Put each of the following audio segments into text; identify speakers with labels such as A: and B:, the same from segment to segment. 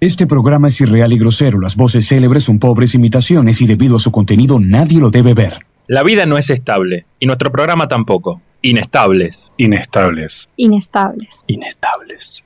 A: Este programa es irreal y grosero. Las voces célebres son pobres imitaciones y debido a su contenido nadie lo debe ver.
B: La vida no es estable y nuestro programa tampoco. Inestables.
C: Inestables.
D: Inestables.
B: Inestables.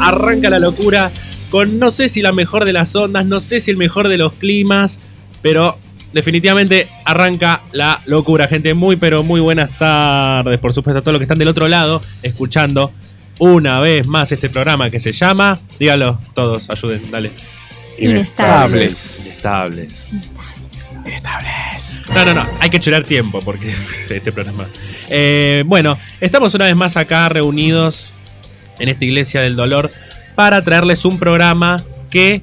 E: arranca la locura con no sé si la mejor de las ondas, no sé si el mejor de los climas, pero definitivamente arranca la locura, gente. Muy, pero muy buenas tardes, por supuesto, a todos los que están del otro lado escuchando una vez más este programa que se llama, dígalo todos, ayuden, dale.
D: Inestables.
B: Inestables.
E: No, no, no, hay que chorar tiempo porque este programa. Eh, bueno, estamos una vez más acá reunidos en esta iglesia del dolor para traerles un programa que.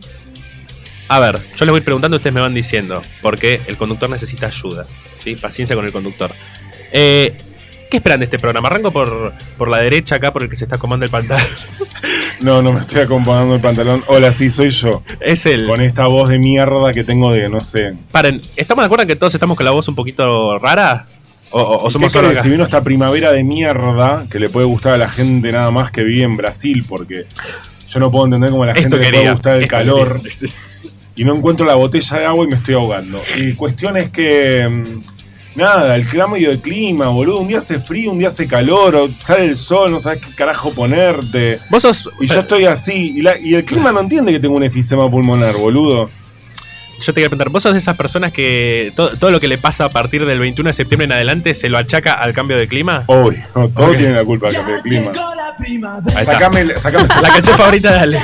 E: A ver, yo les voy preguntando, ustedes me van diciendo, porque el conductor necesita ayuda. ¿sí? Paciencia con el conductor. Eh, ¿Qué esperan de este programa? Arranco por, por la derecha acá, por el que se está comando el pantalón.
C: No, no me estoy acomodando el pantalón. Hola, sí, soy yo.
E: Es el.
C: Con esta voz de mierda que tengo de, no sé.
E: Paren, ¿estamos de acuerdo en que todos estamos con la voz un poquito rara? ¿O, o- o
C: ¿Y
E: somos
C: qué
E: solo
C: querés?
E: acá?
C: Si vino esta primavera de mierda que le puede gustar a la gente nada más que vive en Brasil, porque yo no puedo entender cómo a la
E: Esto
C: gente le
E: quería,
C: puede gustar el
E: esto
C: calor
E: quería.
C: y no encuentro la botella de agua y me estoy ahogando. Y cuestión es que. mm, Nada, el cambio de clima, boludo. Un día hace frío, un día hace calor, o sale el sol, no sabes qué carajo ponerte.
E: Vos sos.
C: Y yo estoy así. Y, la- y el clima no entiende que tengo un efisema pulmonar, boludo.
E: Yo te quería preguntar, vos sos de esas personas que to- todo lo que le pasa a partir del 21 de septiembre en adelante se lo achaca al cambio de clima.
C: Obvio, todo
E: Ok.
C: tiene la culpa del cambio de clima.
E: Ahí está.
C: Sacame, el- sacame ese-
E: La canción favorita, dale.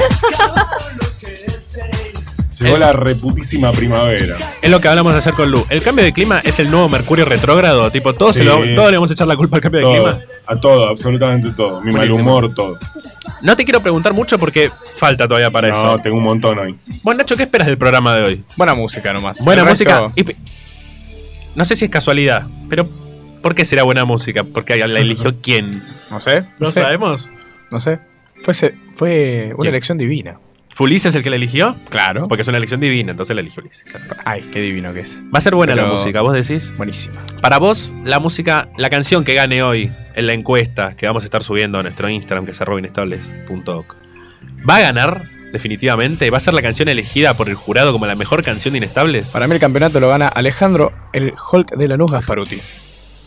C: Llegó la reputísima primavera.
E: Es lo que hablamos ayer con Lu. El cambio de clima es el nuevo Mercurio retrógrado. Tipo, todos, se
C: Sí.
E: lo- todos le vamos a echar la culpa al cambio de
C: Todo,
E: clima.
C: a todo, absolutamente todo. Mi mal
E: Buenísimo.
C: humor, todo.
E: No te quiero preguntar mucho porque falta todavía para
C: No,
E: eso.
C: tengo un montón hoy.
E: Bueno, Nacho, ¿qué esperas del programa de hoy?
F: Buena música nomás.
E: Buena
F: El resto-
E: música. y pe- no sé si es casualidad, pero ¿por qué será buena música? Porque la eligió quién.
F: No sé.
E: No
F: sé,
E: sabemos.
F: No sé. Fue, se- fue una
E: ¿Quién?
F: elección divina.
E: ¿Fulís es el que la eligió?
F: Claro.
E: Porque es una elección divina, entonces la eligió Ulises.
F: Ay, qué divino que es.
E: Va a ser buena la
F: Pero-
E: música, vos decís.
F: Buenísima.
E: Para vos, la música, la canción que gane hoy en la encuesta que vamos a estar subiendo a nuestro Instagram, que es arroba inestables.oc, ¿va a ganar definitivamente? ¿Va a ser la canción elegida por el jurado como la mejor canción de Inestables?
F: Para mí el campeonato lo gana Alejandro, el Hulk de Lanús Gasparuti.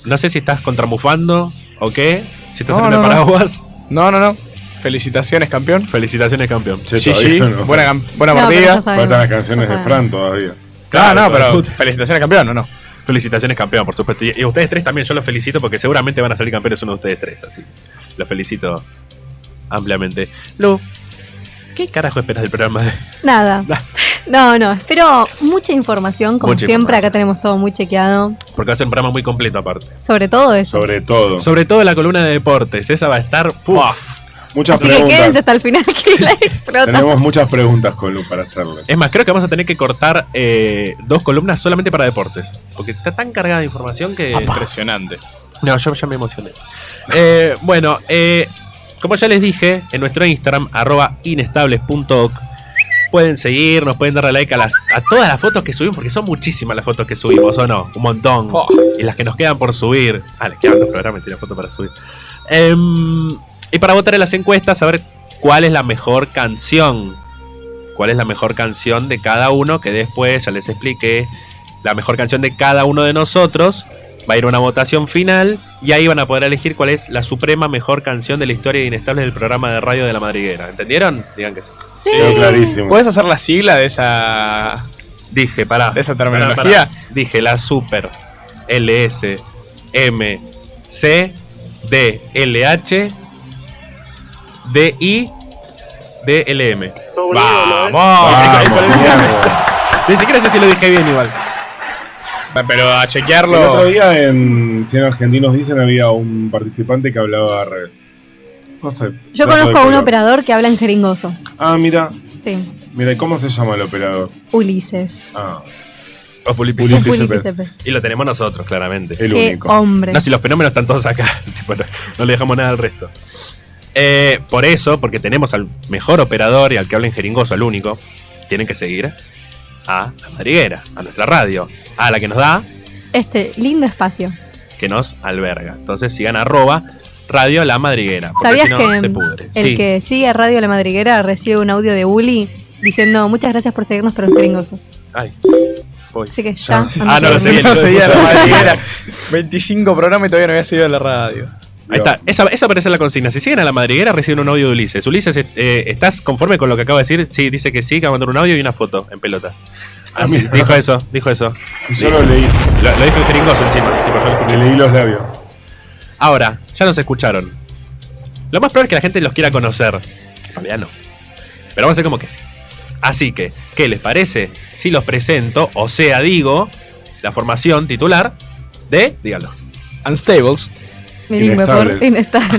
E: No sé si estás contramufando o qué, si estás
F: No,
E: en el
F: no, no.
E: paraguas.
F: No, no, no. Felicitaciones, campeón.
E: Felicitaciones, campeón.
C: Che,
F: GG.
C: todavía no.
F: Buena, cam- buena
D: No, pero ya
F: partida.
D: sabemos,
C: Faltan las
D: ya
C: canciones de
D: sabemos.
C: Fran todavía.
E: Claro,
F: no, no,
E: pero-
F: pero felicitaciones, campeón, ¿o no?
E: Felicitaciones, campeón, por supuesto. Y, y ustedes tres también, yo los felicito porque seguramente van a salir campeones uno de ustedes tres, así. Los felicito ampliamente. Lu, ¿qué carajo esperas del programa de
D: Nada.
E: Nah.
D: No, no, espero mucha información, como
E: Mucha
D: siempre.
E: información.
D: Acá tenemos todo muy chequeado.
E: Porque va a ser un programa muy completo aparte.
D: Sobre todo eso.
C: Sobre todo.
E: Sobre todo la columna de deportes. Esa va a estar. puf.
C: Muchas
D: Así que quédense
C: preguntas.
D: hasta el final que la explota.
C: Tenemos muchas preguntas con Lu para hacerles.
E: Es más, creo que vamos a tener que cortar eh, dos columnas solamente para deportes. Porque está tan cargada de información que.
F: Impresionante.
E: No, yo ya me emocioné. Eh, bueno, eh, como ya les dije, en nuestro Instagram, arroba inestables.oc, pueden seguirnos, pueden darle like a, las, a todas las fotos que subimos, porque son muchísimas las fotos que subimos, ¿o no? Un montón.
F: Oh.
E: Y las que nos quedan por subir. Ah, les quedan los programas, tiene fotos para subir. Em, y para votar en las encuestas, saber cuál es la mejor canción. Cuál es la mejor canción de cada uno, que después ya les expliqué. La mejor canción de cada uno de nosotros. Va a ir a una votación final y ahí van a poder elegir cuál es la suprema mejor canción de la historia de Inestables del programa de radio de la madriguera. ¿Entendieron? Digan que sí.
D: Sí.
C: Quedó clarísimo.
E: pues-
F: ¿Puedes hacer la sigla de esa.
E: Dije, pará.
F: de esa
E: Pará,
F: terminología?
E: pará. Dije la super LS M C D L H D I D L M. Vamos.
C: Vamos,
E: Ni
C: mierda.
E: siquiera sé si lo dije bien igual.
F: Pero a
C: El
F: chequearlo.
C: otro día en 100 argentinos dicen había un participante que hablaba al revés. No sé.
D: Yo
C: dato de
D: conozco a un
C: color.
D: operador que habla en jeringoso.
C: Ah, mira.
D: Sí,
C: Mira, ¿y cómo se llama el operador?
D: Ulises.
C: Ah,
E: O Pulipi.
C: Ulises
D: Sí,
C: Cepes.
D: Cepes.
E: Y lo tenemos nosotros, claramente.
C: el
D: Qué
C: único.
D: hombre.
E: No, si los fenómenos están todos acá. tipo, no, no le dejamos nada al resto. Eh, por eso, porque tenemos al mejor operador y al que habla en jeringoso, al único, tienen que seguir a la madriguera, a nuestra radio, a la que nos da,
D: Este lindo espacio.
E: que nos alberga. Entonces sigan arroba radio la madriguera. porque
D: ¿Sabías
E: si no,
D: que
E: se pudre.
D: el
E: Sí.
D: que sigue a Radio La Madriguera recibe un audio de Uli diciendo muchas gracias por seguirnos, pero en jeringoso?
E: Ay, voy.
D: Así que ya.
E: Ah, no, lo seguí.
F: No seguía la
E: Ahí
F: madriguera. 25 programas y todavía no había seguido la radio.
E: está, esa, esa parece la consigna. Si siguen a la madriguera, reciben un audio de Ulises. Ulises, eh, ¿estás conforme con lo que acabo de decir? Sí, dice que sí, que va a mandar un audio y una foto en pelotas.
C: Ah,
E: Así,
C: mira.
E: dijo eso, dijo eso.
C: Yo lo leí,
E: Lo, lo dijo en jeringoso encima. tipo, yo lo escuché.
C: le leí los labios.
E: Ahora, ya nos escucharon. Lo más probable es que la gente los quiera conocer. En realidad no. Pero vamos a hacer como que sí. Así que, ¿qué les parece? Si los presento, o sea, digo, la formación titular de. Dígalo.
F: Unstables.
D: Bilingüe por
C: Inestable.
D: inestable.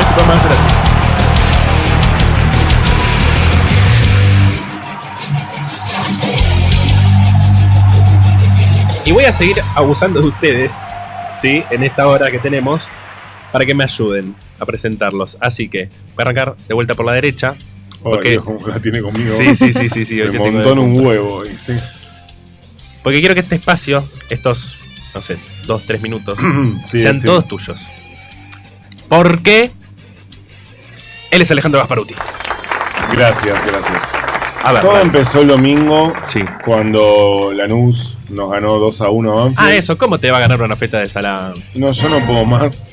E: Este programa va a ser así. Y voy a seguir abusando de ustedes, ¿sí? En esta hora que tenemos, para que me ayuden a presentarlos. Así que voy a arrancar de vuelta por la derecha.
C: Oh,
E: Ok.
C: Dios, cómo la tiene conmigo.
E: Sí, sí, sí, sí, sí. hoy
C: Me
E: te tengo de
C: montón
E: punta.
C: un huevo. y sí.
E: Porque quiero que este espacio, estos, no sé, dos, tres minutos,
C: Sí,
E: sean
C: sí.
E: todos tuyos. Porque él es Alejandro Gasparuti.
C: Gracias, gracias.
E: A ver.
C: Todo
E: dale.
C: empezó el domingo
E: Sí.
C: cuando Lanús nos ganó 2 a 1 a Banfield.
E: Ah, eso, ¿cómo te va a ganar una feta de salada?
C: No, yo no puedo más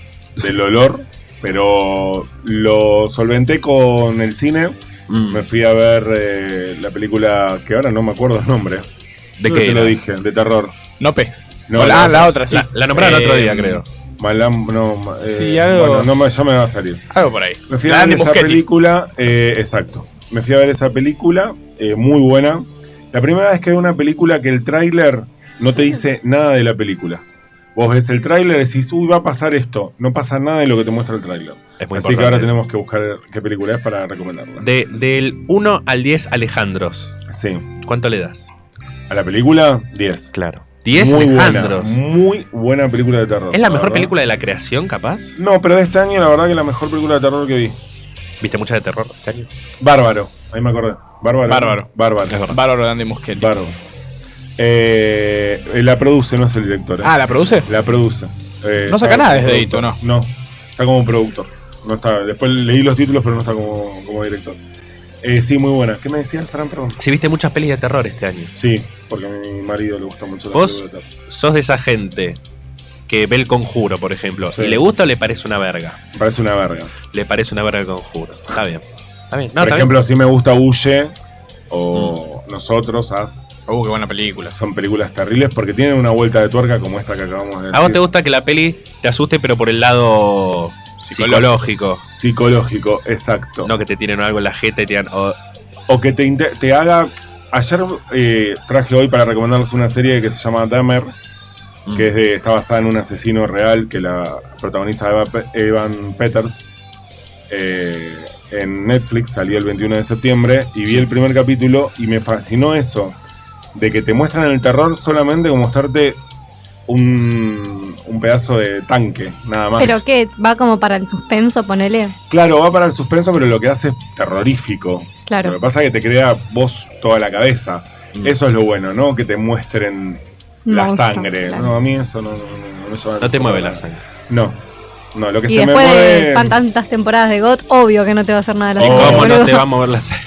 C: del olor, pero lo solventé con el cine.
E: Mm.
C: Me fui a ver eh, la película que ahora no me acuerdo el nombre.
E: ¿De
C: Creo
E: qué?
C: que te
E: era?
C: lo dije, de terror.
F: Nope.
C: No,
F: O la,
C: no,
F: la otra, sí.
E: La, la nombraron
F: Eh,
E: otro día, creo.
C: mm, Malam, no, ma- eh,
F: Sí, algo-
C: bueno, no me- ya me va a salir.
F: Algo por ahí.
C: Me fui
F: La
C: a ver
F: de
C: esa
F: Muschetti.
C: película, eh, exacto. Me fui a ver esa película, eh, muy buena. La primera vez que veo una película que el tráiler no te dice nada de la película. Vos ves el tráiler y decís, uy, va a pasar esto. No pasa nada de lo que te muestra el tráiler.
E: Es muy
C: Así
E: importante
C: que ahora
E: eso.
C: tenemos que buscar qué película es para recomendarla.
E: De- del 1 al 10 Alejandros.
C: Sí.
E: ¿Cuánto le das?
C: A la película, 10.
E: Claro. 10
C: muy
E: Alejandros.
C: Buena, muy buena película de terror.
E: ¿Es la mejor
C: verdad.
E: película de la creación, capaz?
C: No, pero de este año la verdad que la mejor película de terror que vi.
E: ¿Viste muchas de terror este año?
C: Bárbaro, ahí me acordé. Bárbaro.
F: Bárbaro.
E: Es
C: Bárbaro.
E: verdad.
F: Bárbaro de Andy Muschietti.
C: Bárbaro. Eh, eh, la produce, no es el director. eh.
F: Ah, ¿la produce?
C: La produce. Eh,
F: No saca
C: está
F: nada
C: como
F: desde
C: productor.
F: Hito,
C: No, está como productor. No está, después leí los títulos, pero no está como, como director. Eh, sí, muy buena. ¿Qué me decías, Fran? Perdón.
E: Si viste muchas pelis de terror este año.
C: Sí, porque a mi marido le gusta mucho la
E: ¿Vos?
C: película de terror.
E: Sos de esa gente que ve el conjuro, por ejemplo.
C: Sí.
E: ¿Y le gusta o le parece una verga?
C: Me parece una verga.
E: Le parece una verga el conjuro. Está bien. Está bien. No,
C: Por
E: está
C: ejemplo, si me gusta Huye o Nosotros, As,
F: Uh, qué buena película.
C: son películas terribles porque tienen una vuelta de tuerca como esta que acabamos de
E: bien.
C: decir.
E: ¿A vos te gusta que la peli te asuste, pero por el lado psicológico?
C: Psicológico, exacto.
E: No que te tiren algo en la jeta y te digan, "Oh,
C: O que te, inte- te haga. Ayer eh, traje hoy para recomendarles una serie que se llama Dahmer,
E: Mm.
C: que es de- está basada en un asesino real que la protagoniza Eva Pe- Evan Peters. Eh, en Netflix salió el 21 de septiembre y vi el primer capítulo y me fascinó eso, de que te muestran el terror solamente como mostrarte un, un pedazo de tanque, nada más.
D: Pero que va como para el suspenso, ponele.
C: Claro, va para el suspenso, pero lo que hace es terrorífico. Lo
D: Claro.
C: que pasa es que te crea vos toda la cabeza.
E: Mm.
C: Eso es lo bueno, ¿no? Que te muestren la
D: Monstruo,
C: sangre.
D: claro.
C: No, a mí eso no, no, no, no me llama
E: no te
C: atención
E: mueve
C: para
E: la
C: nada.
E: sangre.
C: No, no, lo que
D: Y
C: se me
D: después de
C: mueve.
D: tan- tantas temporadas de GOT, obvio que no te va a hacer nada de la
C: ¿Y
D: sangre,
E: ¿Cómo no
D: boludo.
E: te va a mover la sangre?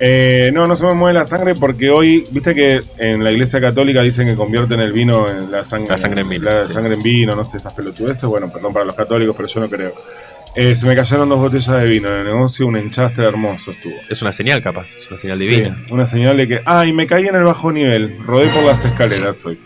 C: Eh, no, no se me mueve la sangre porque hoy, viste que en la iglesia católica dicen que convierten el vino en la sangre.
E: La sangre en vino,
C: La
E: sí.
C: sangre en vino, no sé, esas pelotudeces. Bueno, perdón para los católicos, pero yo no creo. Eh, se me cayeron dos botellas de vino en el negocio, un enchastre hermoso estuvo.
E: Es una señal, capaz. Es una señal divina.
C: Sí, una señal de que, ay, me caí en el bajo nivel, rodé por las escaleras hoy.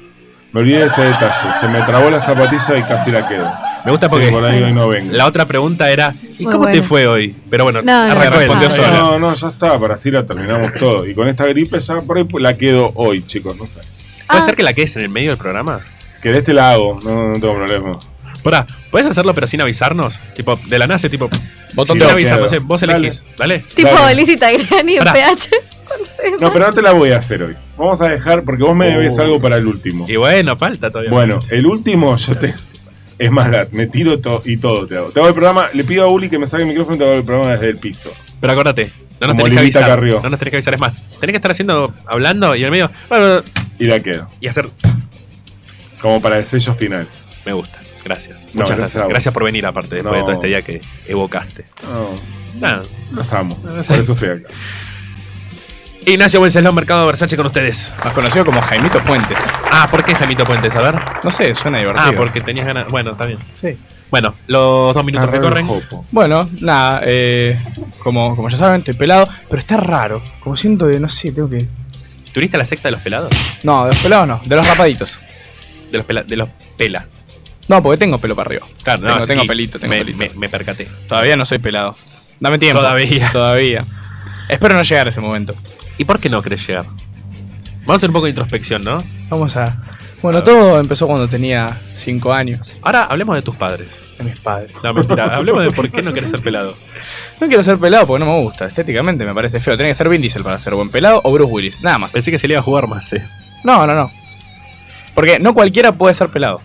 C: Me olvidé de ese detalle, se me trabó la zapatilla y casi la quedo.
E: Me gusta
C: Así que
E: porque
C: por ahí hoy no vengo.
E: la otra pregunta era, ¿y
D: Muy
E: cómo te
D: bueno.
E: fue hoy? Pero bueno,
D: No, no,
E: arrancó
D: no,
E: él.
D: respondió
E: Ay,
F: sola.
C: No, no, ya está, para así la terminamos todo. Y con esta gripe ya por ahí la quedo hoy, chicos, no sé.
B: ¿Puede
D: Ah.
B: ser que la quedes en el medio del programa?
C: Querés te la hago, no, no tengo problema.
B: Pará, ¿puedes hacerlo pero sin avisarnos? Tipo, de la nace, tipo, botón
C: Sí,
B: sin
C: no,
B: avisarnos,
C: claro.
B: eh, vos elegís, dale.
D: Tipo
C: Dale.
D: Lizzie Tagrani en
B: Pará.
D: PH. cuando se va.
C: No, pero no te la voy a hacer hoy. Vamos a dejar, porque vos me debes
B: Oh.
C: algo para el último.
B: Y bueno, falta todavía.
C: Bueno, el último yo te. Es más, la- me tiro to- y todo te hago. Te hago el programa, le pido a Uli que me saque el micrófono y te hago el programa desde el piso.
B: Pero acuérdate, no nos tenés
C: Como
B: que
C: Lilita
B: avisar.
C: Carrió.
B: No nos tenés que avisar, es más. Tenés que estar haciendo, hablando y en el medio, bueno,
C: Y la quedo.
B: y hacer.
C: Como para el sello final.
B: Me gusta, gracias.
C: No,
B: Muchas
C: gracias
B: gracias.
C: a
B: Gracias,
C: vos.
B: por venir, aparte, después
C: No.
B: de todo este día que evocaste.
C: No,
B: Nada.
C: los amo. Por eso estoy acá.
B: Ignacio Wenceslao, Mercado Versace con ustedes.
F: Más conocido como Jaimito Puentes.
B: Ah, ¿por qué Jamito Puentes? A ver.
F: No sé, suena divertido.
B: Ah, porque tenías ganas. Bueno, está bien.
F: Sí.
B: Bueno, los dos minutos que
C: Arreglo
B: corren.
C: jopo.
F: Bueno, nada, eh, como, como ya saben, estoy pelado, pero está raro. Como siento que, no sé, tengo que...
B: ¿Tuviste la secta de los pelados?
F: No, de los pelados no, de los rapaditos.
B: De los pela. De los pela.
F: No, porque tengo pelo para arriba.
B: Claro,
F: Tengo-
B: sí,
F: tengo pelito, tengo
B: me,
F: pelito.
B: Me, me percaté.
F: Todavía no soy pelado. Dame tiempo.
B: Todavía.
F: Todavía. Espero no llegar a ese momento.
B: ¿Y por qué no crees llegar? Vamos a hacer un poco de introspección, ¿no?
F: Vamos a... Bueno, todo empezó cuando tenía 5 años,
B: Ahora hablemos de tus padres.
F: de mis padres.
B: No, mentira. hablemos de por qué no querés ser pelado.
F: No quiero ser pelado porque no me gusta. Estéticamente me parece feo. Tiene que ser Vin Diesel para ser buen pelado o Bruce Willis. Nada más.
B: Pensé que se le iba a jugar más, eh.
F: No, no, no. Porque no cualquiera puede ser pelado.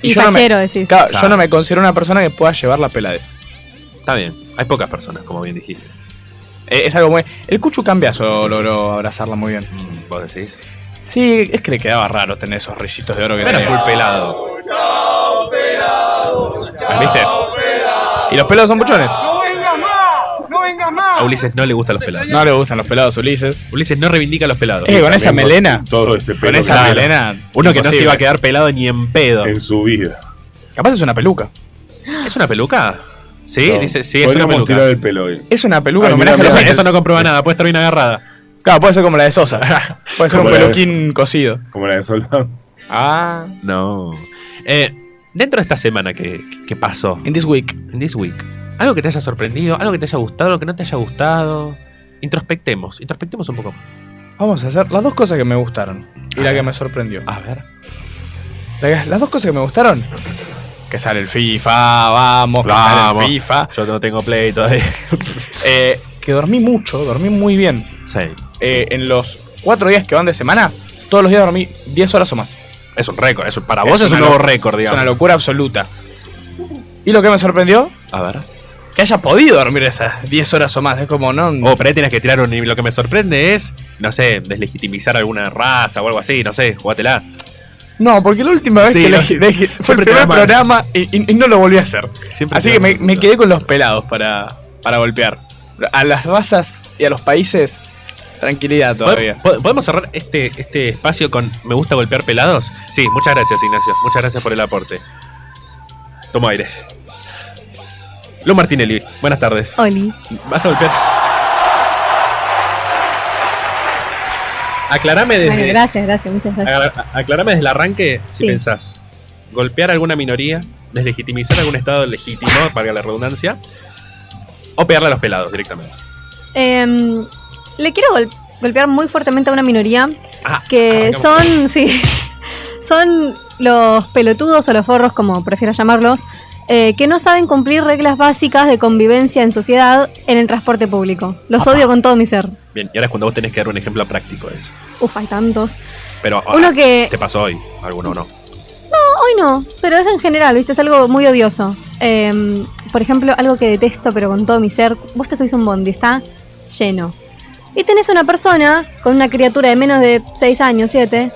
D: Y
F: yo no me-
D: fachero decís.
F: Claro,
B: Claro.
F: Yo no me considero una persona que pueda llevar la peladez.
B: Está bien. Hay pocas personas, como bien dijiste.
F: Eh, es algo muy. El Cuchu Cambiazo logró abrazarla muy bien.
B: Mm, Vos decís. Eh,
F: Sí, es que le quedaba raro tener esos risitos de oro que
B: Era
F: tenía.
B: full pelado.
F: ¿Viste? Y los pelados son buchones.
B: A Ulises no le gustan los pelados.
F: No le gustan los pelados Ulises.
B: Ulises no reivindica a los pelados.
F: Eh, con esa
C: También
F: melena.
C: Todo ese pelo
F: Con esa
C: que tiene
F: melena.
B: Uno que no se
F: imposible.
B: iba a quedar pelado ni en pedo.
C: En su vida.
F: Capaz es una peluca.
B: ¿Es una peluca? Sí,
C: No.
B: dice, sí, es una
C: Podríamos
B: peluca.
C: tirar el pelo hoy.
F: Es una peluca.
C: Ay,
F: en
C: mira,
F: homenaje a los
B: Eso,
C: mira,
B: eso
F: Andes.
B: no comprueba nada, puede estar bien agarrada.
F: Claro, puede ser como la de Sosa. puede ser un
C: Como la de
F: peluquín cocido.
C: Como la de Soldado.
F: Ah.
B: No. Eh, dentro de esta semana que, que pasó,
F: In this week.
B: en This Week, algo que te haya sorprendido, algo que te haya gustado, algo que no te haya gustado. Introspectemos, introspectemos un poco más.
F: Vamos a hacer las dos cosas que me gustaron y la que me sorprendió.
B: A ver.
F: La- Las dos cosas que me gustaron. Que sale el FIFA, vamos, que sale
B: Vamos.
F: el FIFA.
B: Yo no tengo play todavía.
F: Eh, que dormí mucho, dormí muy bien.
B: sí.
F: Eh, en los cuatro días que van de semana, todos los días dormí 10 horas o más.
B: Es un récord. Es un- para
F: Es
B: vos es un
F: una
B: nuevo
F: lo-
B: récord,
F: Es
B: digamos.
F: una locura absoluta. Y lo que me sorprendió,
B: A ver.
F: que haya podido dormir esas 10 horas o más. Es como, no.
B: Oh, pero ahí tenés que tirar un. y Lo que me sorprende es, no sé, deslegitimizar alguna raza o algo así, no sé, jugátela.
F: No, porque la última vez
B: Sí,
F: que
B: no,
F: le- le- fue el
B: siempre te va
F: primer
B: mal.
F: programa y, y- y no lo volví a hacer.
B: Siempre
F: Así
B: te
F: que
B: va
F: me,
B: mal.
F: me quedé con los pelados para, para golpear. A las razas y a los países, tranquilidad todavía.
B: ¿Pod- ¿Podemos cerrar este, este espacio con Me gusta golpear pelados? Sí, muchas gracias, Ignacio. Muchas gracias por el aporte. Tomo aire. Lu Martinelli, buenas tardes.
D: Oli.
B: ¿Vas a golpear? Aclarame
C: Eh,
B: desde,
D: Bueno, gracias, gracias, muchas gracias.
B: agra- aclarame desde el arranque si
D: Sí.
B: pensás golpear a alguna minoría, deslegitimizar algún estado legítimo, valga la redundancia, o pegarle a los pelados directamente.
D: Em, le quiero gol- golpear muy fuertemente a una minoría
B: Ah,
D: que
B: arrancamos.
D: son, sí, son los pelotudos o los forros, como prefieras llamarlos, eh, que no saben cumplir reglas básicas de convivencia en sociedad en el transporte público. Los odio con todo mi ser.
B: Bien, y ahora es cuando vos tenés que dar un ejemplo práctico de eso.
D: Uf, hay tantos.
B: Pero
D: Uno que
B: te pasó hoy, alguno no.
D: Hoy no, pero es en general, ¿viste? Es algo muy odioso. Eh, por ejemplo, algo que detesto, pero con todo mi ser. Vos te subís a un bondi, está lleno. Y tenés una persona con una criatura de menos de 6 años, 7,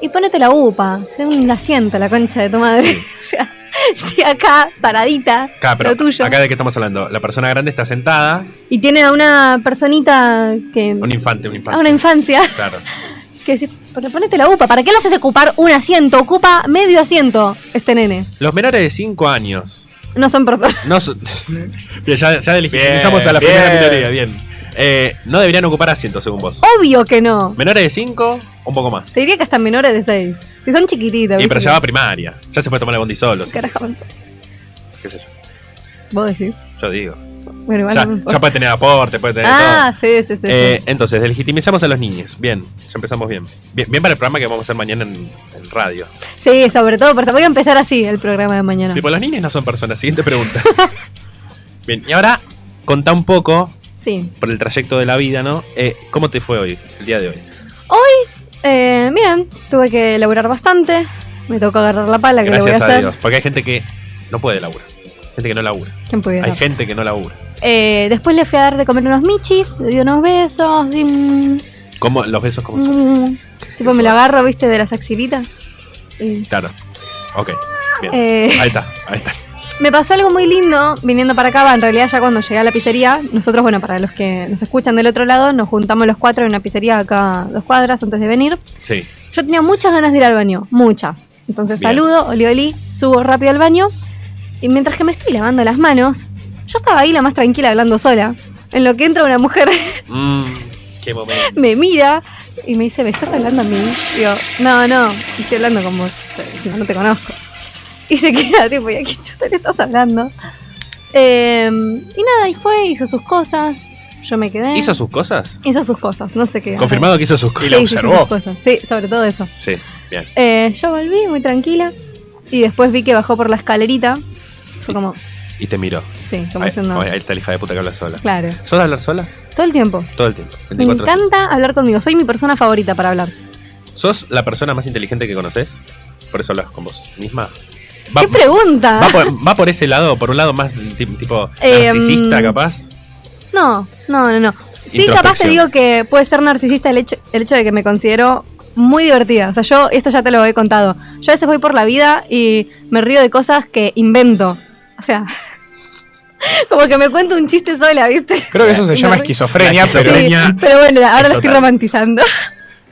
D: y ponete la upa, sea un asiento la concha de tu madre. o sea, estoy acá, paradita,
B: Acá, pero
D: lo tuyo.
B: acá de qué estamos hablando. La persona grande está sentada,
D: Y tiene a una personita que.
B: un infante, un
D: a
B: infante.
D: una infancia.
B: Claro.
D: Que decís, pero ponete la upa, ¿para qué lo haces ocupar un asiento? Ocupa medio asiento este nene.
B: Los menores de 5 años.
D: No son personas.
B: No son- Bien, ya, ya legitimizamos
F: Bien,
B: a la primera
F: bien.
B: minoría, bien. Eh, no deberían ocupar asientos, según vos.
D: Obvio que no.
B: Menores de 5, un poco más.
D: Te diría que hasta menores de 6. Si son chiquititos.
B: Y
D: ¿viste?
B: pero ya va a primaria. Ya se puede tomar el bondi solo. sí,
D: Carajo,
B: qué sé yo.
D: vos decís.
B: Yo digo.
D: Bueno, igual
E: ya,
D: no me importa.
E: ya puede tener aporte, puede tener
D: Ah,
E: todo.
D: sí, sí, sí.
E: Eh,
D: sí.
E: entonces, legitimizamos a los niños. Bien, ya empezamos bien. Bien, bien para el programa que vamos a hacer mañana en, en radio.
D: Sí, sobre todo, porque voy a empezar así el programa de mañana.
E: Tipo, los niños no son personas. Siguiente pregunta. bien, y ahora contá un poco
D: Sí.
E: por el trayecto de la vida, ¿no? Eh, ¿Cómo te fue hoy, el día de hoy?
D: Eh, bien, tuve que laburar bastante. Me tocó agarrar la pala, que le voy a
E: Gracias a
D: hacer.
E: Dios. Porque hay gente que no puede laburar. Gente que no labura.
D: ¿Quién pudiera?
E: Hay gente que no labura.
D: Eh, después le fui a dar de comer unos michis, le di unos besos. y, mm,
E: ¿Cómo, los besos como son.
D: mm. tipo, me lo agarro, viste, de las axilitas. Y,
E: Claro. Ok. Bien.
D: eh,
E: Ahí está, ahí está.
D: Me pasó algo muy lindo viniendo para acá, va, en realidad ya cuando llegué a la pizzería, nosotros, bueno, para los que nos escuchan del otro lado, nos juntamos los cuatro en una pizzería acá a dos cuadras antes de venir.
E: Sí.
D: Yo tenía muchas ganas de ir al baño, muchas. Entonces
E: Bien.
D: saludo, oli oli, subo rápido al baño y mientras que me estoy lavando las manos, yo estaba ahí la más tranquila hablando sola, en lo que entra una mujer,
E: Mm, qué momento.
D: me mira y me dice, ¿me estás hablando a mí? Digo, no, no, estoy hablando con vos, no, no te conozco. Y se queda, tipo, ¿y a qué chuta le estás hablando? Eh, y nada, y fue, hizo sus cosas, yo me quedé.
E: ¿Hizo sus cosas?
D: Hizo sus cosas, no sé qué.
E: Confirmado que hizo sus cosas.
D: Eh. Sí, hizo sus cosas. Sí, sobre todo eso.
E: Sí, bien.
D: Eh, yo volví muy tranquila y después vi que bajó por la escalerita. Fue como,
E: Y te miró.
D: sí, como
E: Ahí,
D: diciendo.
E: ahí está la hija de puta que habla sola.
D: Claro,
E: ¿Sos de hablar sola?
D: todo el tiempo.
E: Todo el tiempo.
D: Me
E: 24
D: encanta hablar conmigo. Soy mi persona favorita para hablar.
E: ¿Sos la persona más inteligente que conoces? Por eso hablas con vos misma. Va,
D: ¡Qué pregunta!
E: va por, va por ese lado, por un lado más ti- tipo
D: Eh,
E: narcisista,
D: mm.
E: capaz.
D: No, no, no, no. Sí,
E: Introspección.
D: capaz te digo que puede ser narcisista el hecho, el hecho de que me considero muy divertida. O sea, yo esto ya te lo he contado. Yo a veces voy por la vida y me río de cosas que invento. O sea, como que me cuento un chiste sola, ¿viste?
F: Creo que eso se
D: Me
F: llama
D: re-
F: esquizofrenia,
E: La
F: pero.
E: esquizofrenia.
D: Sí, pero bueno, ahora
E: es
D: lo estoy
E: total.
D: romantizando.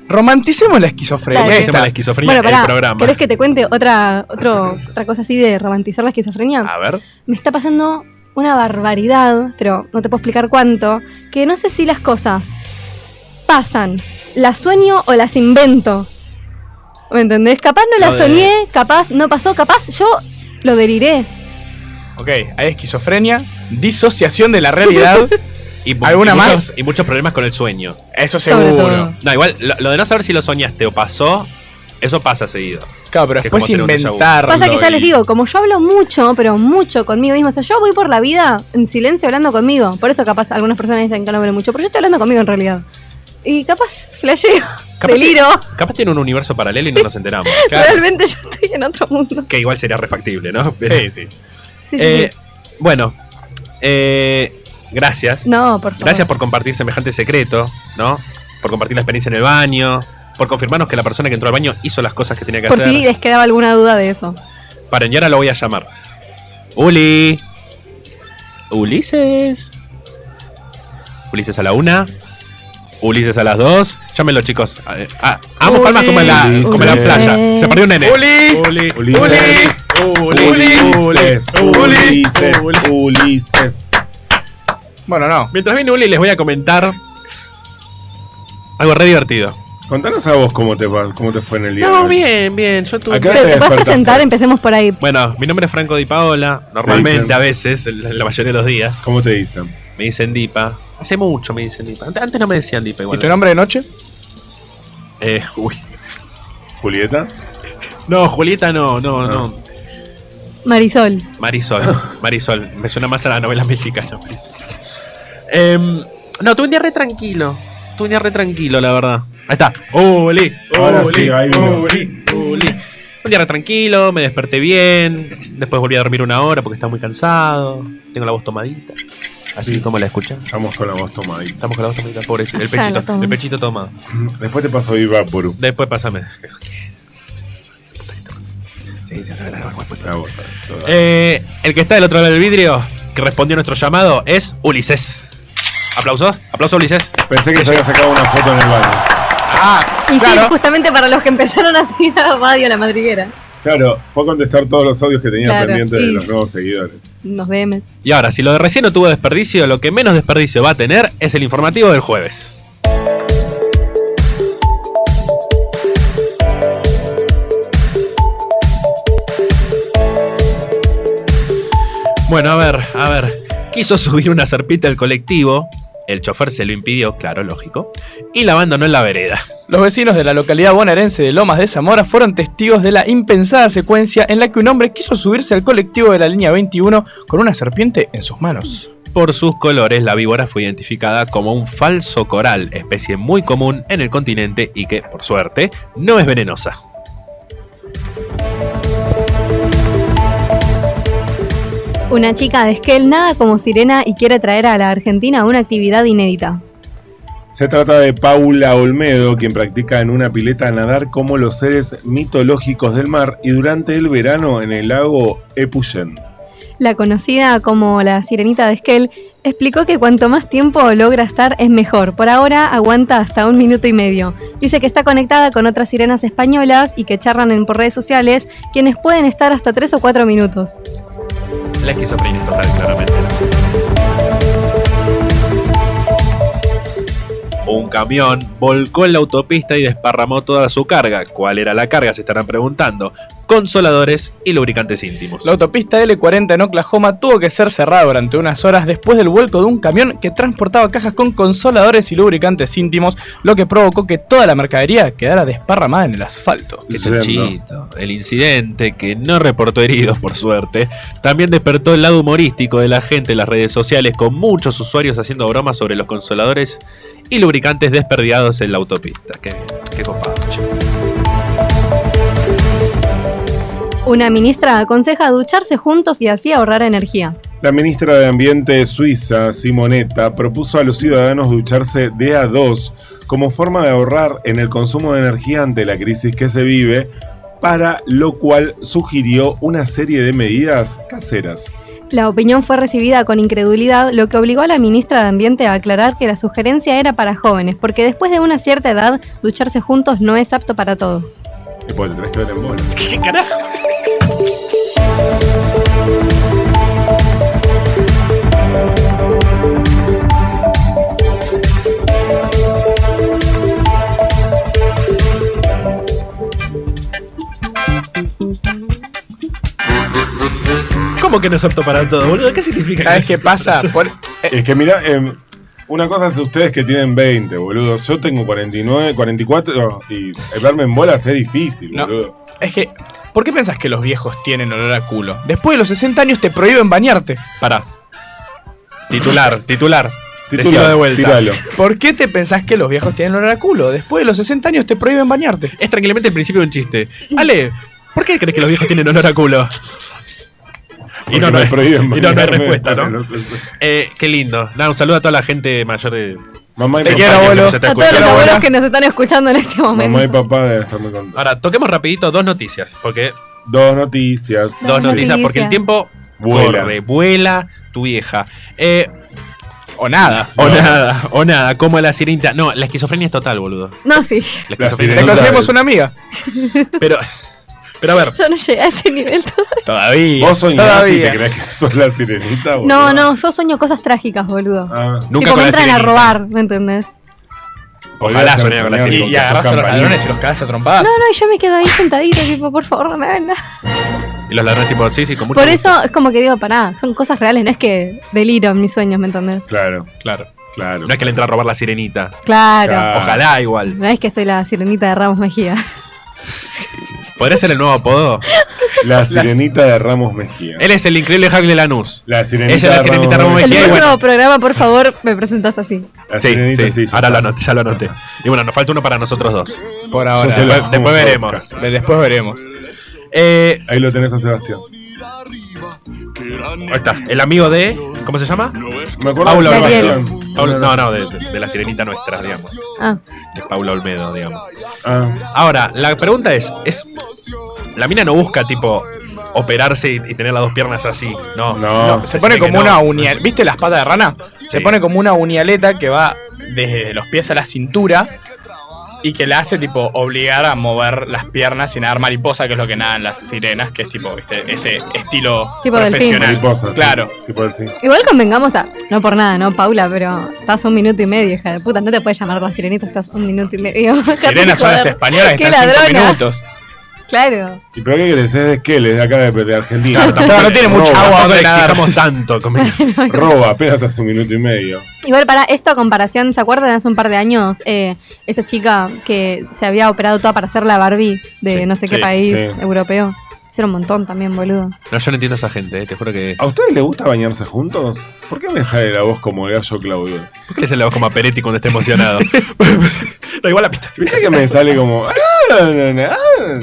F: Romanticemos la
E: ¿Cómo
F: esquizofrenia.
E: se
D: Dale.
E: llama la
F: esta.
E: esquizofrenia
D: bueno,
E: el
D: pará,
E: programa?
D: ¿querés que te cuente otra, otro, otra cosa así de romantizar la esquizofrenia?
E: A ver.
D: me está pasando una barbaridad, pero no te puedo explicar cuánto, que no sé si las cosas pasan, las sueño o las invento. ¿Me entendés? Capaz no las
E: Lo de-
D: soñé, capaz no pasó, capaz yo lo deliré.
F: Ok, hay esquizofrenia, disociación de la realidad.
E: Y, mu-
F: ¿Alguna
E: y
F: más?
E: muchos- y muchos problemas con el sueño.
F: Eso
D: Sobre
F: seguro.
D: todo.
E: No, igual, lo, lo de no saber si lo soñaste o pasó, eso pasa seguido.
F: Claro, pero
E: Que como
F: después
E: tener un déjà vu.
F: inventar.
D: Pasa que ya les digo, como yo hablo mucho, pero mucho conmigo mismo, o sea, yo voy por la vida en silencio hablando conmigo. Por eso capaz algunas personas dicen que no hablo mucho, pero yo estoy hablando conmigo en realidad. Y capaz flasheo,
E: Capaz-
D: deliro,
E: Capaz tiene un universo paralelo y no nos enteramos.
D: realmente yo estoy en otro mundo.
E: Que igual sería refactible, ¿no? Pero-
F: Sí, sí.
D: Sí, sí,
E: Eh, Bueno, eh, gracias.
D: sí. No, por favor.
E: Gracias por compartir semejante secreto, ¿no? Por compartir la experiencia en el baño, por confirmarnos que la persona que entró al baño hizo las cosas que tenía que
D: Por
E: hacer.
D: si les quedaba alguna duda de eso.
E: Paren, y ahora lo voy a llamar. Uli. Ulises. Ulises a la una. Ulises a las dos. Llámenlo, chicos. A- a- Ambos palmas como en, la, como en la
C: Ulises.
E: playa. Se perdió un nene.
F: Uli.
E: Uli.
C: Ulises.
E: Uli.
C: Ulises,
E: Uli.
C: Ulises,
E: Uli.
C: Ulises.
F: Bueno, no.
E: Mientras viene Uli, les voy a comentar algo re divertido.
C: Contanos a vos cómo te, va- cómo te fue en el día.
E: No,
C: de hoy.
E: bien, bien. Yo tuve.
C: Acá-
D: Pero te puedes
C: despertaste?
D: presentar, empecemos por ahí.
E: Bueno, mi nombre es Franco Di Paola.
C: dicen.
E: Normalmente, a veces, en la mayoría de los días,
C: ¿Cómo te dicen?
E: me dicen Dipa. Hace mucho me dicen Dipa. Ante- Antes no me decían Dipa
F: ¿Y
E: igual.
F: tu nombre de noche?
E: Eh, uy.
C: ¿Julieta?
E: No, Julieta no, no, no.
D: Marisol.
E: Marisol, Marisol. Me suena más a la novela mexicana, Marisol. Em, no, tuve un día re tranquilo. Tuve un día re tranquilo, la verdad. Ahí está. Uli,
C: Ahora
E: Uli,
C: sí, ahí vino.
E: Uli, Uli. Un día re tranquilo, me desperté bien. Después volví a dormir una hora porque estaba muy cansado. Tengo la voz tomadita. Así
C: Sí.
E: como la escuchan.
C: Estamos con la voz tomadita.
E: Estamos con la voz tomadita, pobrecito. El
D: Ya la
E: pechito,
D: tomo.
E: el pechito tomado.
C: Después te paso Ivaporu.
E: Después pásame. Sí, sí,
C: La voz, la voz.
E: Eh, el que está del otro lado del vidrio, que respondió a nuestro llamado, es Ulises. ¿Aplausos? ¿Aplausos, Ulises?
C: Pensé que se había sacado una foto en el baño.
F: Ah,
D: Y sí,
F: claro.
D: justamente para los que empezaron así a radio la madriguera.
C: Claro, fue a contestar todos los audios que tenía
D: Claro,
C: pendientes de
D: y-
C: los nuevos seguidores.
D: Los DMs.
E: Y ahora, si lo de recién no tuvo desperdicio, lo que menos desperdicio va a tener es el informativo del jueves. Bueno, a ver, a ver.
B: Quiso subir una zarpita al colectivo. El chofer se lo impidió, claro, lógico. Y la abandonó en la vereda.
F: Los vecinos de la localidad bonaerense de Lomas de Zamora fueron testigos de la impensada secuencia en la que un hombre quiso subirse al colectivo de la línea 21 con una serpiente en sus manos.
B: Por sus colores, la víbora fue identificada como un falso coral, especie muy común en el continente y que, por suerte, no es venenosa.
D: Una chica de Esquel nada como sirena y quiere traer a la Argentina una actividad inédita.
C: Se trata de Paula Olmedo, quien practica en una pileta nadar como los seres mitológicos del mar y durante el verano en el lago Epuyén.
D: La conocida como la sirenita de Esquel explicó que cuanto más tiempo logra estar es mejor. Por ahora aguanta hasta un minuto y medio. Dice que está conectada con otras sirenas españolas y que charlan en por redes sociales, quienes pueden estar hasta tres o cuatro minutos.
B: La esquizofrenia total, claramente. Un camión volcó en la autopista y desparramó toda su carga. ¿Cuál era la carga? Se estarán preguntando. Consoladores y lubricantes íntimos.
F: La autopista L40 en Oklahoma tuvo que ser cerrada durante unas horas después del vuelco de un camión que transportaba cajas con consoladores y lubricantes íntimos, lo que provocó que toda la mercadería quedara desparramada en el asfalto.
B: Qué
C: Yendo.
B: chanchito. El incidente, que no reportó heridos por suerte, también despertó el lado humorístico de la gente en las redes sociales, con muchos usuarios haciendo bromas sobre los consoladores y lubricantes desperdiados en la autopista. Qué, qué copado, che.
D: Una ministra aconseja ducharse juntos y así ahorrar energía.
C: La ministra de Ambiente suiza, Simonetta, propuso a los ciudadanos ducharse de a dos como forma de ahorrar en el consumo de energía ante la crisis que se vive, para lo cual sugirió una serie de medidas caseras.
D: La opinión fue recibida con incredulidad, lo que obligó a la ministra de Ambiente a aclarar que la sugerencia era para jóvenes, porque después de una cierta edad, ducharse juntos no es apto para todos.
C: Después te tenés que ver en bola.
B: ¿Qué carajo? ¿Cómo que no es apto para todo, boludo? ¿Qué significa
F: ¿Sabes qué pasa? Por- eh,
C: Es que mira, una cosa es ustedes que tienen 20, boludo. Yo tengo 49, 44 y verme en bolas es difícil,
F: No.
C: boludo.
F: es que, ¿por qué pensás que los viejos tienen olor a culo? Después de los 60 años te prohíben bañarte.
B: Pará. Titular, titular.
C: Titula,
B: Decilo de vuelta.
C: tíralo.
F: ¿Por qué te pensás que los viejos tienen olor a culo? Después de los 60 años te prohíben bañarte.
B: Es tranquilamente el principio de un chiste. Ale, ¿por qué crees que los viejos tienen olor a culo? Y
C: Porque
B: no, no,
C: me
B: hay-
C: prohíben
B: y no, no hay
C: bañarme
B: respuesta,
C: después
B: ¿no?
C: de los 60.
B: Eh, qué lindo. Nada, un saludo a toda la gente mayor de.
C: Mamá y
F: Te
C: papá.
F: quiero,
B: que
F: abuelo.
B: nos está
D: A todos los
B: escuchando.
D: abuelos que nos están escuchando en este momento.
C: Mamá y papá deben estar muy contentos.
B: Ahora, toquemos rapidito dos noticias. Porque.
C: Dos noticias.
D: Dos
B: dos noticias,
D: noticias.
B: porque el tiempo
C: Vuela.
B: corre, vuela tu vieja. Eh,
F: O nada.
B: O nada, o nada, como la sirenita. No, la esquizofrenia es total, boludo.
D: No, sí,
B: La esquizofrenia.
C: sirenita.
F: Te
B: es total.
F: conseguimos una amiga.
B: Pero. Pero a ver,
D: yo no llegué a ese nivel todavía.
B: todavía.
C: Vos soñás y
F: Todavía.
C: te crees que sos la sirenita, boludo.
D: No, no, yo sueño cosas trágicas, boludo.
C: Ah,
B: Nunca
D: tipo,
B: con
D: me
B: la
D: entran a
B: sirenita.
D: robar, ¿me entendés?
B: Ojalá
C: podrías
B: soñara con la
C: soñar
B: sirenita.
C: con
F: Y,
C: que sos
F: agarras a los
C: campanita.
F: ladrones y los cagás a
B: Ah,
F: trompadas.
D: No, no, y yo me quedo ahí sentadita, tipo, por favor, no me hagan nada.
B: Y los ladrones, tipo, sí, sí, con mucho
D: Por
B: gusto.
D: eso es como que digo, pará, son cosas reales, no es que deliro en mis sueños, ¿me entendés?
C: Claro,
B: Claro.
C: claro.
B: No es que le entra a robar la sirenita.
D: Claro.
C: Claro. Ah.
B: Ojalá igual.
D: No es que soy la sirenita de Ramos Mejía.
B: ¿Podría ser el nuevo apodo?
C: La sirenita de Ramos Mejía.
B: Él es el increíble Hack de Lanús.
C: La sirenita
B: Ella es la sirenita Ramos
D: El
B: Mejía,
D: próximo
B: bueno.
D: programa, por favor, me presentás así.
C: La
B: Sí,
C: sirenita,
B: sí,
C: sí. ya
B: Ahora lo
C: está.
B: anoté, ya lo anoté. Y bueno, nos falta uno para nosotros dos.
F: Por
C: Yo
F: ahora.
C: se la-
B: Después, después veremos.
C: Vamos
F: De- Después veremos.
B: Eh,
C: Ahí lo tenés a Sebastián.
B: ahí está. El amigo de. ¿Cómo se llama?
C: Me acuerdo
B: Paula
C: de
D: Gabriel.
B: Olmedo.
C: Sebastián.
B: Paula- no, no, de, de la sirenita nuestra, digamos.
D: Ah,
B: De Paula Olmedo, digamos.
C: Ah,
B: Ahora, la pregunta es, es la mina no busca tipo operarse y, y tener las dos piernas así, no.
C: No.
F: Se pone
B: ve que
F: como
B: no.
F: una unialeta. ¿Viste las patas de rana?
B: Sí.
F: Se pone como una unialeta que va desde los pies a la cintura y que la hace tipo obligar a mover las piernas sin nadar mariposa, que es lo que nadan las sirenas, que es tipo ¿viste? ese estilo
D: Tipo delfín.
F: profesional.
C: mariposa. sí.
F: claro.
C: Tipo delfín.
D: igual convengamos a. No por nada, ¿no, Paula? Pero estás un minuto y medio, hija de puta. No te puedes llamar la sirenita, estás un minuto y medio. Ya te
F: Sirenas son las
D: joder.
F: españolas que
D: ¡Qué
F: están cinco
D: ladrona!
F: minutos.
D: Claro.
C: ¿Y pero qué crees? Es de Esqueles, de acá de, de Argentina.
F: Claro, no tiene mucha
C: Roba,
F: agua
E: Tampoco
F: donde
E: le
F: nadar.
E: exijamos tanto. come-
C: Roba, apenas hace un minuto y medio.
D: Igual para esto a comparación, ¿se acuerdan hace un par de años? eh, esa chica que se había operado toda para hacer la Barbie de
E: Sí,
D: no sé qué
E: sí,
D: país
C: sí.
D: europeo. Hicieron un montón también, boludo.
E: No, yo no entiendo a esa gente, eh, te juro que.
C: ¿A ustedes les gusta bañarse juntos? ¿Por qué me sale la voz como el gallo Claudio?
E: ¿Por qué le sale la voz como a Peretti cuando está emocionado? da igual la pista.
C: ¿Viste que me sale como... ah, ah, ah?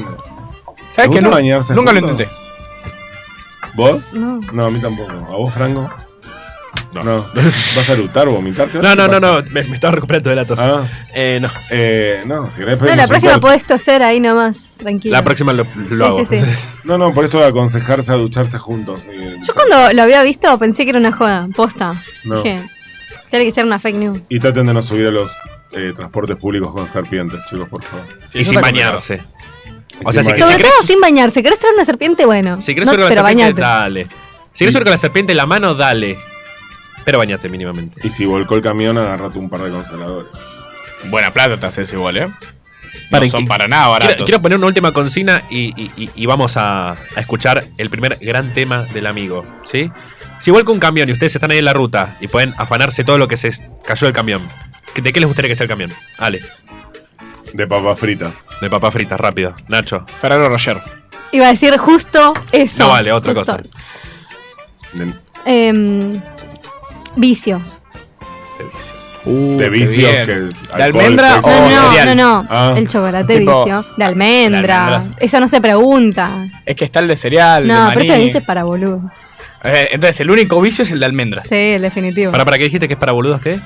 F: ¿Sabes
C: ¿Te
F: que
C: gusta
F: nu-
C: bañarse
F: nunca lo
C: juntos?
F: intenté?
C: ¿Vos?
D: No.
C: No, a mí tampoco. ¿A vos, Franco?
E: No.
C: No. ¿Vas a lutar, vomitar? ¿Qué
E: No, no, no,
C: pasa?
E: no, me, me estaba recuperando de la tos.
C: Ah,
E: Eh, no.
C: eh, no, si querés
D: No,
C: pedimos
D: la
C: un
D: próxima
C: corte.
D: podés toser ahí nomás, tranquilo.
E: La próxima lo, lo hago.
D: Sí, sí, sí.
C: No, no, por esto de aconsejarse a ducharse juntos. eh,
D: Yo cuando lo había visto pensé que era una joda, posta.
C: No.
D: Dije, tiene que ser una fake news.
C: Y traten de no subir a los eh, transportes públicos con serpientes, chicos, por favor.
E: y
F: no
E: sin
F: te
E: bañarse.
C: Y
E: O
C: sin
E: sea, si-
C: bañarse.
D: Sobre
E: querés-
D: todo sin bañarse. ¿Querés traer una serpiente? Bueno.
E: Si querés
D: no,
E: subir con la
D: pero
E: serpiente,
D: bañate.
E: dale. Si querés subir con la serpiente en la mano, dale. Pero bañate mínimamente.
C: Y si volcó el camión, agarrate un par de consoladores.
F: Buena plata te haces igual, ¿eh?
E: Para
F: no son
E: que-
F: para nada baratos.
E: Quiero, quiero poner una última consigna y, y- y- y vamos a, a escuchar el primer gran tema del amigo, ¿sí? Si vuelca un camión y ustedes están ahí en la ruta y pueden afanarse todo lo que se s- cayó del camión, ¿de qué les gustaría que sea el camión? Ale,
C: De papas fritas.
E: de papas fritas, rápido. Nacho,
F: Ferrero Roger.
D: Iba a decir justo eso.
E: No, vale, otra
D: Justo.
E: cosa.
C: De,
E: Uh,
D: Em, vicios.
E: te dice.
F: Uh,
C: de vicios que. alcohol,
F: ¿De almendra
E: oh,
C: sexo.
D: No,
F: o
D: no,
F: cereal?
D: no, no.
C: Ah.
D: El chocolate
F: Tipo,
D: vicio. De
F: de
D: almendra.
F: almendras.
D: Esa no se pregunta.
F: Es que está el de cereal,
D: No,
F: de
D: pero
F: maní.
D: ese dice para boludo.
F: Eh, Entonces, el único vicio es el de almendras.
D: Sí, el definitivo.
E: ¿Para, para qué dijiste que es para boludos qué? De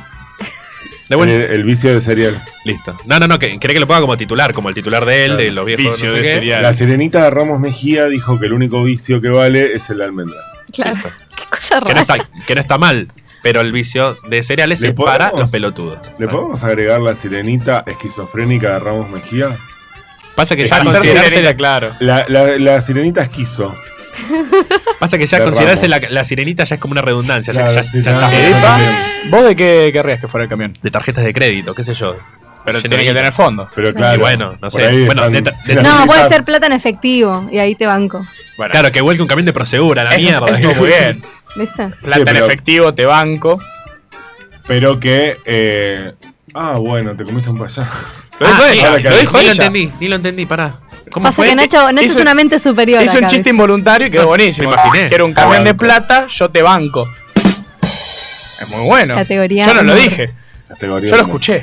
C: El,
E: vuelta.
C: el vicio de cereal.
E: Listo. No, no, no, que, querés que lo ponga como titular, como el titular de él, de los viejos. no
F: Vicio
E: sé
F: de
E: qué.
F: cereal.
C: La sirenita de Ramos Mejía dijo que el único vicio que vale es el de almendra.
D: Claro.
E: Listo.
D: Qué cosa
E: Que no,
D: rara.
E: está, que no está mal, pero el vicio de cereales
C: ¿Le
E: es para
C: podemos?
E: los pelotudos.
C: ¿Le podemos agregar la sirenita esquizofrénica de Ramos Mejía?
E: Pasa que
F: Para
E: ya
F: hacer
E: considerarse,
F: sirenita, claro.
C: La, la- la sirenita esquizo.
E: pasa que ya
C: De
E: considerarse la,
C: Ramos.
E: la sirenita ya es como una redundancia, ya,
C: La-
E: ya- ya está.
C: Epa.
F: ¿Vos de qué querrías que fuera el camión?
E: De tarjetas de crédito, qué sé yo.
F: Pero
E: Llenadita.
F: tiene que tener fondo.
C: Pero claro.
E: Y bueno, no
C: por
E: sé.
C: ahí
E: Bueno,
C: están
E: de ta- de-
C: sin
D: No,
C: habilitar.
D: puede ser plata en efectivo y ahí te banco.
F: Bueno,
E: Claro, que vuelque un camión de prosegura, la
F: eso-
E: mierda.
F: eso muy bien.
D: ¿Viste?
F: Plata en
C: pero- Ah,
F: efectivo, te banco.
C: Pero que. eh, ah, bueno, te comiste un payaso.
F: Lo
E: Ah,
F: dijo
E: sí,
F: ella,
C: ahora que-
F: lo dijo
E: ni lo
F: ella.
E: entendí, ni lo entendí, pará. ¿Cómo
D: Pasa
E: fue?
D: que Nacho, Nacho
F: hizo-
D: es una mente superior.
F: Hizo un
D: acá,
F: chiste
D: ¿viste?
F: involuntario y quedó
E: No,
F: buenísimo.
E: me imaginé.
F: Quiero un camión de
C: banco.
F: plata, yo te banco. Es muy bueno.
D: Categoría
F: Yo no lo
D: amor.
F: dije,
C: Categoría
F: yo lo
C: como- lo
F: escuché.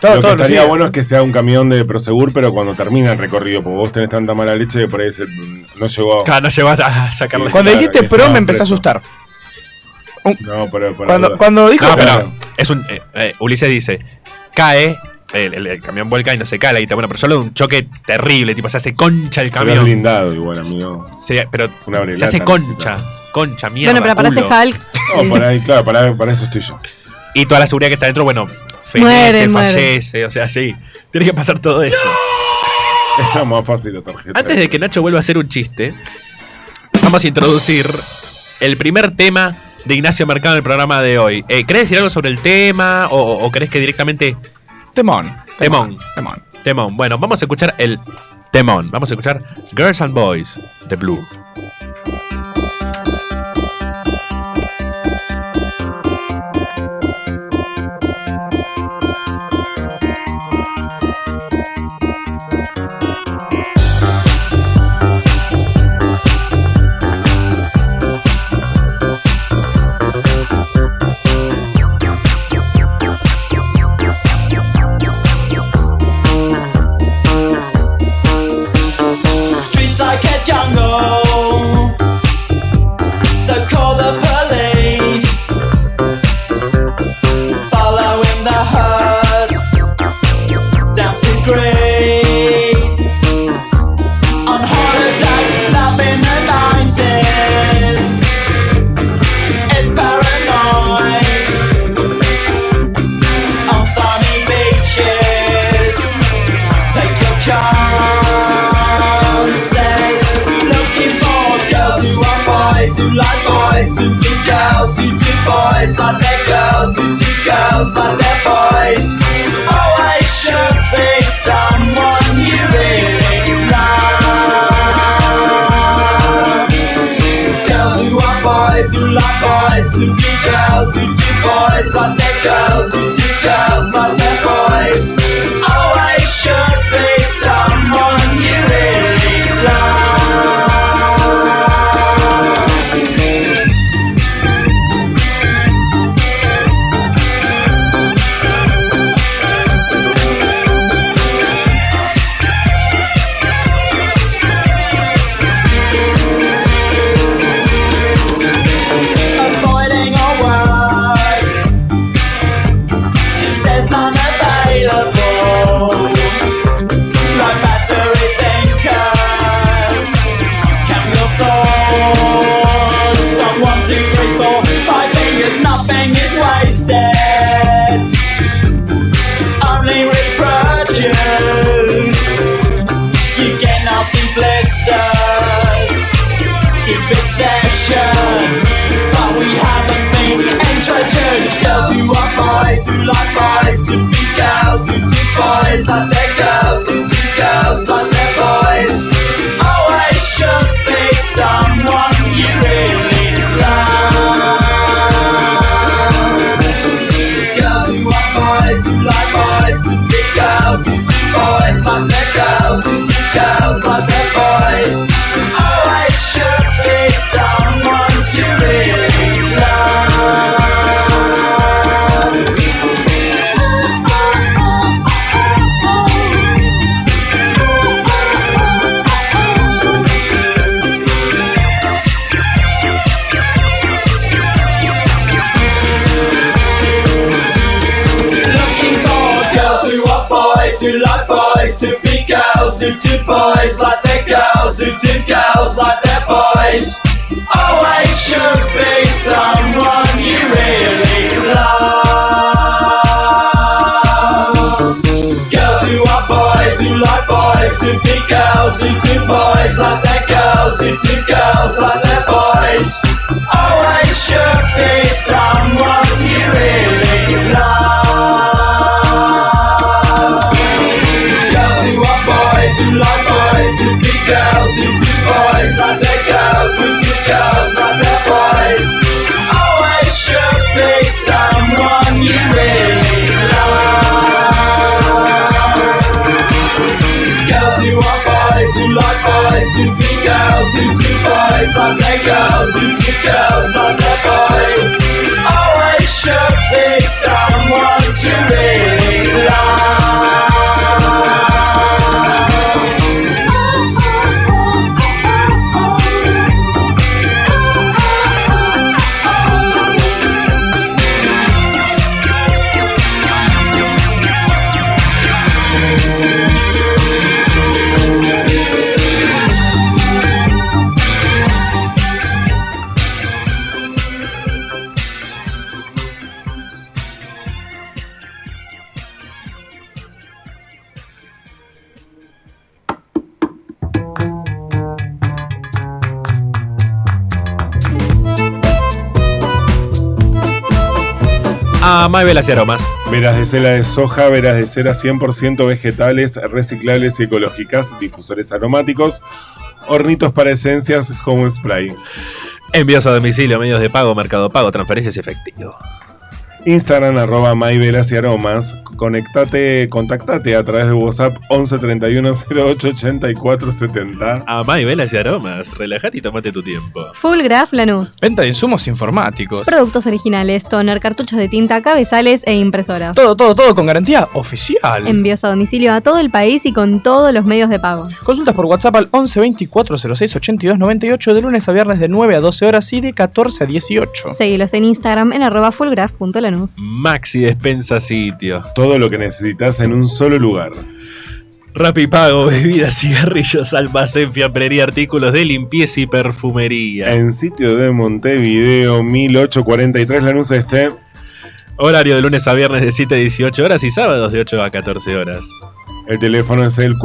F: Todo,
C: que
F: todo
C: estaría
F: dije.
C: bueno es que sea un camión de Prosegur, pero cuando termina el recorrido, porque vos tenés tanta mala leche que por ahí se- no llegó.
E: Claro, no llevas a sacarle.
F: Cuando
C: Claro,
F: dijiste
C: que
F: pro
C: estaba
F: me empecé a
C: preso.
F: asustar.
C: No, pero. pero-
F: Cuando, cuando dijo
E: No,
C: Claro.
E: pero es un. eh, eh, Ulises dice: cae. El, el- el camión vuelca y no se cae la guita. Bueno, pero solo un choque terrible, tipo, se hace concha el
C: pero es
E: camión.
C: blindado igual, amigo.
E: Se- pero
C: Una
E: se
C: brilata
E: hace concha.
C: necesita.
E: Concha, mierda.
D: Bueno, pero para ese
E: culo. Oh,
D: Hulk.
C: No, para ahí, claro, para, para eso estoy yo.
E: Y toda la seguridad que está dentro, bueno, fenece,
D: Muere, muere.
E: fallece, o sea, sí. Tiene que pasar todo eso.
C: Era más fácil la tarjeta.
E: Antes de que Nacho vuelva a hacer un chiste, vamos a introducir el primer tema de Ignacio Mercado en el programa de hoy. Eh, ¿Querés decir algo sobre el tema o, o crees que directamente
F: Temón.
E: Temón.
F: Temón.
E: Temón. Bueno, vamos a escuchar el temón. Vamos a escuchar Girls and Boys de Blue.
G: Streets like a jungle. So call the police. Following the herd down to Greece. On holiday, love in the 90s. It's paranoid. On sunny beaches take your chances. Looking for girls who are boys, who like boys, who do girls, who do boys like their girls, who do girls like their boys. Always should be someone you really love. like boys, who big girls, who deep boys, like that girls, who deep girls, like that boys. Oh, I should be someone you really love. avoiding a work Cause there's none available No battery thinkers Can your thoughts On one, two, three, four, five fingers Nothing is wasted Only reproduce You get nasty blisters Deep obsession but we haven't been introduced. Girls who are boys, who like boys, who be girls, who do boys, like their girls, who do girls, like their boys. Always should be someone you really love. Girls who are boys, who like boys, who be girls, who do boys, like their girls, who do girls, like their boys. Always should be someone to really love. Looking for girls who are boys, who like boys, to be girls, who do boys like their girls, who do girls like their boys. Always should be someone you really love. Girls who are boys, who like boys, who be girls, who do boys like their girls, who do girls like their boys. Always should be someone you really love. Girls who are boys, who like boys, who be girls, who do boys like their girls, who do girls like their boys. Always should be someone you really love. Girls who are boys, who like boys, who be girls, who do boys like their girls, who do girls like their boys. Always should be someone to really love.
B: A Maivelas y Aromas.
C: Veras de cera de soja, veras de cera 100% vegetales, reciclables y ecológicas, difusores aromáticos, hornitos para esencias, home spray.
B: Envíos a domicilio, medios de pago, mercado pago, transferencias y efectivo.
C: Instagram arroba myvelas y aromas. Conectate, contactate a través de WhatsApp 11 31 08 84 70.
B: A Maivelas y Aromas. Relajate y tomate tu tiempo.
D: Full Graph Lanús.
F: Venta de insumos informáticos.
D: Productos originales, toner, cartuchos de tinta, cabezales e impresoras.
F: Todo, todo, todo con garantía oficial.
D: Envíos a domicilio a todo el país y con todos los medios de pago.
F: Consultas por WhatsApp al 11 24 06 82 98 de lunes a viernes de 9 a 12 horas y de 14 a 18.
D: Seguilos en Instagram en arroba fullgraph.lanús.
B: Maxi Despensa Sitio.
C: Todo lo que necesitas en un solo lugar.
B: Rappi Pago, bebidas, cigarrillos, almacén, fiambrería, artículos de limpieza y perfumería.
C: En sitio de Montevideo 1843 Lanús Este.
B: Horario de lunes a viernes de 7 a 18 horas y sábados de 8 a 14 horas.
C: El teléfono es el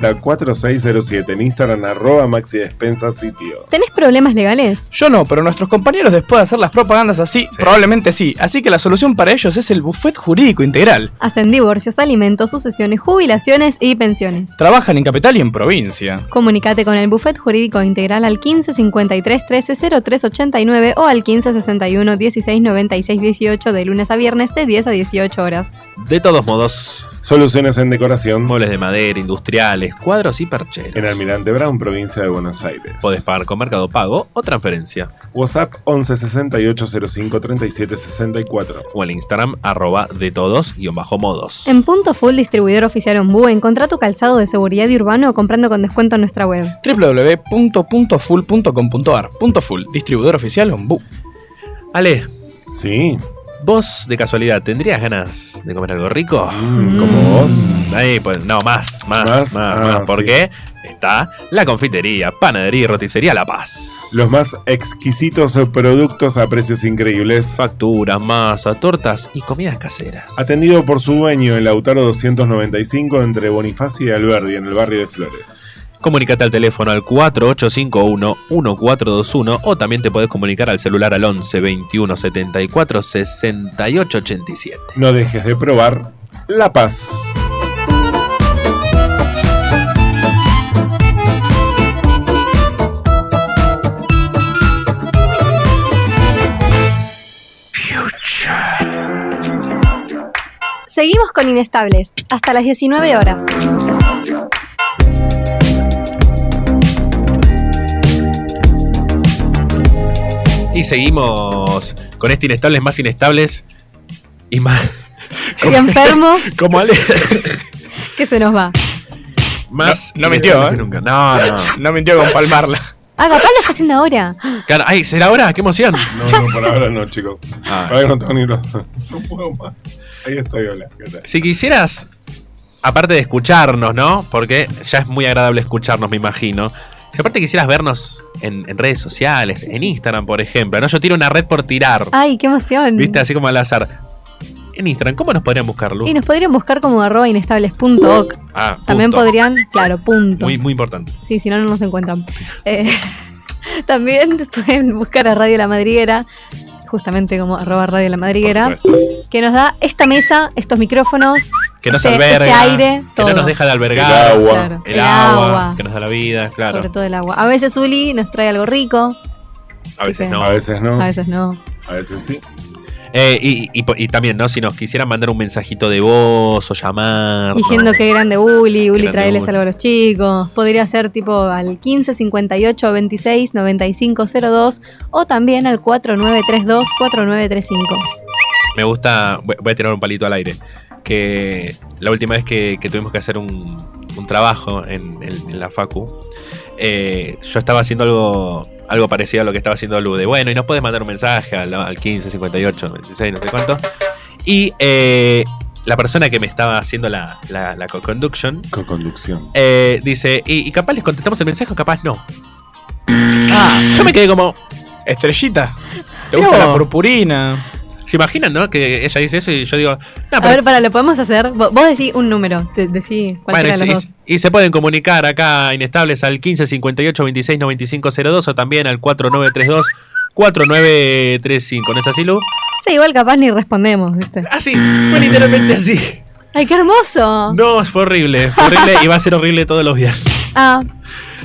C: 4830-4607. En Instagram, arroba Maxi Despensa Sitio.
D: ¿Tenés problemas legales?
F: Yo no, pero nuestros compañeros después de hacer las propagandas así, probablemente sí. Así que la solución para ellos es el buffet jurídico integral.
D: Hacen divorcios, alimentos, sucesiones, jubilaciones y pensiones.
F: Trabajan en capital y en provincia.
D: Comunicate con el Buffet Jurídico Integral al 15 53 13 03 89 o al 15 61 16 96 18 de lunes a viernes de 10 a 18 horas.
B: De todos modos,
C: Soluciones en decoración.
B: muebles de madera, industriales, cuadros y percheros.
C: En Almirante Brown, provincia de Buenos Aires.
B: Podés pagar con Mercado Pago o transferencia.
C: WhatsApp 11 68 05 37 64.
B: O el Instagram arroba de todos guión bajo modos.
D: En Punto Full Distribuidor Oficial Ombú encontrá tu calzado de seguridad y urbano comprando con descuento en nuestra web.
F: www.puntofull.com.ar Punto Full, distribuidor oficial Ombú.
B: Ale,
C: Sí.
B: vos de casualidad, ¿tendrías ganas de comer algo rico?
C: Mm, Como vos.
B: Ahí, pues, no, más, más, más,
C: Más,
B: más,
C: ah,
B: porque está la confitería, panadería y roticería La Paz.
C: Los más exquisitos productos a precios increíbles.
B: Facturas, masa, tortas y comidas caseras.
C: Atendido por su dueño en Lautaro 295 entre Bonifacio y Alberdi en el barrio de Flores.
B: Comunicate al teléfono al 4851-1421 o también te podés comunicar al celular al 11 21 74 68 87.
C: No dejes de probar La Paz.
D: Seguimos con Inestables, hasta las 19 horas.
B: Y seguimos con este inestables más inestables y más.
D: Y enfermos
B: Como Ale.
D: que se nos va.
B: más
F: No- no mintió,
B: inestables
F: ¿eh?
B: que nunca. No, no.
F: No mintió con palmarla.
D: Ah, capaz lo está haciendo ahora.
B: Claro, ay, será ahora, qué emoción.
C: No, no, por ahora no, chicos.
B: Ah.
C: Por ahora no tengo ni los- No puedo más. Ahí estoy, hola. ¿Qué tal?
B: Si quisieras, aparte de escucharnos, ¿no? Porque ya es muy agradable escucharnos, me imagino. Si aparte quisieras vernos en, en redes sociales, en Instagram, por ejemplo, ¿no? Yo tiro una red por tirar,
D: Ay, qué emoción.
B: ¿viste? Así como al azar. En Instagram, ¿cómo nos podrían buscar, Lu?
D: Mm. Y nos podrían buscar como arroba inestables.oc.
B: Ah,
D: También
B: punto.
D: podrían, claro, punto.
B: Muy, muy importante.
D: Sí, si no, no nos encuentran. Eh, también pueden buscar a Radio La Madriguera, justamente como arroba Radio La Madriguera,
B: Por supuesto.
D: que nos da esta mesa, estos micrófonos,
B: Que nos
D: Este-
B: alberga.
D: este aire,
B: que no
D: todo.
B: nos deja de albergar.
C: El agua.
D: Claro.
B: El
D: El
B: agua,
D: agua.
B: Que nos da la vida, claro.
D: sobre todo el agua. A veces Uli nos trae algo rico,
B: A veces
D: que-
B: no.
C: A veces no,
D: a veces no.
C: a veces sí.
B: Eh, y, y- y también, ¿no? Si nos quisieran mandar un mensajito de voz o llamar.
D: Diciendo que grande Uli, Uli
B: grande
D: traeles
B: Uli.
D: algo a los chicos. Podría ser tipo al 15 58 26 95 02 o también al 4932 4935.
B: Me gusta. Voy voy a tirar un palito al aire. Que la última vez que, que tuvimos que hacer un, un trabajo en, en- en la Facu, eh, yo estaba haciendo algo. Algo parecido a lo que estaba haciendo Lu, de bueno, y nos puedes mandar un mensaje al, al 15, 58, 26, no sé cuánto. Y eh, la persona que me estaba haciendo la, la, la co-conduction
C: Con conducción.
B: eh, dice, y, y capaz les contestamos el mensaje o capaz no. Ah, Yo me quedé como,
F: Estrellita. ¿Te
B: Mirá
F: gusta la
B: vos.
F: purpurina?
B: ¿se imaginan, no? Que ella dice eso y yo digo, no,
D: A ver, para, lo podemos hacer. Vo- Vos decís un número, te- decí cualquiera
B: Bueno,
D: de
B: y,
D: los
B: se-
D: dos.
B: y- y se pueden comunicar acá a Inestables al 15 58 26 95 02 o también al 4932 4935. ¿No es así, Lu?
D: Sí, igual capaz ni respondemos, ¿viste?
B: Así, fue literalmente así.
D: ¡Ay, qué hermoso!
B: No, fue horrible. Fue horrible y va a ser horrible todos los días.
D: Ah,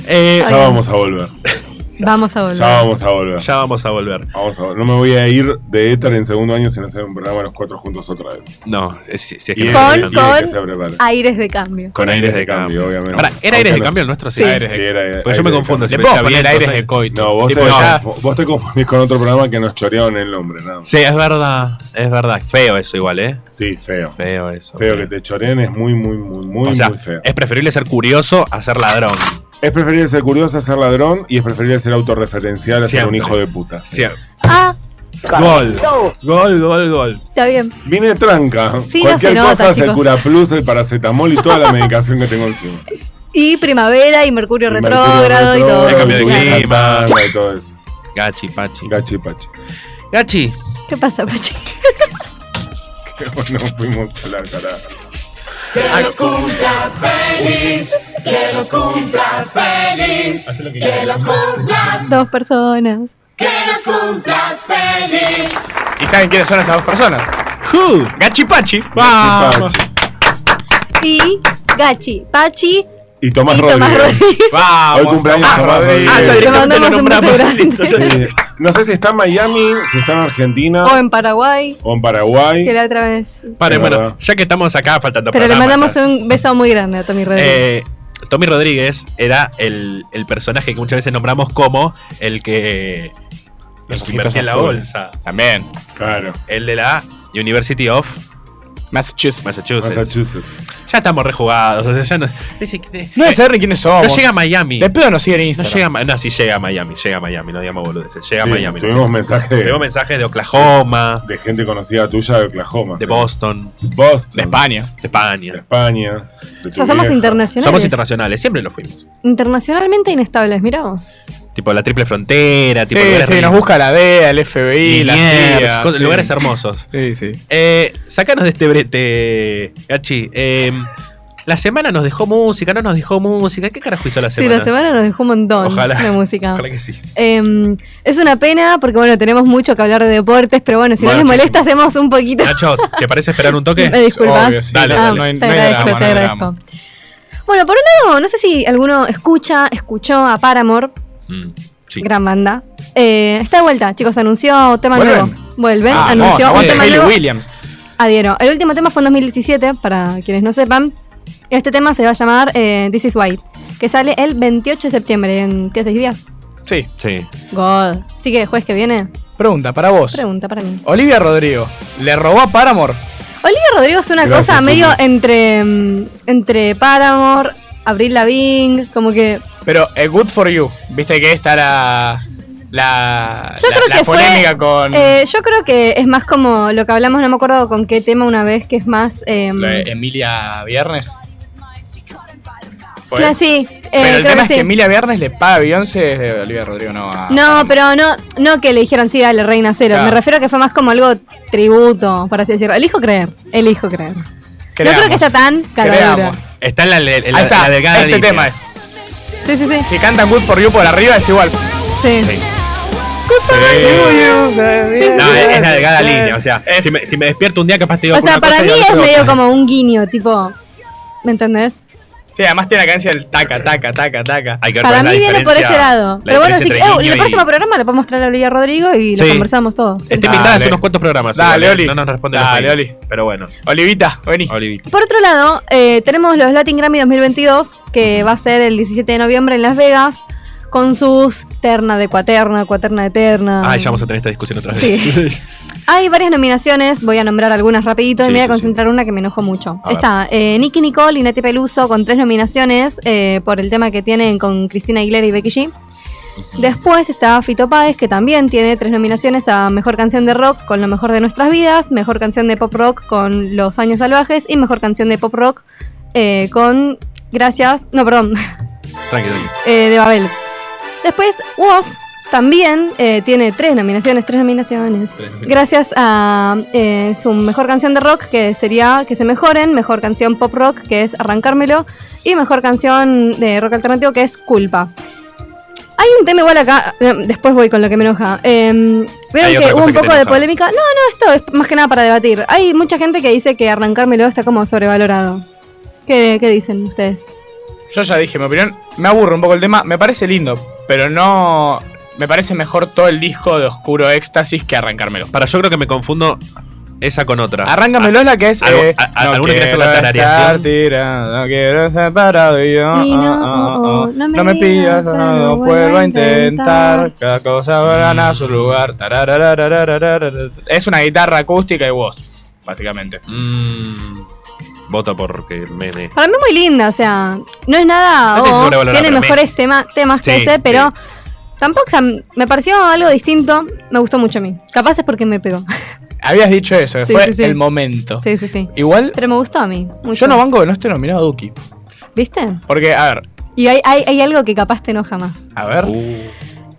B: Eh,
C: Ya vamos a volver.
D: vamos a volver.
C: Ya vamos a volver.
B: ya vamos a volver.
C: Vamos a vol- No me voy a ir de éter en segundo año sin hacer un programa los cuatro juntos otra vez.
B: No, eh, si, si es que
C: Y
B: no
C: el-
D: Con-
B: me
C: y
B: dejan.
C: el que
D: con-
C: se prepare.
D: Aires de cambio.
B: Con aires de cambio,
C: obviamente.
B: Pará, ¿Era aires de
C: Aunque no-
B: cambio el nuestro? Sí.
D: Sí.
B: Aires de-
C: Sí, era- era
B: Pues yo me
C: aires de
B: conviendo.
C: cambio.
F: ¿Le
B: siempre
F: puedo
B: está
F: poner
B: bien,
F: aires de
B: entonces-
F: coito?
C: No, vos te,
F: Tipo, ya-
C: confundís- vos te confundís con otro programa que nos chorearon el nombre, nada más.
B: Sí, es verdad, es verdad. Feo eso igual, ¿eh?
C: Sí, feo.
B: Feo eso.
C: Feo que te choreen es muy, muy, muy, muy,
B: o sea,
C: muy feo.
B: es preferible ser curioso a ser ladrón.
C: Es preferible ser curioso a ser ladrón y es preferible ser autorreferencial a ser un
B: Siempre.
C: hijo de puta.
B: Siempre.
D: Ah,
B: Gol. Gol, gol, gol.
D: está bien.
C: Viene tranca.
D: Sí, no
C: Cualquier
D: se nota,
C: cosa es el
D: chicos.
C: cura plus, el paracetamol y toda la medicación que tengo encima.
D: Y primavera y mercurio
C: Y
D: retrógrado y
C: mercurio
D: todo.
B: Ya cambió de
C: retrógrado,
D: Claro.
B: clima.
C: satana y todo eso.
B: Gachi, Pachi.
C: Gachi pachi.
B: Gachi,
D: ¿Qué pasa, Pachi?
C: Que no fuimos a la cara.
H: Que los cumplas feliz, que los cumplas feliz,
C: Hacé lo que
H: que
C: quieras.
H: los cumplas,
D: Dos personas.
H: que los cumplas feliz.
F: ¿Y saben quiénes son esas dos personas?
B: ¡Ju!
F: Gachipachi.
B: ¡Vamos!
C: Pachi.
D: Y Gachi, Pachi
C: Y Tomás
D: y Tomás
C: Rodríguez.
D: Rodríguez.
F: ¡Vamos!
C: Hoy cumpleaños
F: Tomás
C: Tomás
F: Rodríguez.
B: Ah,
C: Rodríguez.
B: ya
D: Te
B: directamente lo
D: mandamos un
B: nombramos.
D: beso grande.
B: Listo, ya-
C: Eh, no sé si está en Miami, si está en Argentina
D: o en Paraguay,
C: o en Paraguay.
D: que la otra vez.
B: Pare,
C: Es
B: bueno,
C: verdad.
B: ya que estamos acá faltando
D: Pero le
B: programa,
D: mandamos
B: ya.
D: un beso muy grande a Tommy Rodríguez.
B: Eh, Tommy Rodríguez era el, el personaje que muchas veces nombramos como el que.
F: Los
B: el que invertía
F: ojitos
B: en la
F: azules.
B: bolsa.
F: También.
C: Claro,
B: El de la University of
F: Massachusetts.
B: Massachusetts.
C: Massachusetts.
B: Ya estamos rejugados. O sea, ya no. dice que-
F: No es saber quiénes somos.
B: Eh, no llega a Miami.
F: De pedo nos siguen en
B: No
F: Instagram.
B: llega a Ma- No, sí llega a Miami. Llega a Miami. No digamos boludeces. Llega a
C: Sí,
B: Miami.
C: Tuvimos mensajes
B: Tenemos
C: de,
B: mensajes de Oklahoma,
C: de gente conocida tuya de Oklahoma.
B: de Boston,
C: Boston.
F: De España.
B: de
C: De
B: España.
C: España. de
D: ya
C: tu
D: somos
C: vieja.
D: internacionales.
B: Somos internacionales, siempre lo fuimos.
D: Internacionalmente inestables, miramos.
B: Tipo la triple frontera,
F: Sí,
B: tipo lugares
F: sí, nos
B: ricos,
F: busca la DEA, el FBI, la
B: Liniers,
F: CIA.
B: cosas-
F: sí.
B: lugares hermosos.
F: Sí, sí.
B: Eh, sacanos de este brete, Gachi. Eh, la semana nos dejó música, no nos dejó música. ¿Qué carajo hizo la
D: Sí,
B: semana?
D: la semana nos dejó un montón
B: Ojalá.
D: de música.
B: Ojalá que sí.
D: Eh, es una pena porque, bueno, tenemos mucho que hablar de deportes, pero bueno, si
B: Bueno,
D: no les molesta,
B: muchísimo.
D: hacemos un poquito.
B: Nacho, ¿te parece esperar un toque?
D: Me disculpas.
F: Obvio, sí,
B: Dale,
D: Ah,
B: dale.
F: no hay-
D: te
F: no hay
D: agradezco,
F: drama,
D: te
F: no hay
D: agradezco.
F: drama.
D: Bueno, por un lado, no sé si alguno escucha, escuchó a Paramore,
B: Mm, sí.
D: gran banda. Eh, está de vuelta, chicos, anunció tema
F: ¿Vuelven?
D: nuevo. Vuelven,
F: Ah,
D: anunció
F: no,
D: un
F: aguante
D: tema
F: Hayley
D: nuevo.
F: Williams.
D: Adhiero. El último tema fue en 2017, para quienes no sepan. Este tema se va a llamar eh, This Is Why, que sale el 28 de septiembre, en ¿qué? ¿Seis días?
F: Sí.
B: Sí.
D: God. Así que, juez que viene,
F: Pregunta para vos.
D: pregunta para mí.
F: Olivia Rodrigo, ¿le robó a Paramore?
D: Olivia Rodrigo es una
C: Gracias,
D: cosa medio
C: Olivia.
D: entre, mm, entre Paramore, Abril Lavigne, como que...
F: Pero eh, Good For You, viste que esta era la,
D: Yo
F: la,
D: creo
F: la
D: que fue,
F: polémica con
D: eh, yo creo que es más como lo que hablamos, no me acuerdo con qué tema una vez, que es más... eh,
F: la de Emilia Viernes. Fue.
D: claro, sí, eh,
F: E. pero el
D: creo
F: tema
D: que
F: es que
D: sí.
F: Emilia Viernes le paga a Beyoncé, eh, Olivia Rodrigo no a-
D: No, pero no, no que le dijeron sí, dale, reina cero.
F: Claro.
D: Me refiero a que fue más como algo tributo, por así decirlo. Elijo creer, elijo creer. No creo que
F: Creamos.
D: sea tan caradura.
F: Creamos.
B: Está en la, le- en la-
F: Ahí está,
B: la delgada
F: este
B: línea.
F: tema es.
D: Sí, sí, sí.
F: Si cantan Good For You por arriba es igual.
D: sí.
B: Sí.
D: Good for you.
B: No, es, es la delgada
F: Eh,
B: línea. O sea,
F: es-
B: si, me, si me despierto un día, capaz te digo
D: O sea, para mí es medio como un guiño, tipo. ¿Me entendés?
F: Sí, además tiene la canción del taca, taca, taca, taca.
B: Hay que ver
D: Para
B: cuál es
D: mí
B: la
D: viene por ese
B: diferencia-
D: lado.
B: la
D: Pero bueno, sí,
B: diferencia
D: que-
B: entre
D: eh,
B: guiño
D: el
B: y-
D: próximo programa le puedo mostrar a Olivia Rodrigo y
B: Sí. Este
D: lo conversamos todos.
B: Está
F: Dale.
B: invitada hace unos cuantos programas.
F: Dale,
B: igual, ¿eh?
F: Oli.
B: No nos responde
F: Dale,
B: los mails.
F: Oli.
B: Pero bueno,
F: Olivita, vení.
B: Olivita.
D: Por otro lado, eh, tenemos los Latin Grammy 2022, que va a ser el 17 de noviembre en Las Vegas, con sus terna de cuaterna, cuaterna de terna.
B: Ay, Ah, ya vamos a tener esta discusión otra vez.
D: Sí. Hay varias nominaciones, voy a nombrar algunas rapidito y
B: Sí,
D: me voy a
B: sí,
D: concentrar una que me enojó mucho.
B: A ver.
D: Está eh, Nicky Nicole y Nati Peluso con tres nominaciones eh, por el tema que tienen con Cristina Aguilera y Becky G. Después está Fito Páez, que también tiene tres nominaciones a Mejor Canción de Rock con Lo Mejor de Nuestras Vidas, Mejor Canción de Pop Rock con Los Años Salvajes y Mejor Canción de Pop Rock eh, con Gracias, no, perdón,
B: Tranqui, tranqui.
D: eh, de Babel. Después, Woz también eh, tiene tres nominaciones, tres nominaciones. Gracias a eh, su mejor canción de rock, que sería Que se mejoren, mejor canción pop rock, que es Arrancármelo, y mejor canción de rock alternativo, que es Culpa. Hay un tema igual acá, eh, después voy con lo que me enoja. Eh,
B: Hay
D: Vieron
B: otra
D: que
B: cosa
D: hubo un
B: que te
D: poco de
B: enoja.
D: polémica. No, no, esto es más que nada para debatir. Hay mucha gente que dice que Arrancármelo está como sobrevalorado. ¿Qué, qué dicen ustedes?
F: Yo ya dije mi opinión. Me aburre un poco el tema. Me parece lindo, pero no. Me parece mejor todo el disco de Oscuro Éxtasis que arrancármelo.
B: Para yo creo que me confundo esa con otra.
F: Arráncamelo es la que es.
B: algo- a- a- ¿alguno quiere hacer la tarareación?
F: tirado, no quiero ser parado y yo.
D: Y no,
F: ah,
D: oh,
F: ah,
D: oh, no me
F: pidas,
D: digas que
F: no
D: lo
F: lo
D: vuelvo
F: vuelvo
D: a
F: a intentar.
D: intentar.
F: Cada cosa habrá a su lugar. tararararararararar. Es una guitarra acústica y voz, básicamente.
B: Mm, voto porque meme.
D: Para mí muy linda, o sea, no es nada.
B: No sé si
D: oh,
B: sobrevalorada,
D: tiene
B: pero
D: mejores tema- temas que
B: Sí,
D: ese, pero tampoco, o sea, me pareció algo distinto. Me gustó mucho a mí. Capaz es porque me pegó.
F: Habías dicho eso, que
D: Sí,
F: fue
D: sí, sí.
F: el momento.
D: sí, sí, sí.
F: Igual,
D: Pero me gustó a mí. Mucho.
F: yo no banco que no esté nominado Duki.
D: ¿Viste?
F: Porque, a ver,
D: Y hay, hay, hay algo que capaz te enoja más.
F: a ver.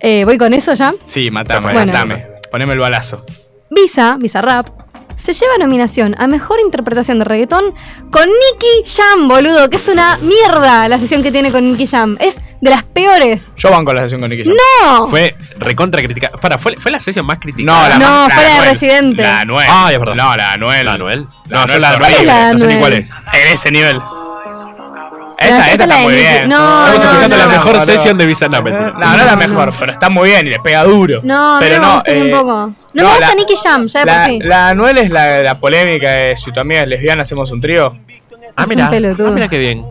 D: Eh, Voy con eso ya.
F: Sí, matame,
D: Bueno.
F: matame. Poneme el balazo.
D: Visa, Visa Rap, se lleva nominación a Mejor Interpretación de Reggaetón con Nicky Jam, boludo, que es una mierda la sesión que tiene con Nicky Jam. Es de las peores.
F: Yo banco la sesión con Nicky Jam.
D: ¡No!
B: Fue recontra crítica. Para, fue, fue la sesión más criticada.
F: No, la
D: No,
F: más- la
D: fue la de
F: Anuel.
D: Residente.
F: La Anuel.
B: Ah, es verdad.
F: No, la Anuel.
B: ¿La Anuel?
F: La
B: No, yo
F: Anuel
B: la
F: es
B: Anuel.
F: horrible.
D: la
B: No sé ni
D: Anuel?
B: cuál es.
F: En ese nivel.
D: esa
F: Esta,
D: es
F: esta
D: la
F: está
D: de
F: muy
D: Nicki.
F: bien.
D: No,
B: Estamos
D: no,
B: escuchando
D: no,
B: la
D: no.
B: mejor
F: no.
B: sesión de Visa No, mentira.
F: No, no es la
D: No,
F: mejor,
D: no.
F: pero está muy bien y le pega duro.
D: No, a mí
F: pero eh,
D: no me gusta ni un poco. No me gusta Nicky Jam, ya de
F: la,
D: por Ah, pues sí.
F: La Anuel es la, la polémica de si tu amiga es lesbiana, hacemos un trío.
B: Ah,
D: Es
B: mira.
D: un pelotudo.
B: Ah, mira qué bien.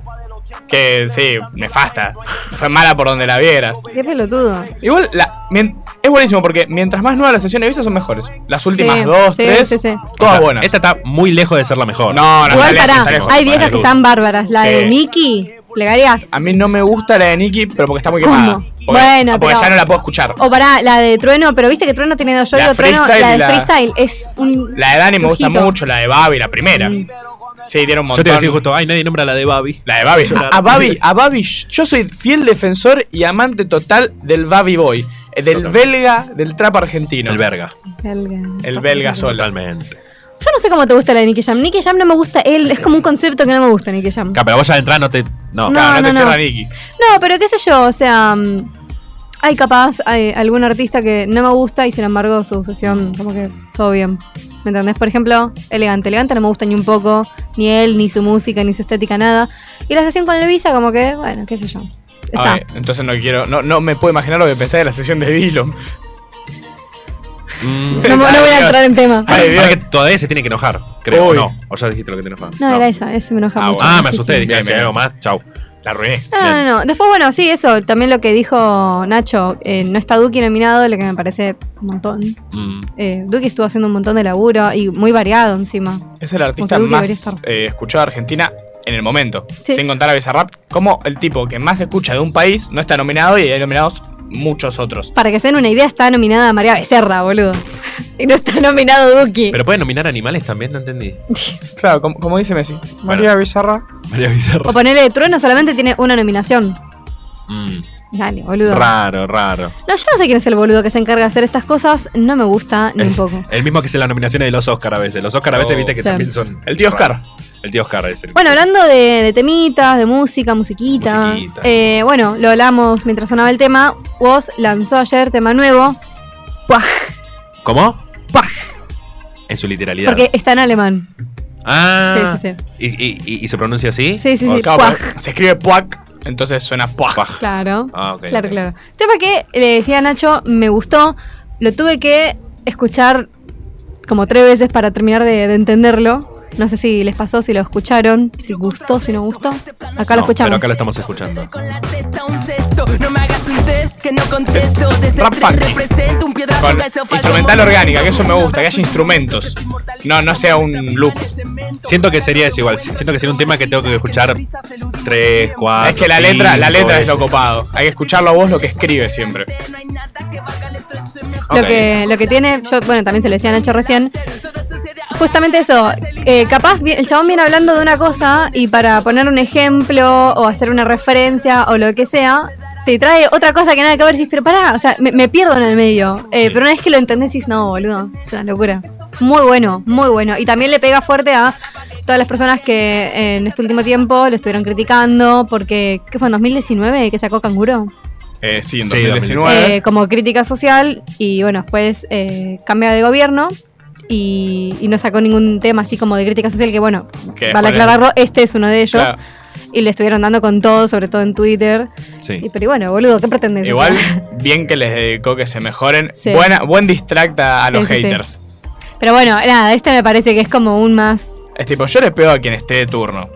F: Que sí, nefasta. Fue mala por donde la vieras.
D: Qué pelotudo.
F: Igual, la, mien- es buenísimo porque mientras más nuevas las sesiones de Visa son mejores. Las últimas
D: Sí,
F: dos,
D: sí,
F: tres,
D: sí, sí.
F: todas
B: O sea,
F: buenas.
B: Esta está muy lejos de ser la mejor.
F: no, no,
D: Igual
F: está lejos,
D: pará,
F: está lejos,
D: hay
F: está
D: viejas que
F: lejos.
D: están bárbaras. La de
F: Sí.
D: Nicky, plegarías.
F: A mí no me gusta la de Nicki, pero porque está muy
D: ¿Cómo?
F: quemada. Porque,
D: Bueno,
F: porque
D: pero-
F: ya no la puedo escuchar.
D: O pará, la de Trueno, pero viste que Trueno tiene dos. Yo
F: La
D: digo Trueno,
F: freestyle
D: la de
F: y la-
D: freestyle es un.
F: La de Dani me gusta
D: Trujito.
F: mucho, la de Babi, la primera.
D: Mm.
F: Sí, tiene un
B: Yo
F: montón.
B: te iba a decir justo, ay, nadie nombra la de Babi.
F: La de Babi.
B: Llorar.
F: A, a Babi, a Babi, yo soy fiel defensor y amante total del Babi Boy. eh, Del
B: Total.
F: belga, del trap argentino.
B: El verga.
D: Belga.
F: El belga solo.
B: Totalmente.
D: Yo no sé cómo te gusta la de Nicky Jam. Nicky Jam no me gusta él, es como un concepto que no me gusta Nicky Jam.
B: Ca, Pero vos ya entrar no te. No.
D: No.
F: Claro, no, te cierra
D: no.
F: Nicki.
D: No, pero qué sé yo, o sea, mm, hay capaz hay algún artista que no me gusta y sin embargo su sesión, como que todo bien. ¿Me entendés? Por ejemplo, Elegante. Elegante no me gusta ni un poco, ni él, ni su música, ni su estética, nada. Y la sesión con Levisa, como que, bueno, qué sé yo. Está.
F: Ay, entonces no quiero, no, no me puedo imaginar lo que pensás de la sesión de Dillon.
B: Mm.
D: No, me- no voy a entrar en tema.
F: Ay, Dios.
B: Para que todavía se tiene que enojar, creo.
F: Uy.
B: No, o ya dijiste lo que te enojaba.
D: No, era esa, ese me enoja
B: Ah,
D: mucho.
B: bueno. Ah, me
D: muchísimo.
B: asusté, dije,
F: Bien,
B: si
F: bien.
B: hay algo más, chau.
F: La arruiné.
D: No, no, no. Después, bueno, sí, eso. También lo que dijo Nacho. eh, no está Duki nominado, lo que me parece un montón.
B: Mm.
D: Eh, Duki estuvo haciendo un montón de laburo y muy variado encima.
F: Es el artista
D: Como que Duki
F: más
D: debería estar.
F: eh, escuchado de Argentina en el momento.
D: Sí.
F: Sin contar a Bizarrap, como el tipo que más escucha de un país no está nominado y hay nominados muchos otros.
D: Para que se den una idea, está nominada María Becerra, boludo. Y no está nominado Duki.
B: Pero puede nominar animales también, no entendí.
F: Claro, como, como dice Messi. María Bizarra.
B: María
D: O
B: Bizarra.
D: ponele Trueno solamente tiene una nominación.
B: Mm.
D: Dale, boludo.
B: Raro, raro.
D: No, yo no sé quién es el boludo que se encarga de hacer estas cosas. No me gusta ni un
B: Eh,
D: poco.
B: El mismo que es en las nominaciones de los Oscar a veces. Los Oscar a veces
F: Oh.
B: viste que
D: Sí.
B: también son.
F: El tío Oscar.
B: El tío Oscar es el.
D: Bueno, hablando de, de temitas, de música, musiquita.
B: Musiquita.
D: eh, bueno, lo hablamos mientras sonaba el tema. Woz lanzó ayer tema nuevo. Puaj,
B: ¿Cómo?
D: puaj.
B: En su literalidad.
D: Porque está en alemán.
B: Ah.
D: Sí, sí,
B: ¿Y, y- y- y se pronuncia así? Oh,
D: Sí, sí, sí.
F: Claro,
D: Puaj.
F: pero Se escribe Puac, entonces suena Puac.
D: Claro.
B: Ah, ok.
D: Claro,
B: ok.
D: claro. Tema que le decía a Nacho, me gustó, lo tuve que escuchar como tres veces para terminar de, de entenderlo. No sé si les pasó, si lo escucharon, si gustó, si no gustó. Acá lo
B: No,
D: escuchamos.
B: Pero acá lo estamos escuchando.
I: Con la testa un cesto, no me hagas un test que no contesto.
F: Es
I: Desde
F: rap
I: tres
F: funky.
I: represento un piedrazo
F: Con
I: que se falta
F: instrumental
I: morir.
F: orgánica, que eso me gusta, que haya instrumentos. No, no sea un loop.
B: Siento que sería desigual. si- Siento que sería un tema que tengo que escuchar tres, cuatro.
F: eh, Es que la letra, la
B: cinco
F: letra es
B: veces.
F: lo copado. Hay que escucharlo a vos lo que escribe siempre.
D: Lo,
B: Ok.
D: que, lo que tiene, yo, bueno, también se lo decía Nacho recién. Justamente eso, eh, capaz vi- el chabón viene hablando de una cosa y para poner un ejemplo o hacer una referencia o lo que sea, te trae otra cosa que nada que ver. Decís, pero pará, o sea, me, me pierdo en el medio. Eh,
B: Sí.
D: Pero una vez que lo entendés, decís, no, boludo, es una locura. Muy bueno, muy bueno. Y también le pega fuerte a todas las personas que eh, en este último tiempo lo estuvieron criticando porque, ¿qué fue en 2019 que sacó Canguro?
F: Eh, sí, en
B: Sí,
F: 2019.
D: eh, como crítica social y bueno, después eh, cambia de gobierno y, y no sacó ningún tema así como de crítica social que bueno,
F: que
D: vale
F: después-
D: aclararlo, este es uno de ellos
F: Claro.
D: y le estuvieron dando con todo, sobre todo en Twitter. Y,
B: Sí.
D: pero y bueno, boludo, ¿qué pretendes? O
F: Igual,
D: sea,
F: bien que les dedicó que se mejoren.
D: Sí.
F: Buena, buen distracta a
D: Sí,
F: los
D: sí, sí.
F: haters.
D: pero bueno, nada, este me parece que es como un más...
F: Es tipo, yo le pego a quien esté de turno.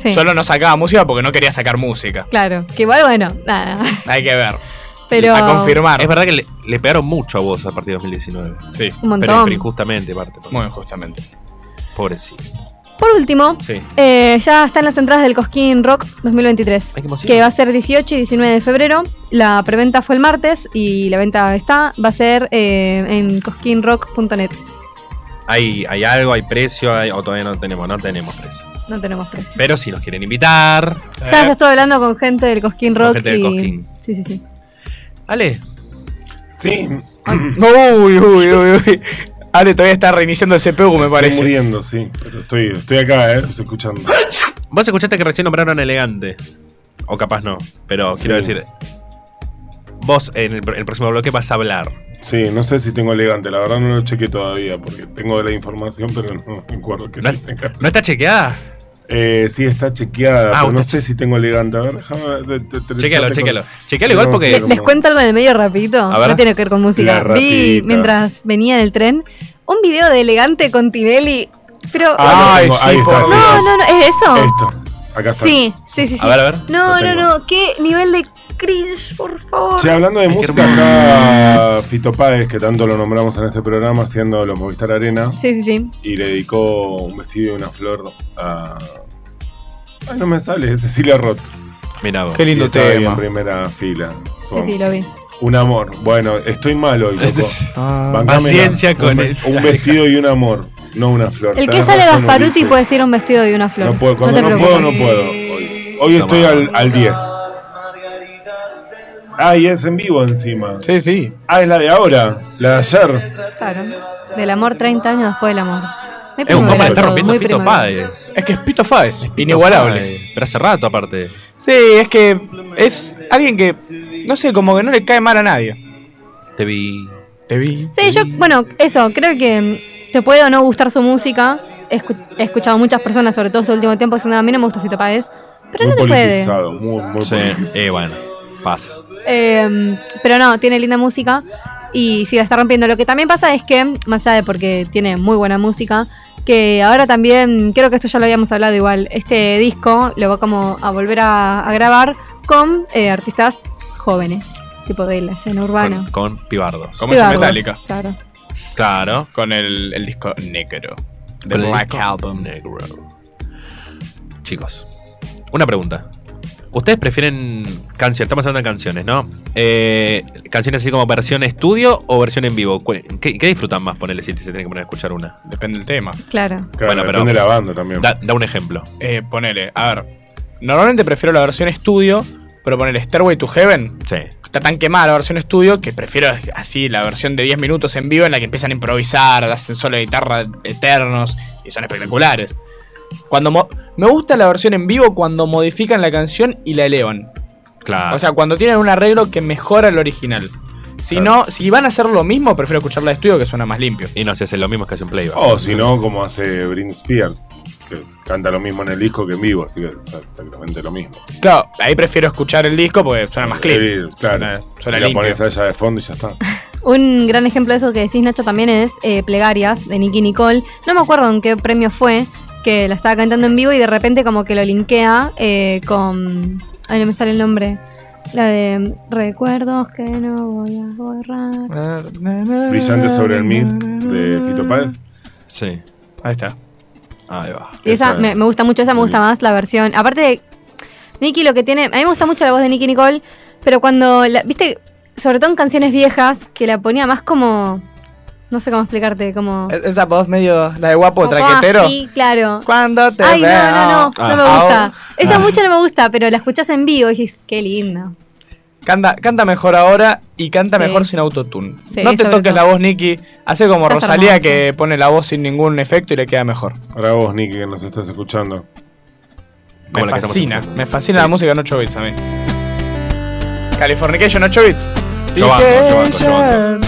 D: Sí,
F: Solo no sacaba música porque no quería sacar música.
D: claro, que igual bueno, nada,
F: Hay que ver.
D: pero...
F: A confirmar.
B: Es verdad que le, le pegaron mucho a vos a partir de 2019.
F: Sí,
D: Un montón.
B: Pero, pero injustamente, parte. porque-
F: muy injustamente.
B: Pobrecito.
D: Por último,
B: Sí.
D: eh, ya están las entradas del Cosquín Rock 2023.
B: Ay, qué emoción.
D: que va a ser 18 y 19 de febrero. La preventa fue el martes y la venta está. Va a ser eh, en cosquinrock.net.
B: Hay, hay algo, hay precio, hay- o todavía no tenemos, no tenemos precio.
D: No tenemos precio.
B: Pero si nos quieren invitar.
D: ya,
F: Eh,
D: ya estoy hablando con gente del Cosquín
B: Con
D: Rock.
B: gente del
D: y...
B: Cosquín. Eh,
D: Sí, sí, sí.
B: Ale,
C: Sí.
F: Uy, uy, uy, uy. Ale todavía está reiniciando el CPU, me
C: Estoy
F: parece.
C: muriendo, sí. Pero Estoy, estoy acá, ¿eh? Estoy escuchando.
B: Vos escuchaste que recién nombraron elegante. O capaz no. Pero quiero
C: Sí.
B: decir. Vos en el, pr- el próximo bloque vas a hablar.
C: Sí, no sé si tengo elegante. La verdad no lo chequé todavía porque tengo la información, pero no me acuerdo que
B: ¿No,
C: tenga.
B: no está chequeada?
C: Eh, sí, está chequeada,
B: Ah,
C: pero no
B: usted-
C: sé si tengo elegante. A ver, déjame. de- de- de-
B: Chequealo,
C: ya te-
B: chequealo. Chequealo igual
C: No,
B: porque-
D: Le-
C: sí,
D: les
C: como-
D: cuento algo en el medio rapidito.
B: A ver.
D: No tiene que ver con
C: La
D: música. Vi
C: ratita.
D: mientras venía en el tren un video de elegante con Tinelli. Pero.
C: Ah,
F: Ay,
C: lo tengo, ahí
F: sí,
C: está,
F: por-
C: sí,
D: no, no, no, es eso.
C: Esto. Acá está.
D: Sí, sí, sí, sí.
B: A ver, a ver.
D: No,
C: Lo
D: no,
C: tengo.
D: no. Qué nivel de cringe, por favor.
C: Che, hablando de música, está Fito Páez, que tanto lo nombramos en este programa, haciendo los Movistar Arena,
D: Sí, sí, sí.
C: y le dedicó un vestido y una flor a. Ay, no me sale, Cecilia Roth.
B: Mira vos.
F: Qué lindo
C: Y estaba ahí
F: tema.
C: en primera fila.
D: Sí,
C: Son-
D: sí, lo vi.
C: Un amor. Bueno, estoy mal hoy, loco.
F: Ah.
C: Bancámela.
B: Paciencia con
C: un,
B: él.
C: Un vestido y un amor, no una flor.
D: El que
C: Tenés
D: sale
C: razón,
D: Gasparuti
C: Ulises.
D: puede ser un vestido de una flor.
C: No puedo,
D: te
C: cuando no,
D: preocupes.
C: puedo, no puedo. Hoy, Hoy
B: Toma.
C: estoy al, al 10. Ah, y es en vivo encima.
F: Sí, sí.
C: Ah, es la de ahora, la de ayer.
D: Claro. Del amor 30 años después del amor. Muy
B: Es un
D: primavera
B: compa que está
D: todo,
B: rompiendo eh.
D: muy
B: Fito
D: primavera.
B: Páez.
F: Es que es Pito Fáez, inigualable.
B: Fito Páez. Pero hace rato, aparte.
F: Sí, es que es alguien que, no sé, como que no le cae mal a nadie.
B: Te vi.
F: Te vi.
D: Sí, yo, bueno, eso, creo que mm, te puede o no gustar su música. He, escu- he escuchado muchas personas, sobre todo este último tiempo, diciendo a mí no me gusta Fito Páez. Pero
C: muy
D: no te puede.
C: politizado, muy, muy
B: Sí.
C: politizado.
B: Eh, bueno. Pasa.
D: Eh, pero no, tiene linda música y sí la está rompiendo. Lo que también pasa es que, más allá de porque tiene muy buena música, que ahora también, creo que esto ya lo habíamos hablado igual, este disco lo va como a volver a, a grabar con eh, artistas jóvenes, tipo de la escena urbana.
B: Con, con pibardos.
F: Como es
D: Pibardos,
F: Metallica.
D: Claro.
B: Claro.
F: Con el, el disco negro. The
B: Con el
F: Black
B: disco
F: Album.
B: Negro. Chicos, una pregunta. ¿Ustedes prefieren canciones? Estamos hablando de canciones, ¿no? Eh, ¿Canciones así como versión estudio o versión en vivo? ¿Cu- ¿Qué, qué disfrutan más ponerle si se tienen que poner a escuchar una?
F: Depende del tema.
D: Claro.
C: Claro,
B: Bueno, pero-
C: depende de la banda
F: Em.
C: también.
B: Da, da un ejemplo.
F: Eh, ponele, a ver. Normalmente prefiero la versión estudio, pero ponele Stairway to Heaven.
B: Sí.
F: Está tan quemada la versión estudio que prefiero así la versión de 10 minutos en vivo en la que empiezan a improvisar, hacen solo de guitarra eternos y son espectaculares. Cuando mo- me gusta la versión en vivo cuando modifican la canción y la elevan.
B: Claro.
C: Ah.
F: O sea, cuando tienen un arreglo que mejora el original. Si no, si van a hacer lo mismo, prefiero escucharla de estudio que suena más limpio.
B: y no sé, es lo mismo que hace un playback.
F: Oh,
C: O Oh, si no, como hace Britney Spears, que canta lo mismo en el disco que en vivo, así que es exactamente lo mismo.
F: Claro, ahí prefiero escuchar el disco porque suena más
C: Eh,
F: clean.
C: Claro.
F: Suena, suena
C: Y la
F: limpio.
C: pones a ella de fondo y ya está.
D: Un gran ejemplo de eso que decís, Nacho, también es eh, Plegarias de Nicky Nicole. No me acuerdo en qué premio fue, que la estaba cantando en vivo y de repente como que lo linkea eh, con... Ay, no me sale el nombre. La de Recuerdos que no voy a borrar.
C: Brillante sobre el mid de Fito Páez.
B: Sí.
F: Ahí está.
B: Ahí va.
D: Y esa,
C: Esa-
D: me, me gusta mucho, esa me gusta más la versión. Aparte de Nicky lo que tiene, a mí me gusta mucho la voz de Nicky Nicole, pero cuando, la, viste, sobre todo en canciones viejas, que la ponía más como... No sé cómo explicarte, como...
F: E-, Esa voz medio. La de guapo
D: como
F: Eh, traquetero.
D: así, claro.
F: Cuando te
D: Ay, no,
F: veo.
D: no, no, no me
F: Ah.
D: gusta. Esa mucho no me gusta, pero la escuchás en vivo y dices, qué linda.
F: Canta, canta mejor ahora y canta
D: Sí.
F: mejor sin autotune.
D: Sí,
F: no te
D: sobre
F: toques
D: todo.
F: la voz, Nicky. Hace como
D: Estás
F: Rosalía
D: hermosa.
F: que pone la voz sin ningún efecto y le queda mejor.
C: Para vos, Nicky, que nos estás
B: Como
C: escuchando.
F: me
B: la que estamos
F: fascina,
B: escuchando.
F: me fascina la música en 8 bits a mí. Californication 8 bits.
B: Yo banco, yo banco, yo
F: banco.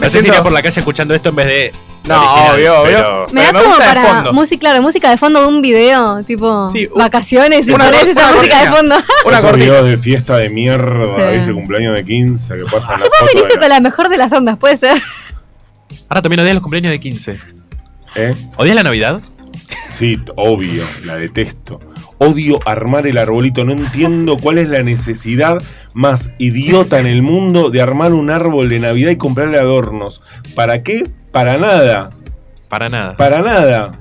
B: No sé si iría por la calle escuchando esto en vez de.
F: No,
B: original,
F: obvio, obvio.
B: pero-
D: Me
F: Pero
D: da
F: me
D: como
F: gusta de
D: para
F: fondo.
D: música, claro, música de fondo de un video, tipo
F: Sí, u-
D: vacaciones y
F: una
D: pones
F: cor-
D: esa
F: una
D: música de
F: cortina.
D: fondo.
F: Una
C: Esos
F: cortita.
C: videos de fiesta de mierda,
D: Sí.
C: ¿viste? Cumpleaños de 15, que pasan
D: Yo vos
C: las
D: viniste
C: fotos de
D: con la mejor de las ondas, puede ser.
B: Ahora también odias los cumpleaños de 15.
C: ¿Eh?
B: ¿Odias la Navidad?
C: Sí, t- obvio, la detesto. Odio armar el arbolito, no entiendo cuál es la necesidad más idiota en el mundo de armar un árbol de Navidad y comprarle adornos. ¿Para qué? Para nada,
B: Para nada.
C: para nada,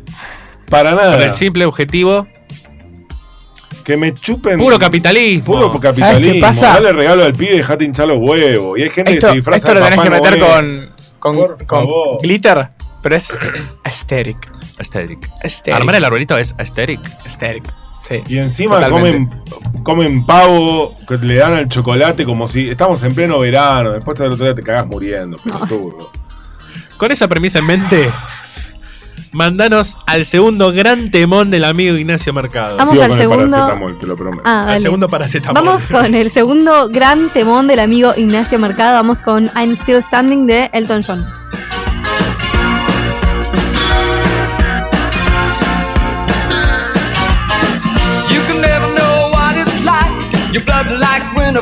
C: para
B: Con
C: nada.
B: el simple objetivo.
C: Que me chupen.
B: Puro capitalismo.
C: Puro capitalismo.
F: ¿Sabes qué pasa?
C: Dale regalo al pibe y dejate hinchar los huevos. Y hay gente que
F: Esto,
C: se disfraza
F: esto lo
C: de
F: tenés que
C: Papá
F: meter
C: Noel.
F: con, con,
C: Por
F: con
C: favor.
F: glitter, pero es aesthetic.
B: Aesthetic.
F: Aesthetic.
B: Armar el arbolito es aesthetic.
F: aesthetic. Sí.
C: Y encima comen,
F: Totalmente.
C: comen pavo, que le dan al chocolate como si estamos en pleno verano, después del otro día te cagas muriendo, pelotudo.
B: Con esa premisa en mente, mandanos al segundo gran temón del amigo Ignacio Mercado.
D: Vamos
C: Sigo
D: al
C: con
D: segundo.
C: el paracetamol, te lo prometo.
D: Ah,
B: al
D: dale.
B: segundo paracetamol.
D: Vamos con el segundo gran temón del amigo Ignacio Mercado. Vamos con I'm Still Standing de Elton John.
G: You can never know what it's like. Your blood like winter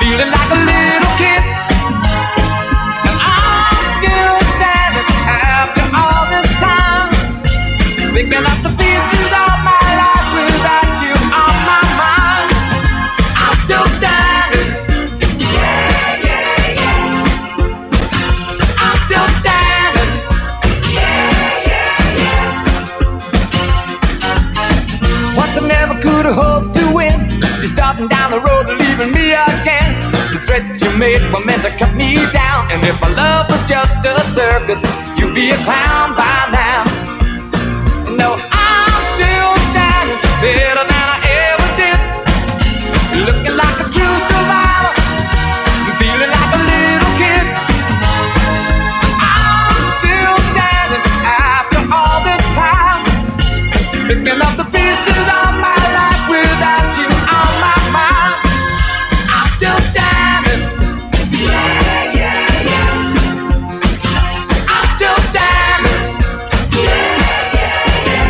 G: feeling like a little kid. And I'm still standing after all this time, picking up the pieces of my life without you on my mind. I'm still standing. Yeah, yeah, yeah. I'm still standing. Once I never could have hoped to win. You're starting down the road and leaving me again. The threats you made were meant to cut me down. And if my love was just a circus, you'd be a clown by now. No, I'm still standing better than I ever did. Looking like a true survivor, feeling like a little kid. I'm still standing after all this time. Picking up the pieces of my life without you on my mind. I'm still standing. Yeah, yeah, yeah. I'm still standing. Yeah, yeah, yeah.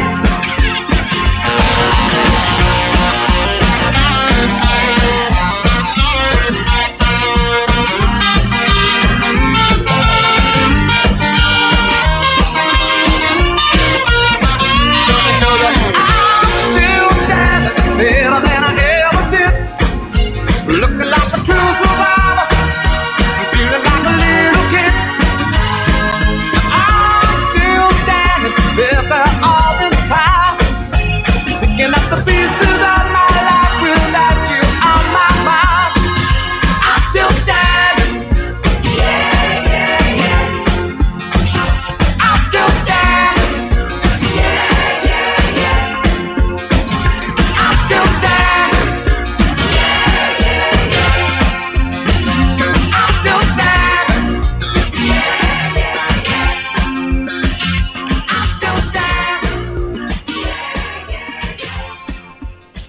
G: still standing better than I ever did. Looking like a true survivor, feeling like a little kid. I'm still standing after all this time, picking up the pieces of my life without you on my mind. I'm still standing. Yeah, yeah, yeah. I'm still standing. Yeah, yeah, yeah. I'm still standing. Yeah, yeah, yeah. I'm still standing. Yeah, yeah, yeah. I'm still standing. Yeah, yeah, yeah.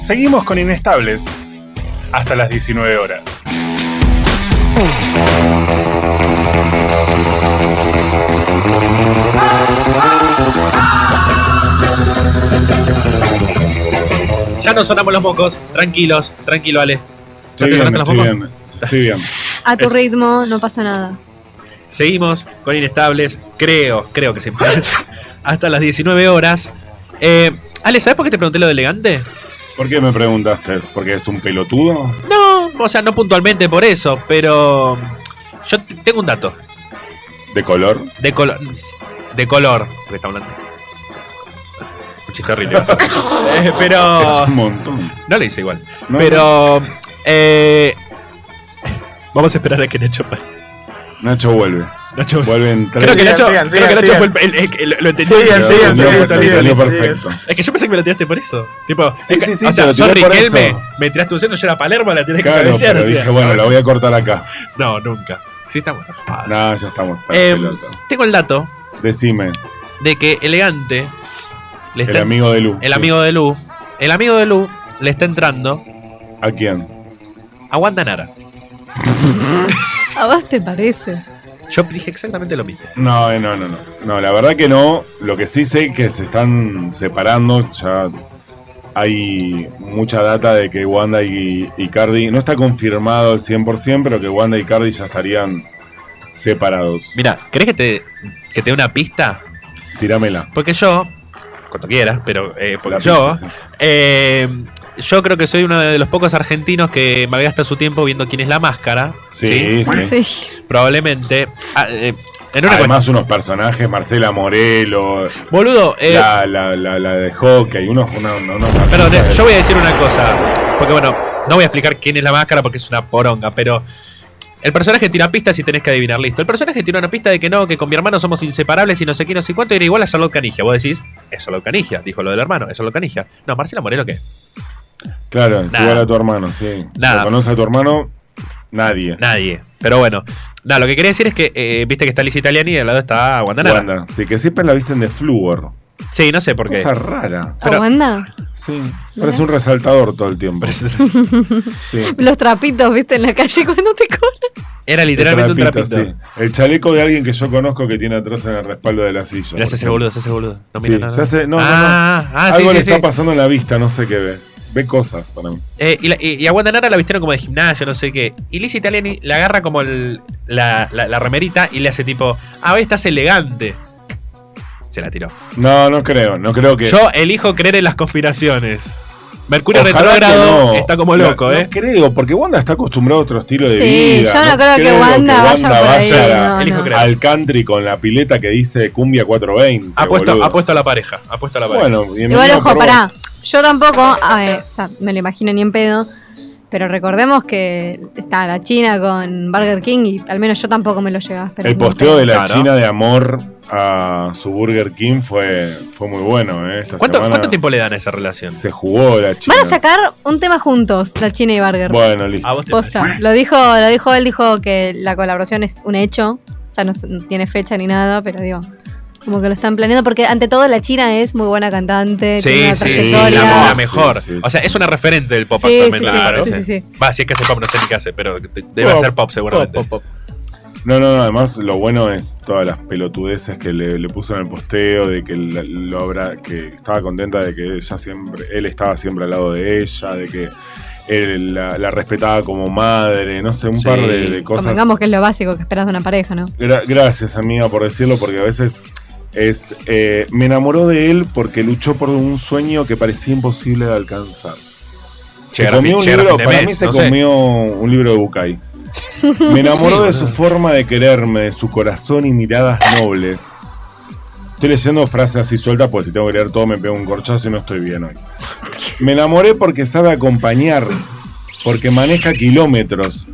C: Seguimos con Inestables hasta las 19 horas.
B: Ya nos sonamos los mocos. Tranquilos, tranquilo, Ale. ¿Ya
C: Estoy
B: te
C: bien,
B: sonaste los
C: estoy
B: mocos?
C: bien, estoy bien.
D: A tu ritmo, no pasa nada.
B: Seguimos con Inestables, creo, creo que se puede. Hasta las 19 horas. Eh, Ale, ¿sabes por qué te pregunté lo de elegante?
C: ¿Por qué me preguntaste? ¿Porque es un pelotudo?
B: No, o sea, no puntualmente por eso, pero mm, yo t- tengo un dato
C: ¿De color?
B: de color. De color, porque está hablando. Un chiste horrible. Eh,
F: Ah.
B: pero.
C: Es un montón.
B: No le hice igual.
C: No,
B: pero. eh, vamos a esperar a que Nacho pare.
C: Nacho vuelve.
B: Nacho-
C: Vuelve en tres.
B: Creo que
F: Sigan,
B: Nacho,
F: sigan,
B: creo que
F: sigan,
B: Nacho
F: sigan.
B: fue el, el- el que lo- lo entendió.
F: Sigan,
B: Lo-
F: sigan,
B: lo-
C: Entendió
F: sigan,
B: lo-
C: perfecto,
B: lo-
F: sigan,
B: lo-
C: entendió
F: sigan.
C: perfecto.
B: Es que yo pensé que me la tiraste por eso. Tipo,
C: Sí,
B: es que-
C: sí, sí,
B: o sea,
C: te lo tiré
B: yo
C: por
B: Riquelme,
C: eso.
B: me tiraste un centro, yo era Palermo, la tenés que
C: Claro,
B: cabecear.
C: pero
B: o sea.
C: dije, bueno, la voy a cortar acá.
B: No, nunca. Sí, estamos. enojados.
C: No, ya estamos. para
B: Em,
C: pelota.
B: tengo el dato
C: Decime,
B: de que Elegante le
C: el
B: está
C: amigo de Lu.
B: el amigo de Lu, el amigo de Lu le está entrando
C: ¿A quién?
B: a Wanda Nara.
D: ¿A vos te parece?
B: Yo dije exactamente lo mismo.
C: No, eh, no, no, no. No, la verdad que no. Lo que sí sé es que se están separando. Ya hay mucha data de que Wanda y, y Cardi. No está confirmado al 100%, pero que Wanda y Cardi ya estarían separados.
B: Mira, ¿crees que te, que te dé una pista?
C: Tíramela.
B: Porque yo, cuando quieras, pero eh, porque
C: La
B: yo
C: pista, sí.
B: eh, Yo creo que soy uno de los pocos argentinos que malgasta su tiempo viendo quién es la máscara.
C: Sí, sí.
D: Sí.
B: Probablemente. Ah, eh, en una
C: Además, unos personajes, Marcela Morelo,
B: cuestión- Boludo, eh,
C: la, la, la, la de hockey, unos. una- una- unos
B: Perdón, eh,
C: artistas
B: yo voy a decir una cosa. Porque bueno, no voy a explicar quién es la máscara porque es una poronga, pero. El personaje tira pistas y tenés que adivinar, listo. El personaje tira una pista de que no, que con mi hermano somos inseparables y no sé qué, no sé cuánto, y era igual a Charlotte Canigia. Vos decís, es Charlotte Canigia, dijo lo del hermano, es Charlotte Canigia. No, Marcela Morelo, ¿qué?
C: Claro, es
B: Nada.
C: igual a tu hermano, sí.
B: Nada.
C: ¿Lo conoce a tu hermano? Nadie.
B: Nadie. Pero bueno, nada, lo que quería decir es que, eh, viste que está Liz Italiani y al lado está Guandanara.
C: Wanda. Sí, que siempre la visten de flúor.
B: Sí, no sé por qué.
C: Cosa rara.
B: Pero-
D: ¿Aguanta?
C: Sí. Parece un resaltador todo el tiempo. Sí.
D: Los trapitos, viste, en la calle cuando te corren.
B: Era literalmente un
C: Trapito,
B: trapito.
C: sí. El chaleco de alguien que yo conozco que tiene atrás en el respaldo de la silla.
B: Pero se hace el boludo, se hace el boludo. No
C: Sí,
B: mira nada.
C: se hace- no, no, no.
B: ah, ah, sí,
C: Algo
B: sí,
C: le
B: sí.
C: está pasando en la vista, no sé qué ve. Ve cosas para mí.
B: Eh, y, la- y- y a Wanda Nara la vistieron como de gimnasio, no sé qué. Y Liz Italiani le agarra como el- la, la- la remerita y le hace tipo, ah, hoy estás elegante. Se la tiró.
C: No, no creo, no creo que.
B: Yo elijo creer en las conspiraciones. Mercurio
C: Ojalá que
B: retrógrado
C: no.
B: está como
C: No,
B: loco,
C: no
B: ¿eh?
C: creo, porque Wanda está acostumbrada a otro estilo de
D: Sí,
C: vida.
D: yo no, creo, que Wanda vaya por ahí.
C: vaya
D: no,
B: Elijo
D: no.
B: creer.
C: al country con la pileta que dice Cumbia 420.
B: Apuesto,
C: boludo.
B: apuesto a la pareja. Apuesto a la pareja.
C: Bueno,
D: Igual,
C: bienvenido por
D: ojo,
C: vos.
D: pará. Yo tampoco, a ver, o sea, me lo imagino ni en pedo. Pero recordemos que está la China con Burger King y al menos yo tampoco me lo llegaba a esperar.
C: El posteo de la
B: Claro.
C: China de amor a su Burger King fue, fue muy bueno, ¿eh? Esta
B: ¿Cuánto,
C: semana
B: cuánto tiempo le dan a esa relación?
C: se jugó la China.
D: Van a sacar un tema juntos, la China y Burger.
C: Bueno, listo.
B: A Ah, vos te
D: Posta. Lo dijo, lo dijo él, dijo que la colaboración es un hecho. O sea, no se- no tiene fecha ni nada, pero digo, como que lo están planeando. Porque ante todo la China es muy buena cantante, tiene
B: Sí,
D: una
B: sí, la,
D: trayectoria.
B: la
C: Sí,
B: mejor.
C: sí, sí.
B: o sea, es una referente del pop
D: Sí,
B: actualmente.
D: sí, sí,
B: claro.
D: sí, sí, sí.
B: Va, si es que hace pop, no sé ni qué hace, pero de- debe
F: Pop,
B: hacer pop seguramente.
F: Pop, pop, pop.
C: No, no, no, además lo bueno es todas las pelotudeces que le, le puso en el posteo, de que la- lo habrá, que estaba contenta de que ella siempre, él estaba siempre al lado de ella, de que él la, la respetaba como madre, no sé, un
B: Sí.
C: par de, de cosas.
D: Convengamos que es lo básico que esperas de una pareja, ¿no?
C: Gra- gracias, amiga, por decirlo, porque a veces es. eh, me enamoró de él porque luchó por un sueño que parecía imposible de alcanzar. Se
B: Llegar a fin-
C: comió un
B: llegar a
C: libro,
B: fin de
C: para
B: mes,
C: mí se
B: no sé.
C: comió un libro de Bucay. Me enamoró de su forma de quererme, de su corazón y miradas nobles. Estoy leyendo frases así sueltas porque si tengo que leer todo me pego un corchazo y no estoy bien hoy. Me enamoré porque sabe acompañar, porque maneja kilómetros.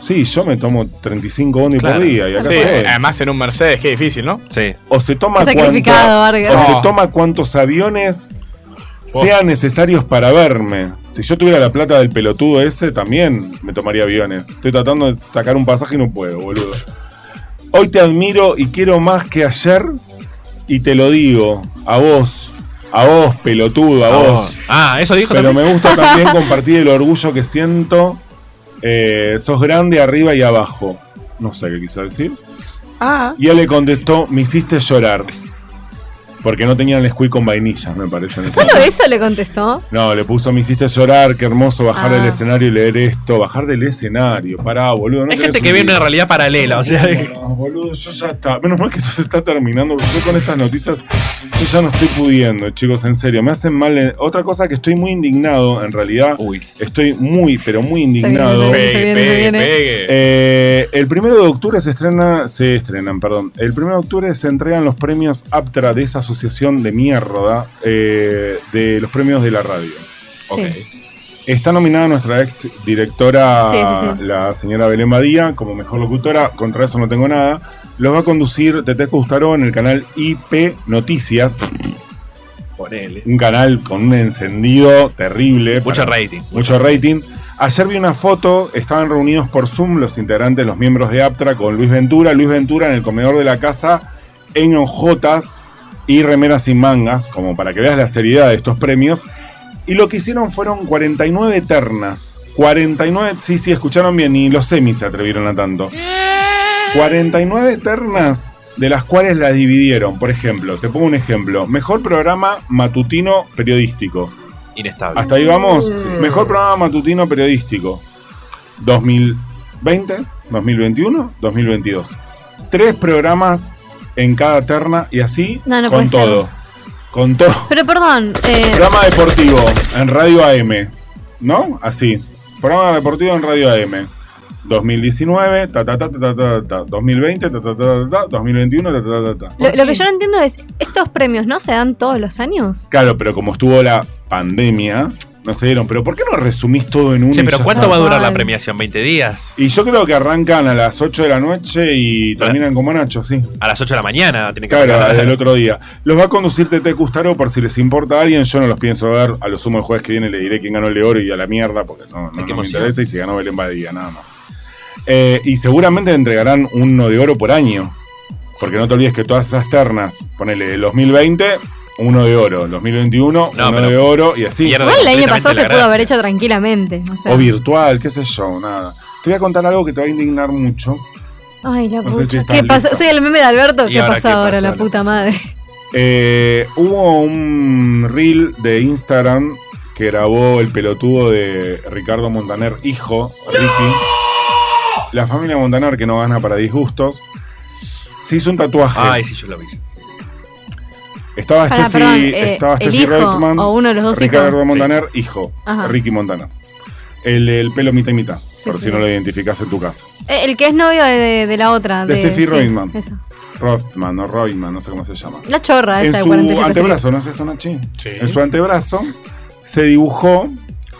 C: Sí, yo me tomo 35 bondi
B: Claro.
C: por día y acá
F: Sí,
C: estoy.
F: además en un Mercedes, qué difícil, ¿no?
B: Sí.
C: O se toma
D: Sacrificado, Vargas.
C: o se
F: No.
C: toma cuantos aviones sean necesarios para verme. Si yo tuviera la plata del pelotudo ese, también me tomaría aviones. Estoy tratando de sacar un pasaje y no puedo, boludo. Hoy te admiro y quiero más que ayer y te lo digo, a vos, a vos, pelotudo, a, vos.
B: Ah, eso dijo
C: Pero
B: también.
C: me gusta también compartir el orgullo que siento. Eh, sos grande arriba y abajo. No sé qué quiso decir.
D: Ah.
C: Y él le contestó, me hiciste llorar. Porque no tenían el squid con vainillas, me parece. en ese
D: ¿Solo
C: momento.
D: eso le contestó?
C: No, le puso, me hiciste llorar, qué hermoso bajar
D: Ah.
C: del escenario y leer esto. Bajar del escenario, pará, boludo. No
B: Hay
C: tenés
B: gente que
C: un
B: vive en
C: libro.
B: una realidad paralela, o sea.
C: No, no, boludo, yo ya está. Menos mal que esto se está terminando, porque yo con estas noticias yo ya no estoy pudiendo, chicos, en serio. Me hacen mal. eh, Otra cosa que estoy muy indignado, en realidad.
B: Uy.
C: Estoy muy, pero muy
D: Se
C: indignado.
D: viene, se viene, se viene.
F: pegue.
C: Eh, el primero de octubre se estrena, se estrenan, perdón. El primero de octubre se entregan los premios APTRA de esa asociación de mierda eh, de los premios de la radio.
D: Sí.
C: Está nominada nuestra ex directora,
D: Sí, sí, sí.
C: la señora Belén Badía, como mejor locutora. Contra eso no tengo nada. Los va a conducir Tete Custaró en el canal IP Noticias.
B: Ponele.
C: Un canal con un encendido terrible.
B: Mucho
C: para-
B: rating.
C: mucho rating. Ayer vi una foto, estaban reunidos por Zoom los integrantes, los miembros de Aptra con Luis Ventura. Luis Ventura en el comedor de la casa, en hojotas y remeras sin mangas, como para que veas la seriedad de estos premios. Y lo que hicieron fueron 49 ternas. 49, sí, sí, escucharon bien, y los semis se atrevieron a tanto. 49 ternas, de las cuales las dividieron. Por ejemplo, te pongo un ejemplo. Mejor programa matutino periodístico.
B: Inestable.
C: Hasta ahí vamos. Mejor programa matutino periodístico. 2020, 2021, 2022. Tres programas en cada terna y así
D: No, no
C: con
D: puede ser.
C: todo. con todo.
D: Pero perdón, eh,
C: Programa deportivo en Radio AM. ¿No? Así. Programa deportivo en Radio AM. 2019, ta ta ta ta ta ta ta. 2020, ta ta ta ta ta. 2021, ta ta ta ta.
D: lo, lo que yo no entiendo es, ¿estos premios no se dan todos los años?
C: Claro, pero como estuvo la pandemia, no se dieron. Pero ¿por qué no resumís todo en un
B: Sí, pero ¿cuánto va a durar la
D: Ay.
B: premiación? ¿20 días?
C: Y yo creo que arrancan a las 8 de la noche y terminan como Nacho, sí.
B: A las 8 de la mañana tiene que
C: Claro,
B: arrancar.
C: desde el otro día. Los va a conducir TT Custaro por si les importa a alguien. Yo no los pienso ver. A lo sumo el jueves que viene le diré quién ganó el de oro y a la mierda porque no, no-
B: Ay, qué
C: no me
B: emoción.
C: interesa y si ganó Belén Badía, nada más. Eh, y seguramente entregarán uno de oro por año. Porque no te olvides que todas esas ternas, ponele el 2020, uno de oro, el 2021,
B: No,
C: uno
B: pero-
C: de oro y así.
B: Pierde
D: Igual el año
B: completamente
D: pasado
B: la
D: se pudo haber
B: gracia.
D: hecho tranquilamente. O, sea,
C: O virtual, qué sé yo, nada. Te voy a contar algo que te va a indignar mucho.
D: Ay,
C: no
D: la
C: sé
D: puta.
C: si estás
D: ¿Qué pasó?
C: lista.
D: Soy el meme de Alberto.
B: ¿Y
D: ¿Qué
B: ahora
D: pasó
B: qué
D: ahora,
B: pasó,
D: la
B: la-
D: puta madre?
C: Eh, hubo un reel de Instagram que grabó el pelotudo de Ricardo Montaner, hijo, Ricky. La familia Montaner que no gana para disgustos. Se hizo un tatuaje.
B: Ay, sí, yo lo vi.
C: Estaba
D: Pará,
C: Steffi,
D: perdón, eh,
C: estaba
D: el
C: Steffi
D: hijo
C: Reutemann,
D: o uno de los dos
C: Ricardo
D: hijos.
C: Montaner, hijo,
D: Ajá.
C: Ricky Montaner. El, el pelo mitad y mitad, por
D: sí.
C: si no lo identificás en tu casa.
D: Eh, El que es novio de, de- de la otra.
C: De este
D: De,
C: Steffi Reutemann.
D: esa.
C: Rothman o Royman, no sé cómo se llama.
D: La chorra
C: en
D: esa Ah, de
C: su
D: 47
C: antebrazo, ¿no es esto, Nachi?
B: Sí.
C: En su antebrazo se dibujó,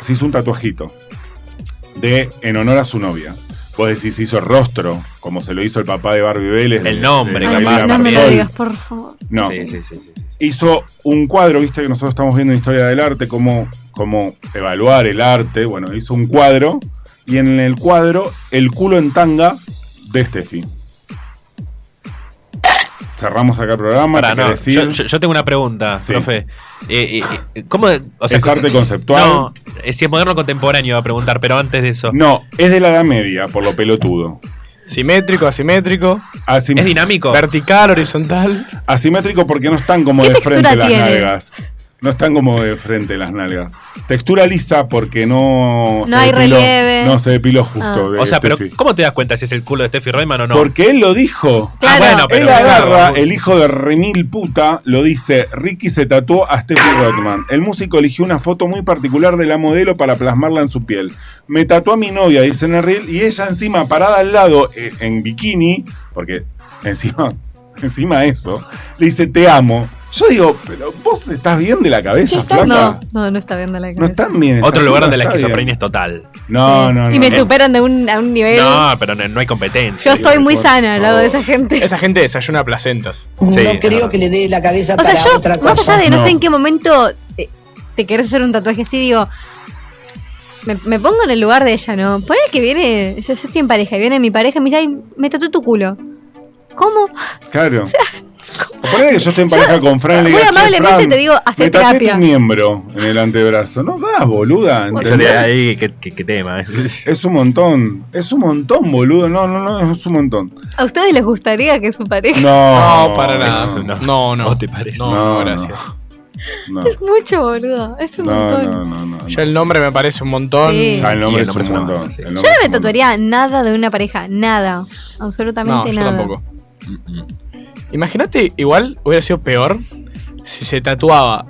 C: se hizo un tatuajito de en honor a su novia. Vos decís, hizo el rostro, como se lo hizo el papá de Barbie Vélez.
B: El
C: de-
B: nombre,
C: de
D: Ay,
B: capaz,
C: Gabriela
D: no, no me lo
B: Marsol.
D: digas, por favor.
C: No,
B: Sí, sí, sí, sí.
C: hizo un cuadro, viste que nosotros estamos viendo en historia del arte, cómo, cómo evaluar el arte. Bueno, hizo un cuadro y en el cuadro el culo en tanga de Steffi. Cerramos acá el programa.
B: Pará,
C: ¿qué
B: no,
C: querés
B: yo,
C: decir?
B: yo- yo tengo una pregunta,
C: Sí.
B: profe. Eh, eh, eh, ¿Cómo, o sea,
C: ¿Es arte
B: co-
C: conceptual?
B: No, eh, si es moderno contemporáneo, va a preguntar, pero antes de eso.
C: No, es de la Edad Media, por lo pelotudo.
F: Simétrico, asimétrico,
C: Asim-
B: ¿Es dinámico?
F: vertical, horizontal.
C: asimétrico porque no están como
D: ¿Qué
C: de frente
D: textura
C: las
D: tiene?
C: nalgas. No están como de frente las nalgas. Textura lisa porque no.
D: No hay
C: depiló-
D: relieve.
C: No se depiló justo.
D: Ah.
C: de
B: O sea, pero
C: Steffi.
B: ¿cómo te das cuenta si es el culo de Steffi Reutemann o no?
C: eh, Porque él lo dijo.
B: Ah,
D: Claro.
B: bueno, pero
C: él agarra,
B: claro,
C: el hijo de Remil puta, lo dice, Ricky se tatuó a Steffi Rothman. El músico eligió una foto muy particular de la modelo para plasmarla en su piel. Me tatuó a mi novia, dice en el reel, y ella encima parada al lado eh, en bikini, porque encima, encima eso, le dice, te amo. Yo digo, pero vos estás bien de la cabeza, flaca.
D: No,
C: No,
D: no, no está viendo la cabeza.
C: están bien. esas
B: Otro lugar
C: cosas,
B: donde la
C: está bien.
B: esquizofrenia es total.
C: No, no, no.
D: y me
C: no.
D: superan de un, a un nivel.
B: No, pero no, no hay competencia.
D: Eh, yo estoy muy
C: por
D: sana al lado de esa
C: favor.
D: gente.
F: Esa gente desayuna placentas.
G: Uh,
B: Sí,
J: no
B: es verdad.
J: creo que le dé la cabeza
D: O sea,
J: para
D: yo,
J: otra
D: más
J: cosa.
D: allá de no,
C: No.
D: sé en qué momento te, te querés hacer un tatuaje así, digo. Me, me pongo en el lugar de ella, ¿no? Ponele que viene. Yo, yo estoy en pareja y viene mi pareja y me dice, ay, me tatué tu culo. ¿Cómo?
C: Claro. O ponele que yo estoy en pareja con Fran y le
D: muy
C: diga, "Che,
D: amablemente
C: Fran,
D: te digo, "Hacé
C: me tatué
D: terapia".
C: tu miembro en el antebrazo. No das, boluda.
B: Yo
C: ¿entendés?
B: te- ahí, qué, qué- qué tema. eh.
C: Es un montón. Es un montón, boludo. No, no, no, es un montón.
D: ¿A ustedes les gustaría que su pareja?
C: No,
F: No, para nada.
C: es un-
B: no.
F: No, no.
B: ¿No te parece?
F: No,
C: No, no.
F: gracias.
C: No,
D: Es mucho, boludo. Es un
C: no,
D: montón.
C: no, no, no.
F: Ya el nombre me parece un montón.
D: Sí.
C: Ya el nombre
B: Y el
C: es un
B: nombre es una
C: montón.
B: banda, sí.
C: El
D: Yo
C: nombre
D: no
C: es
D: me
C: un montón.
D: tatuaría nada de una pareja, nada.
F: No,
D: Absolutamente
F: yo
D: nada.
F: tampoco. Imagínate, igual hubiera sido peor si se tatuaba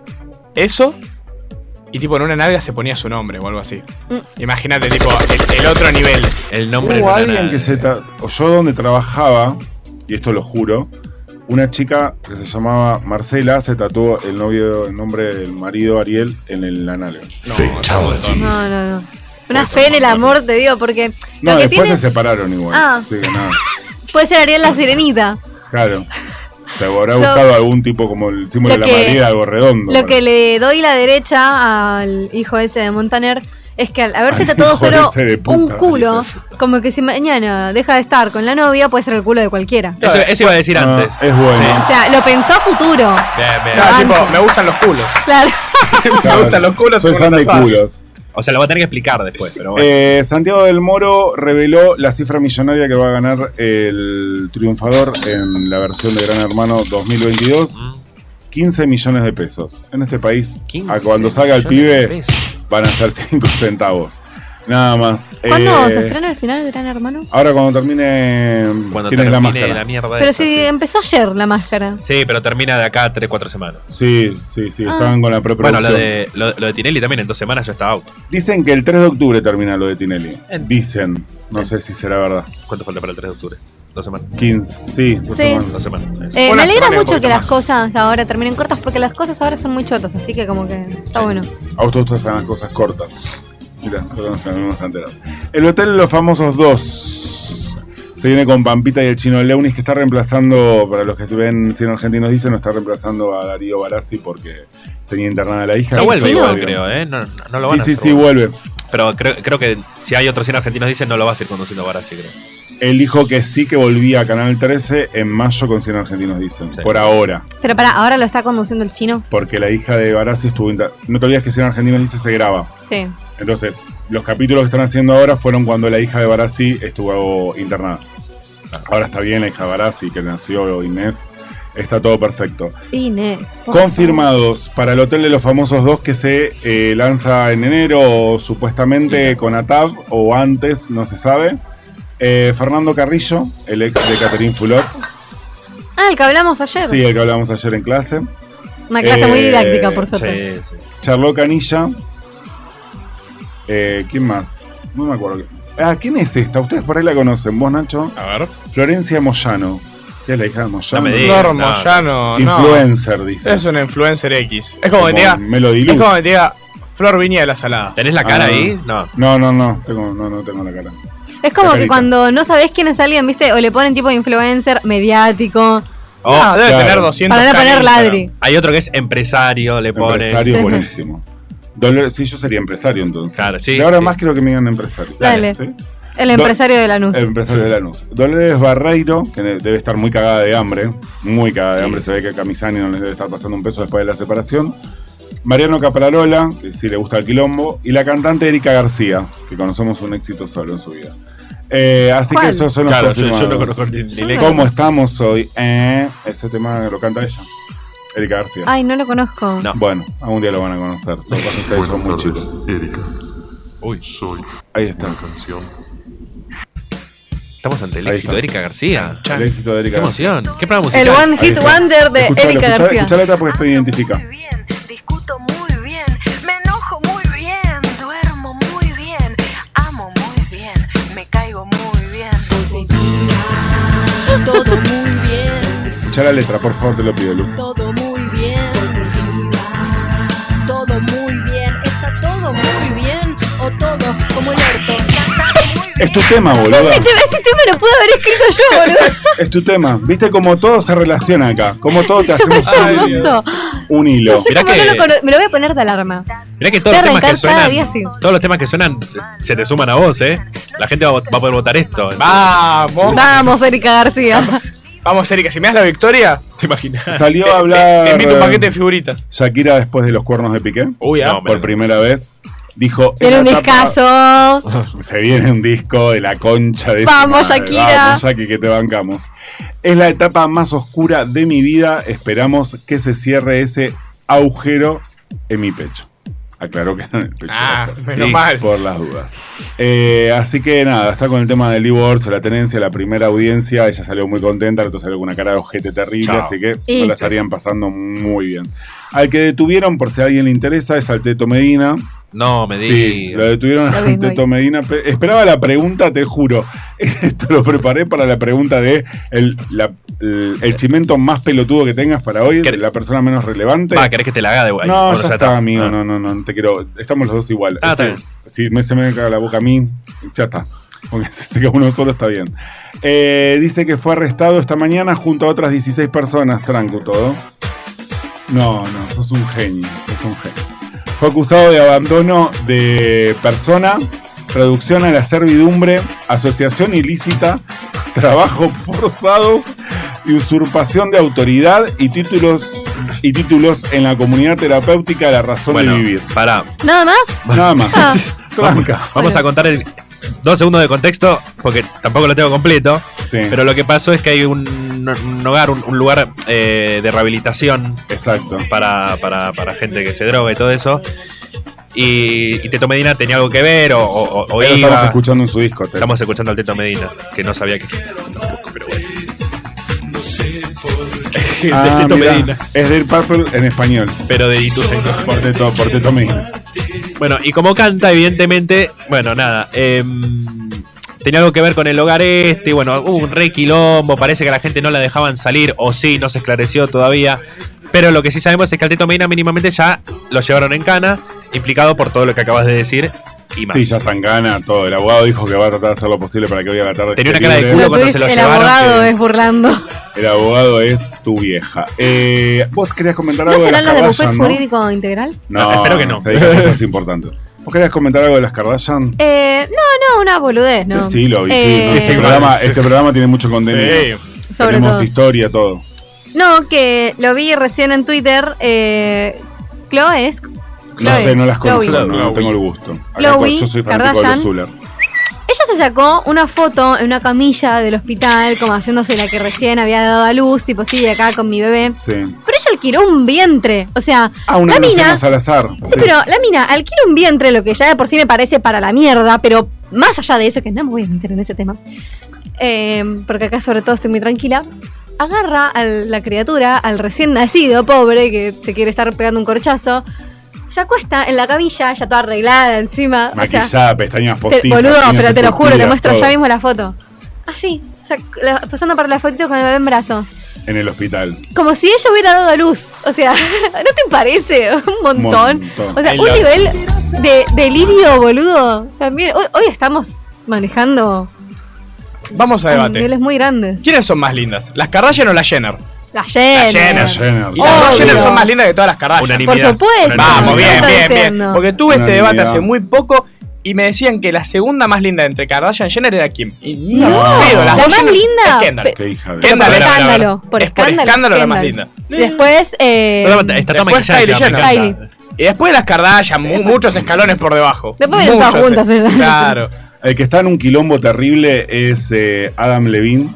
F: eso y tipo en una nalga se ponía su nombre o algo así.
D: Mm.
F: Imagínate, tipo, el, el otro nivel.
B: El nombre
C: Hubo
B: no era
C: alguien
B: nada.
C: que se ta- o Yo donde trabajaba, y esto lo juro, una chica que se llamaba Marcela se tatuó el novio, el nombre del marido Ariel en el anal.
F: No,
D: No, no, no. Una fe en el amor, te digo, porque
C: No,
D: lo que
C: después
D: tiene
C: se separaron igual.
D: Ah.
C: Así que nada.
D: puede ser Ariel la Sirenita.
C: Claro. Se habrá
D: Yo-
C: buscado algún tipo como el símbolo de
D: Lo
C: la
D: que-
C: María, algo redondo.
D: Lo
C: para-
D: que le doy la derecha al hijo ese de Montaner es que al haberse
C: Al
D: tatuado
C: hijo
D: solo
C: ese de puta,
D: un culo,
C: dice eso.
D: como que si mañana deja de estar con la novia, puede ser el culo de cualquiera.
B: Eso, eso iba a decir
C: Ah,
B: antes.
C: Es bueno.
D: O sea, lo pensó a futuro.
B: Bien, bien.
F: Claro, tipo, me gustan los culos.
D: Claro.
C: Claro.
F: me gustan los culos.
C: Soy
F: como
C: fan
F: una
C: de
F: tatuada.
C: culos.
B: O sea, lo voy a tener que explicar después, pero bueno.
C: Eh, Santiago del Moro reveló la cifra millonaria que va a ganar el triunfador en la versión de Gran Hermano 2022.
B: Mm.
C: 15 millones de pesos. En este país,
B: 15
C: a cuando salga el
B: millones de
C: pibe,
B: pesos.
C: van a ser 5 centavos. Nada más.
D: ¿Cuándo
C: Eh,
D: se estrena el final del Gran Hermano?
C: Ahora cuando termine.
B: Cuando
C: tienes
B: termine
C: la
B: la,
C: máscara.
B: mierda
D: Pero em-
B: esa,
D: si empezó ayer la máscara.
B: sí. Sí, pero termina de acá 3-4 semanas.
C: Sí, sí, sí.
D: Ah.
C: Estaban con la
B: Bueno,
C: preproducción.
B: lo de, lo, lo de Tinelli también en dos semanas ya está out.
C: Dicen que el 3 de octubre termina lo de Tinelli.
B: En-
C: Dicen. No sé si será verdad.
B: ¿Cuánto falta para el 3 de octubre? Dos semanas.
C: 15. Sí, dos
D: Sí.
C: semanas.
B: Dos semanas.
D: Eh, me
C: Una
D: alegra
C: semana y un
D: mucho que
C: poquito
D: las
C: más.
D: cosas ahora terminen cortas porque las cosas ahora son muy chotas, así que como que está bueno.
C: A vos te gustan las cosas cortas. Mirá, perdón, que no nos enteramos. El Hotel de los Famosos 2. Se viene con Pampita y el chino Leunis, que está reemplazando, para los que ven siendo argentinos dicen, no está reemplazando a Darío Barassi porque tenía internada a la hija.
B: No
D: ¿El
B: vuelve
D: chino?
B: igual, creo, ¿eh? No, no- no lo van
C: Sí,
B: a
C: sí,
B: hacer
C: sí,
B: volver.
C: vuelve.
B: Pero creo, creo que si hay otros 100 argentinos dicen no lo va a seguir conduciendo Barassi, creo.
C: Él dijo que sí que volvía a Canal 13 en mayo con 100 argentinos dicen.
B: Sí.
C: Por ahora.
D: Pero para, ahora lo está conduciendo el chino.
C: Porque la hija de Barassi estuvo. inter- No te olvides que 100 argentinos dice se graba.
D: Sí.
C: Entonces, los capítulos que están haciendo ahora fueron cuando la hija de Barassi estuvo internada. Ahora está bien la hija de Barassi, que nació Inés. Está todo perfecto.
D: Inés. por
C: Confirmados para el Hotel de los Famosos 2 que se eh, lanza en enero, supuestamente con ATAV o antes, no se sabe. Eh, Fernando Carrillo, el ex de Catherine Fulop.
D: favor. Ah, el que hablamos ayer.
C: Sí, el que hablábamos ayer en clase.
D: Una clase muy
C: Eh,
D: didáctica, por
B: Sí,
D: suerte.
B: sí.
C: Charló Canilla. Eh, ¿Quién más? No me acuerdo. Ah, ¿quién es esta? Ustedes por ahí la conocen. ¿Vos, Nacho?
B: A ver.
C: Florencia Moyano. ¿Qué es la hija de Moyano?
B: No me digas.
F: No, Moyano, no.
C: Influencer, dice.
F: Es un influencer X. Es como que te diga,
C: Me lo
F: es como
C: diluyo.
F: que te diga Flor Viña de la Salada.
B: ¿Tenés la cara
C: Ah.
B: ahí? No.
C: No, no, no. Tengo, no, no tengo la cara.
D: Es como que
C: Carita.
D: cuando no sabés quién es alguien, ¿viste? O le ponen tipo de influencer, mediático,
B: Oh,
F: ah, debe
C: claro.
F: tener 200
D: para no
F: K en
D: poner
F: Instagram.
D: ladri.
B: Hay otro que es empresario, le pone.
C: Empresario buenísimo. Dolores, sí, yo sería empresario entonces.
B: Claro, sí,
C: De ahora
B: sí.
C: más quiero que me digan empresario.
D: Dale.
C: ¿Sí?
D: El
C: Do-
D: empresario de Lanús.
C: Empresario de Lanús. Dolores Barreiro, que debe estar muy cagada de hambre, muy cagada de hambre, se ve que a Camisani no les debe estar pasando un peso después de la separación. Mariano Caprarola, que sí le gusta el quilombo, y la cantante Erika García, que conocemos un éxito solo en su vida. Eh, así
D: ¿Cuál?
C: que esos son los
B: Claro, yo, yo
C: confirmados.
B: no conozco ni, ni le-
C: ¿Cómo estamos hoy? Eh, ese tema lo canta ella, Erika García.
D: Ay, no lo conozco.
B: No.
C: Bueno, algún día lo van a conocer. Lo que pasa es que ustedes son muy chicos.
J: Erika.
B: Uy.
J: Soy
C: Ahí está.
J: una canción.
B: Estamos ante el
C: Ahí
B: éxito
C: está.
B: de Erika García.
C: El éxito de
B: Qué
C: Erika García.
B: emoción. ¿Qué programa musical?
D: El One
C: Ahí
D: Hit
C: está.
D: Wonder
C: Escuchalo,
D: de Erika
C: escuchalo,
D: García. Ah,
C: escuchalo esta porque te identifica.
K: Muy bien, discuto muy bien, me enojo muy bien, duermo muy bien, amo muy bien, me caigo muy bien.
G: Todo muy bien,
C: Escucha la letra, por favor, te lo pido, Lu.
G: todo muy bien. Todo muy bien, está todo muy bien o todo como el orto.
C: Es tu tema, boludo.
D: Este, este tema lo pude haber escrito yo, boludo.
C: Es tu tema. Viste como todo se relaciona acá. Como todo te hacemos
D: hermoso.
C: un hilo.
D: Yo
B: Mirá
D: como no
B: que-
D: lo cono- me lo voy a poner de alarma.
B: Mirá que todos los
D: Voy a
B: temas que
D: arrancar cada
B: suenan.
D: día así.
B: Todos los temas que suenan se te suman a vos, ¿eh? La gente va, a vo- va a poder votar esto.
F: Vamos,
D: Vamos, Erika García.
F: vamos Erika, si me das la victoria,
B: ¿Te imaginas?
C: Salió a
F: te
C: hablar
F: invito un paquete
C: eh,
F: de figuritas.
C: Shakira después de los cuernos de Piqué.
F: Uy, ah.
B: No,
C: Por primera vez. Dijo.
D: Tiene un
C: "En la etapa-
D: discazo.
C: Se viene un disco de la concha de su
D: Vamos,
C: madre.
D: Shakira.
C: Vamos, Shakira, que te bancamos. Es la etapa más oscura de mi vida. Esperamos que se cierre ese agujero en mi pecho. Aclaró que en el pecho.
F: Ah, menos
B: Sí,
F: mal.
C: Por las dudas. Eh, así que nada, está con el tema del divorcio, la tenencia, la primera audiencia. Ella salió muy contenta, entonces salió con una cara de ojete terrible,
B: Chao.
C: así que
D: Y-
C: no la estarían pasando muy bien. Al que detuvieron, por si a alguien le interesa, es al Teto Medina.
B: No, me
C: Sí,
B: di.
C: lo detuvieron
D: Lo
C: a
D: mismo
C: Teto
D: ahí.
C: Medina. Pe- Esperaba la pregunta, te juro. Esto lo preparé para la pregunta de el, la- el- el chimento más pelotudo que tengas para hoy,
B: ¿Querés-
C: la persona menos relevante.
B: Va, ¿querés que te la haga de vuelta?
C: No,
B: Bueno,
C: ya está, amigo. No, no, no, no te quiero. Estamos los dos igual.
B: Ah, está
C: Este, Si me, se me cae la boca a mí, ya está. Porque si se queda uno solo está bien. Eh, dice que fue arrestado esta mañana junto a otras 16 personas. Tranco todo. No, no, sos un genio. Sos un genio. Fue acusado de abandono de persona, reducción a la servidumbre, asociación ilícita, trabajo forzados y usurpación de autoridad y títulos y títulos en la comunidad terapéutica La razón
B: Bueno,
C: de vivir.
B: pará.
D: Nada más.
C: Nada más. Tranca.
B: Vamos
D: Bueno.
B: a contar en dos segundos de contexto, porque tampoco lo tengo completo.
C: Sí,
B: Pero lo que pasó es que hay un, un hogar, un, un lugar eh, de rehabilitación
C: exacto.
B: para, para, para gente que se droga y todo eso. y, y Teto Medina tenía algo que ver o, o- o- o
C: Pero
B: iba.
C: estamos escuchando en su disco. Ted.
B: Estamos escuchando al Teto Medina, que no sabía que
C: Ah,
B: Teto
C: mirá,
B: Medina.
C: Es del Purple en español.
B: pero de Ituzaingó.
C: Por Teto, por Teto Medina.
B: Bueno, y como canta, evidentemente, bueno, nada, em, tenía algo que ver con el hogar este, y bueno, hubo un re quilombo, parece que a la gente no la dejaban salir, o sí, no se esclareció todavía, pero lo que sí sabemos es que al Teto Medina mínimamente ya lo llevaron en cana, implicado por todo lo que acabas de decir, y más.
C: Sí, ya están gana, todo. El abogado dijo que va a tratar de hacer lo posible para que hoy a la tarde.
B: Tenía
C: esté
B: una cara de
C: libre.
B: culo
D: Lo
B: cuando
D: tuviste-
B: se lo
D: el
B: llevaron,
D: abogado
B: que-
D: es burlando.
C: El abogado es tu vieja. Eh, ¿Vos querías comentar
D: ¿No
C: algo de las
D: serán los de
C: Kardashian?
D: Buffet
C: no?
D: Jurídico Integral?
C: No,
B: No, espero que no.
C: Se dijo cosas importantes. ¿Vos querías comentar algo de las Kardashian?
D: Eh, no, no, una boludez, ¿no?
C: Sí, lo vi.
D: Eh,
C: sí. Este,
B: Ese
C: programa,
B: igual.
C: este programa tiene mucho contenido.
D: sobre
C: Tenemos
D: todo.
C: historia, todo.
D: No, que lo vi recién en Twitter. Eh, Chloe es.
C: No
D: Chloe,
C: sé, no las
D: Chloe.
C: conozco, no, no
E: Chloe.
C: tengo el gusto. Acá,
D: Chloe
C: yo soy fanático de los
D: Kardashian.
C: Zuller.
D: Ella se sacó una foto en una camilla del hospital, como haciéndose la que recién había dado a luz, tipo, sí, acá con mi bebé.
C: Sí.
D: Pero ella alquiló un vientre. O sea,
C: Ah, una
D: la mina.
C: mina al azar.
D: Sí, pero la mina alquila un vientre, lo que ya de por sí me parece para la mierda, pero más allá de eso, que no me voy a meter en ese tema, eh, porque acá sobre todo estoy muy tranquila, agarra a la criatura, al recién nacido, pobre, que se quiere estar pegando un corchazo, se acuesta en la camilla, ya toda arreglada encima, o sea,
C: Maquillada, pestañas
D: te-
C: postizas.
D: boludo,
C: uñas
D: pero te lo juro, te
C: esculpidas,
D: muestro
C: todo.
D: ya mismo la foto. Así, sac- la- pasando para la fotito con el bebé en brazos.
C: En el hospital.
D: Como si ella hubiera dado a luz. O sea, ¿no te parece un montón?
C: Montón.
D: O sea,
B: I
D: un
B: love
D: nivel de delirio, boludo. También, hoy, hoy estamos manejando
F: Vamos a
D: a
F: debate.
D: niveles muy grandes.
F: ¿Quiénes son más lindas? ¿Las Kardashian o las Jenner?
D: La Jenner.
C: Jenner, Jenner.
F: Y las dos
D: Obvio.
F: Jenner son más lindas que todas las Kardashian.
B: Unanimidad.
D: Por supuesto.
F: Vamos,
D: ¿qué
F: bien,
D: estás
F: bien, bien.
D: diciendo?
F: Porque tuve este
C: Unanimidad.
F: debate hace muy poco y me decían que la segunda más linda entre Kardashian y Jenner era Kim. Y ni
D: No,
F: en
D: la
F: pedo, las dos
D: más
F: Jenner-
D: linda,
F: es Kendall.
C: Qué hija de.
F: ¿Qué?
D: Por
F: Kendall era-
D: escándalo. Por
F: Es por
D: escándalo.
F: escándalo la más
D: Kendall.
F: linda.
D: Después. eh,
B: Está
F: Después Kylie Jenner.
D: Kylie.
F: Y después las Kardashian, mu- muchos escalones por debajo.
D: Después vienen
F: Muchos,
D: todas juntas,
F: eh.
D: ¿verdad?
F: Claro.
C: El que está en un quilombo terrible es eh, Adam Levine.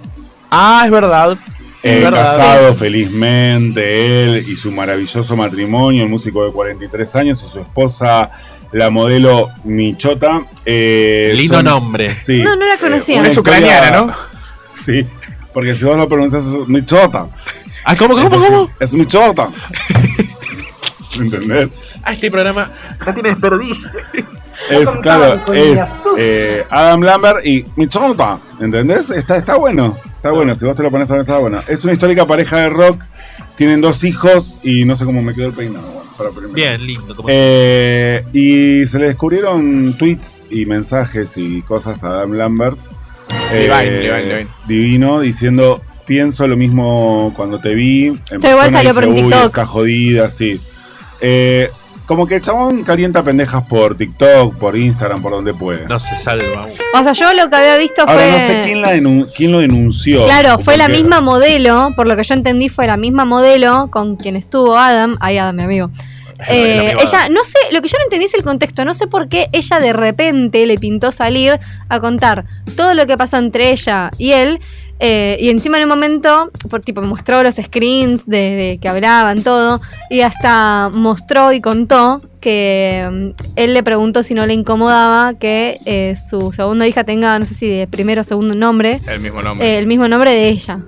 F: Ah, es verdad. Es
C: Eh,
F: verdad.
C: casado felizmente, él y su maravilloso matrimonio, el músico de 43 años y su esposa, la modelo Michota. eh,
B: Lindo
C: son-
B: nombre.
C: Sí,
D: No, no la
C: eh,
D: conocía.
C: una
F: Es
C: historia-
F: ucraniana, ¿no?
C: Sí, porque si vos lo pronuncias es Michota.
B: Ah, ¿cómo, cómo,
C: es,
B: cómo?
C: Es Michota. ¿Entendés?
B: Ah, este programa no tiene desperdicio.
C: Es, claro, es eh, Adam Lambert y Michonta, ¿entendés? Está, está bueno, está bueno, si vos te lo pones a ver, está bueno. Es una histórica pareja de rock, tienen dos hijos y no sé cómo me quedó el peinado. Bueno, para primero.
B: Bien, lindo. como
C: Eh, y se le descubrieron tweets y mensajes y cosas a Adam Lambert. eh,
F: Divine, divine, divine.
C: Divino, diciendo, pienso lo mismo cuando te vi. en persona",
D: salió por un
C: "Uy,
D: TikTok".
C: Está jodida, sí. Eh, como que el chabón calienta pendejas por TikTok, por Instagram, por donde puede.
B: No se
F: Eh,
B: salva.
D: O sea, yo lo que había visto
C: Ahora
D: fue.
C: no sé quién, la denun- quién lo denunció.
D: Claro, fue la
C: Porque-
D: misma modelo, por lo que yo entendí fue la misma modelo con quien estuvo Adam, ay Adam, mi amigo. Eh,
B: amigo
D: ella, no sé, lo que yo no entendí es el contexto, no sé por qué ella de repente le pintó salir a contar todo lo que pasó entre ella y él, eh, y encima en un momento, por tipo, mostró los screens de, de que hablaban, todo, y hasta mostró y contó que mm, él le preguntó si no le incomodaba que eh, su segunda hija tenga, no sé si de primero o segundo nombre,
F: El mismo nombre.
D: eh, el mismo nombre de ella.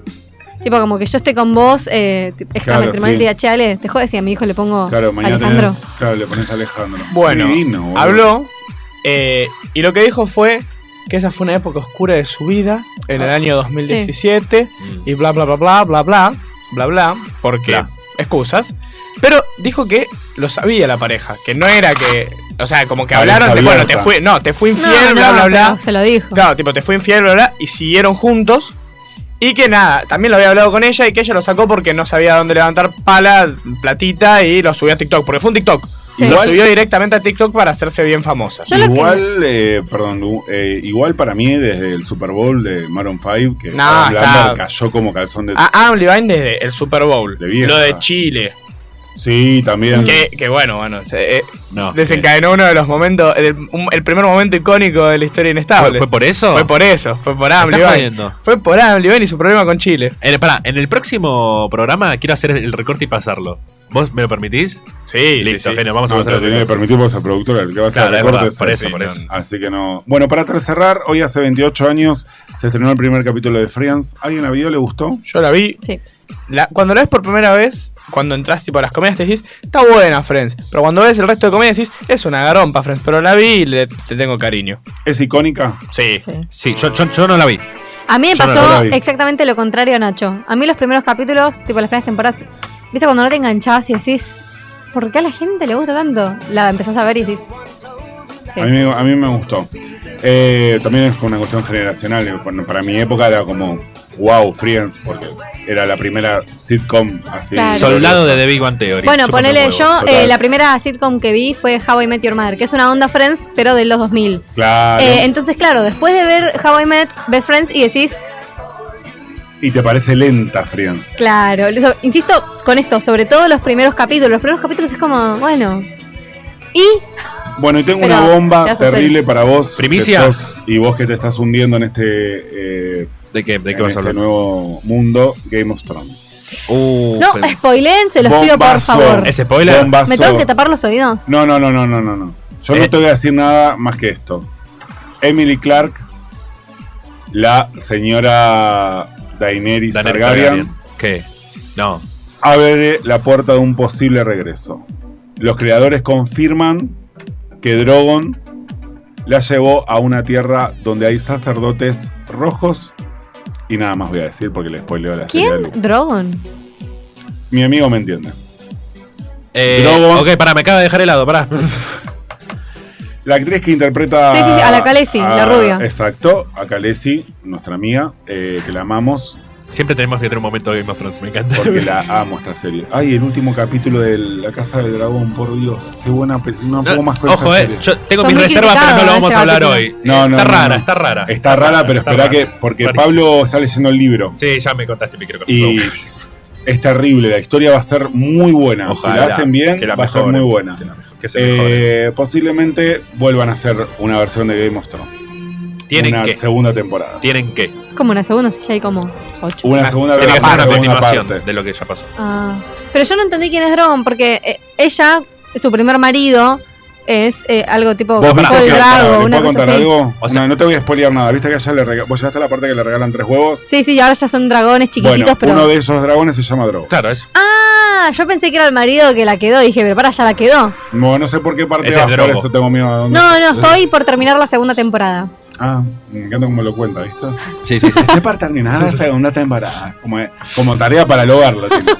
D: Tipo, como que yo esté con vos, eh, ti- extramatrimonial,
C: sí.
D: te diga, che, Ale, te jodes y a mi hijo le pongo
C: Claro, mañana
D: Oh, Alejandro.
C: tenés- claro, le pones Alejandro.
F: Bueno,
C: Divino, boludo.
F: habló eh, y lo que dijo fue que esa fue una época oscura de su vida en el año 2017 y bla bla bla bla bla bla bla bla porque
B: Bla.
F: excusas. Pero dijo que lo sabía la pareja, que no era que, o sea, como que
C: Pareja
F: hablaron de bueno te
C: abierta.
F: fui, no te fui infiel bla bla
D: pero
F: bla.
D: Se lo dijo.
F: Claro, tipo, te fue infiel, bla, bla, y siguieron juntos. Y que nada, también lo había hablado con ella y que ella lo sacó porque no sabía dónde levantar pala, platita y lo subió a TikTok, porque fue un TikTok.
D: Sí.
F: Y lo
C: Igual-
F: subió directamente a TikTok para hacerse bien famosa.
D: Yo lo que-
C: igual, eh, perdón, Lu, eh, igual para mí desde el Super Bowl de Maroon 5, que
F: No,
C: Adam
F: está-
B: Ah.
C: Lambert cayó como calzón de...
F: A Adam Levine desde el Super Bowl,
C: De vieja.
F: lo de Chile,
C: Sí, también.
B: Mm.
F: Que, que bueno, bueno, se- eh,
B: No,
F: desencadenó uno de los momentos, el, un- el primer momento icónico de la historia
B: ¿Fue,
F: inestable.
B: fue por eso?
F: Fue por eso, fue por
B: Me estás
F: Amblivine.
B: jodiendo.
F: Fue por Amblivine y su problema con Chile.
B: En el, Eh, pará, en el próximo programa quiero hacer el recorte y pasarlo. ¿Vos me lo permitís?
F: Sí,
B: Listo, genio, vamos a
C: No, te lo
B: pasar
C: tenía que
B: el
C: permitir porque es el productor el que va a hacer
B: Claro,
C: el
B: es
C: recorte,
B: verdad, por
C: sí,
B: eso,
C: sí,
B: por
C: no,
B: eso.
C: Así que no. Bueno, para cerrar, hoy hace 28 años se estrenó el primer capítulo de Friends. ¿Alguien la vio? ¿Le gustó?
F: Yo la vi.
D: Sí.
F: La- cuando la ves por primera vez, cuando entras tipo a las comedias, te decís, está buena Friends. Pero cuando ves el resto de comedias, decís, es una garompa Friends. Pero la vi y le, le tengo cariño.
C: ¿Es icónica?
B: Sí,
D: Sí.
B: sí, yo, yo- yo no la vi.
D: A mí me
B: Yo no
D: pasó
C: la vi.
D: exactamente lo contrario a Nacho. A mí los primeros capítulos, tipo las primeras temporadas, viste cuando no te enganchás y decís, ¿por qué a la gente le gusta tanto? La empezás a ver y decís. Sí.
C: A, mí, me- a mí me gustó. Eh, también es una cuestión generacional. eh, bueno, para mi época era como, wow, Friends, porque era la primera sitcom así.
D: Claro.
B: Soldado de The Big One Theory.
D: Bueno,
B: Chúpame
D: ponele
B: un huevo.
D: yo,
C: total.
D: eh, la primera sitcom que vi fue How I Met Your Mother, que es una onda Friends, pero de los 2000.
C: Claro.
D: Eh, entonces, claro, después de ver How I Met Best Friends y decís,
C: y te parece lenta Friends.
D: claro, lo- insisto con esto, sobre todo los primeros capítulos. Los primeros capítulos es como, bueno. Y
C: Bueno, y tengo
D: Pero
C: una
D: te
C: bomba
D: haces
C: terrible para vos. que
B: Primicia.
C: sos- y vos que te estás hundiendo en este, eh,
B: ¿De qué, de qué
C: en
B: vas a
C: este
B: hablar?
C: nuevo mundo, Game of Thrones.
B: Uh,
D: no,
B: pero-
D: spoileen, se los pido por
C: Bombazo.
D: favor.
B: ¿Es spoiler?
C: Bombazo.
D: ¿Me tengo que tapar los oídos?
C: No, no, no, no, no, no, no. Yo
B: Eh.
C: no te voy a decir nada más que esto. Emily Clark, la señora
B: Daenerys
C: Daenerys Targaryen,
B: Targaryen. ¿Qué? No.
C: abre la puerta de un posible regreso. Los creadores confirman que Drogon la llevó a una tierra donde hay sacerdotes rojos y nada más voy a decir porque le spoileo la serie de
D: ¿Quién?
C: Luke.
D: Drogon.
C: Mi amigo me entiende.
B: Eh,
C: Drogon.
B: Ok, pará, me acaba de dejar helado, pará.
C: La actriz que interpreta.
D: Sí, sí, sí, a la Khaleesi, la rubia.
C: Exacto, a Khaleesi, nuestra mía, eh, que la amamos
B: Siempre tenemos que tener un momento de Game of Thrones, me encanta.
C: porque la amo esta serie. Ay, el último capítulo de La Casa del Dragón, por Dios. Qué buena película. No
B: No,
C: puedo más con
B: ojo,
C: esta
B: eh,
C: serie.
B: yo tengo
D: Fue
B: mis
D: muy eh,
B: reservas, pero no
D: criticado
B: lo vamos
D: ese
B: a hablar
D: capítulo.
B: hoy.
C: No, no,
B: está
C: no,
B: rara,
C: no.
B: está rara.
C: Está rara, pero
B: está
C: espera
B: rara.
C: que. Porque
B: Rarísimo.
C: Pablo está leyendo el libro.
B: Sí, ya me contaste, me creo que
C: Y
B: no.
C: es terrible. La historia va a ser muy buena. si
B: Ojalá,
C: la hacen bien,
B: que la
C: va a ser
B: mejoren,
C: muy buena.
B: que la mejor- que se mejore.
C: Eh, posiblemente vuelvan a hacer una versión de Game of Thrones.
B: Tienen
C: una
B: que.
C: segunda temporada.
B: Tienen que.
D: Como una segunda, si ya hay como ocho.
C: Una segunda
B: Tiene que ser
C: temporada.
B: una continuación
C: parte.
B: de lo que ya pasó.
D: Ah, pero yo no entendí quién es Drogon, porque eh, ella, su primer marido, es eh, algo tipo
C: ¿Vos
D: Coco
C: viste
D: el
C: que-
D: Drago,
C: ¿le
D: una
C: puedo
D: cosa
C: contar
D: así.
C: algo?
B: O sea-
C: no, no te voy a spoilear nada. ¿Viste que allá le regalan, vos llegaste a la parte que le regalan tres huevos?
D: Sí, sí, y ahora ya son dragones chiquititos,
C: bueno,
D: pero.
C: uno de esos dragones se llama Drogo.
B: Claro, es.
D: Ah, yo pensé que era el marido que la quedó. Dije, pero para, ya la quedó.
C: No, no sé por qué parte
B: Ese
C: vas,
B: es
C: por
B: Drogo.
C: eso tengo miedo. ¿A dónde?
D: No, no, estoy por terminar la segunda temporada.
C: Ah, me encanta cómo lo cuenta, ¿viste?
B: Sí, sí, sí.
C: Estoy para terminar la segunda temporada. ah, Como, como tarea para lograrlo, tiene.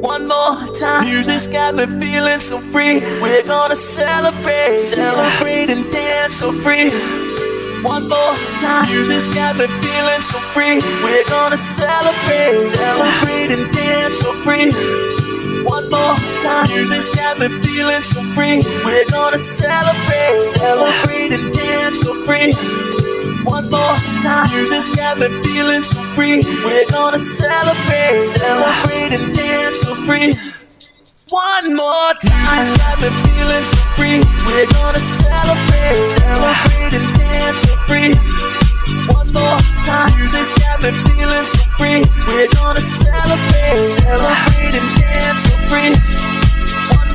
G: One more time. Music's got me feeling so free. We're gonna celebrate. Celebrate and dance so free. One more time. Music's got me feeling so free. We're gonna celebrate. Celebrate and dance so free. One more time. Music's got me feeling so free. We're gonna celebrate. Celebrate and dance so free one more time. You just got me feeling so free. We're gonna celebrate, celebrate and dance so free. One more time. You just got me feeling so free. We're gonna celebrate, celebrate and dance so free. One more time. You just got me feeling so free. We're gonna celebrate, celebrate and dance so free one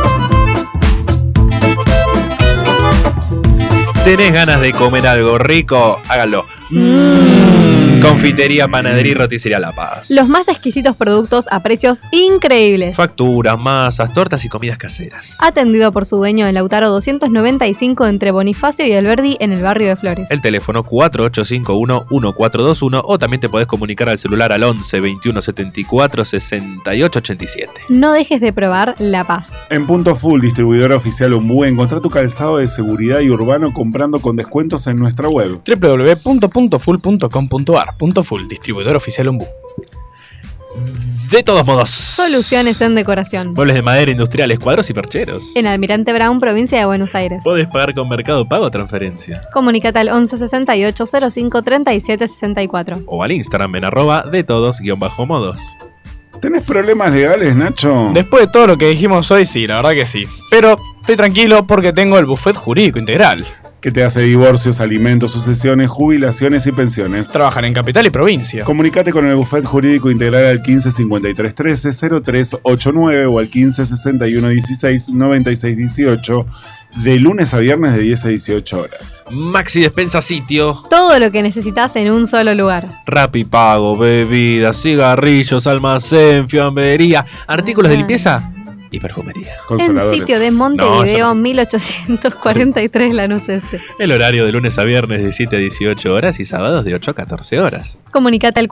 B: Mm. ¿Tenés ganas de comer algo rico? Háganlo. Confitería, panadería y roticería La Paz.
D: Mm. Los más exquisitos productos a precios increíbles.
B: Facturas, masas, tortas y comidas caseras.
D: Atendido por su dueño en Lautaro 295 entre Bonifacio y Alberdi en el barrio de Flores.
B: El teléfono 4851-1421 o también te podés comunicar al celular al 11 21 74 68 87.
D: No dejes de probar La Paz.
C: En Punto Full, distribuidora oficial Ombú, encontrá tu calzado de seguridad y urbano comprando con descuentos en nuestra web.
F: www.puntofull.com.ar Punto Full, distribuidor oficial Ombu.
B: De todos modos.
D: Soluciones en decoración.
B: Muebles de madera industriales, cuadros y percheros.
D: En Almirante Brown, provincia de Buenos Aires.
B: Podés pagar con Mercado Pago o transferencia.
D: Comunicate al 11 68 05 37 64.
B: O al Instagram en arroba de todos guión bajo modos.
C: ¿Tenés problemas legales, Nacho?
F: Después de todo lo que dijimos hoy, sí, la verdad que sí. Pero estoy tranquilo porque tengo el buffet jurídico integral.
C: que te hace divorcios, alimentos, sucesiones, jubilaciones y pensiones.
F: Trabajan en capital y provincia.
C: Comunicate con el Buffet Jurídico Integral al 15 53 13 0389 o al 15 61 16 96 18 de lunes a viernes de 10 a 18 horas.
B: Maxi Despensa Sitio.
D: Todo lo que necesitas en un solo lugar.
B: Rappi Pago, bebidas, cigarrillos, almacén, fiambrería, artículos de
D: Ay.
B: limpieza y perfumería.
D: En
C: Consoladores.
D: sitio de Montevideo, 1843 Lanús Este.
B: El horario de lunes a viernes de 7 a 18 horas y sábados de 8 a 14 horas.
D: Comunicate al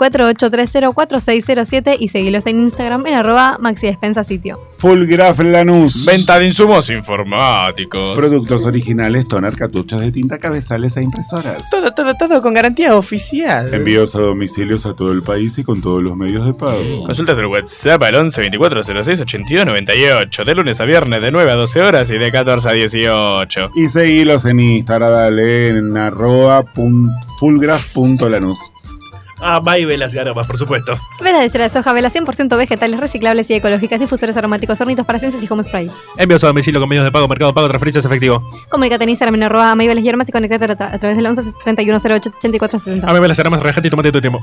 D: 48304607 y seguilos en Instagram en arroba maxidespensasitio.
C: Full Graph Lanús.
F: Venta de insumos informáticos.
C: Productos originales, toner, cartuchos de tinta, cabezales e impresoras.
F: todo, todo, todo con garantía oficial.
C: Envíos a domicilios a todo el país y con todos los medios de pago.
F: Consultas el WhatsApp al 11 24 06 82 98. De lunes a viernes de 9 a 12 horas y de 14 a 18.
C: Y seguilos en Instagram, dale, en arroba pun- fullgraph.lanús.
B: Ah, Maive las aromas, por supuesto.
D: Velas de cera de soja, velas 100% vegetales reciclables y ecológicas, difusores aromáticos, hornitos para ciencias y home spray.
B: Envíos a domicilio con medios de pago, mercado pago, transferencias efectivo.
D: Comunicate en Instagram en arroba mayvelas y armas y conectate a, tra- a través del 11 31 08 84 70.
B: A Maive las aromas, relajate y tomate tu tiempo.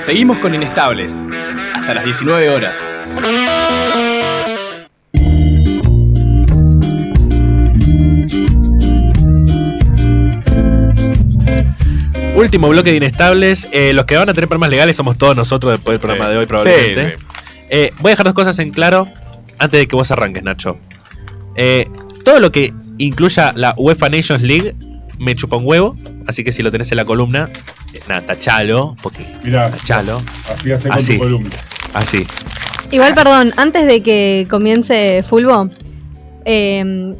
F: Seguimos con Inestables. Hasta las 19 horas.
B: Último bloque de inestables. Eh, los que van a tener problemas legales somos todos nosotros después del programa
F: Sí.
B: de hoy, probablemente. Eh, voy a dejar dos cosas en claro antes de que vos arranques, Nacho. Eh, todo lo que incluya la UEFA Nations League me chupa un huevo. Así que si lo tenés en la columna, eh, nada, tachalo. Porque
C: Mirá,
B: tachalo.
C: así hace con
B: Así.
C: tu columna.
B: Así.
D: Igual, perdón, antes de que comience Fulbo, eh,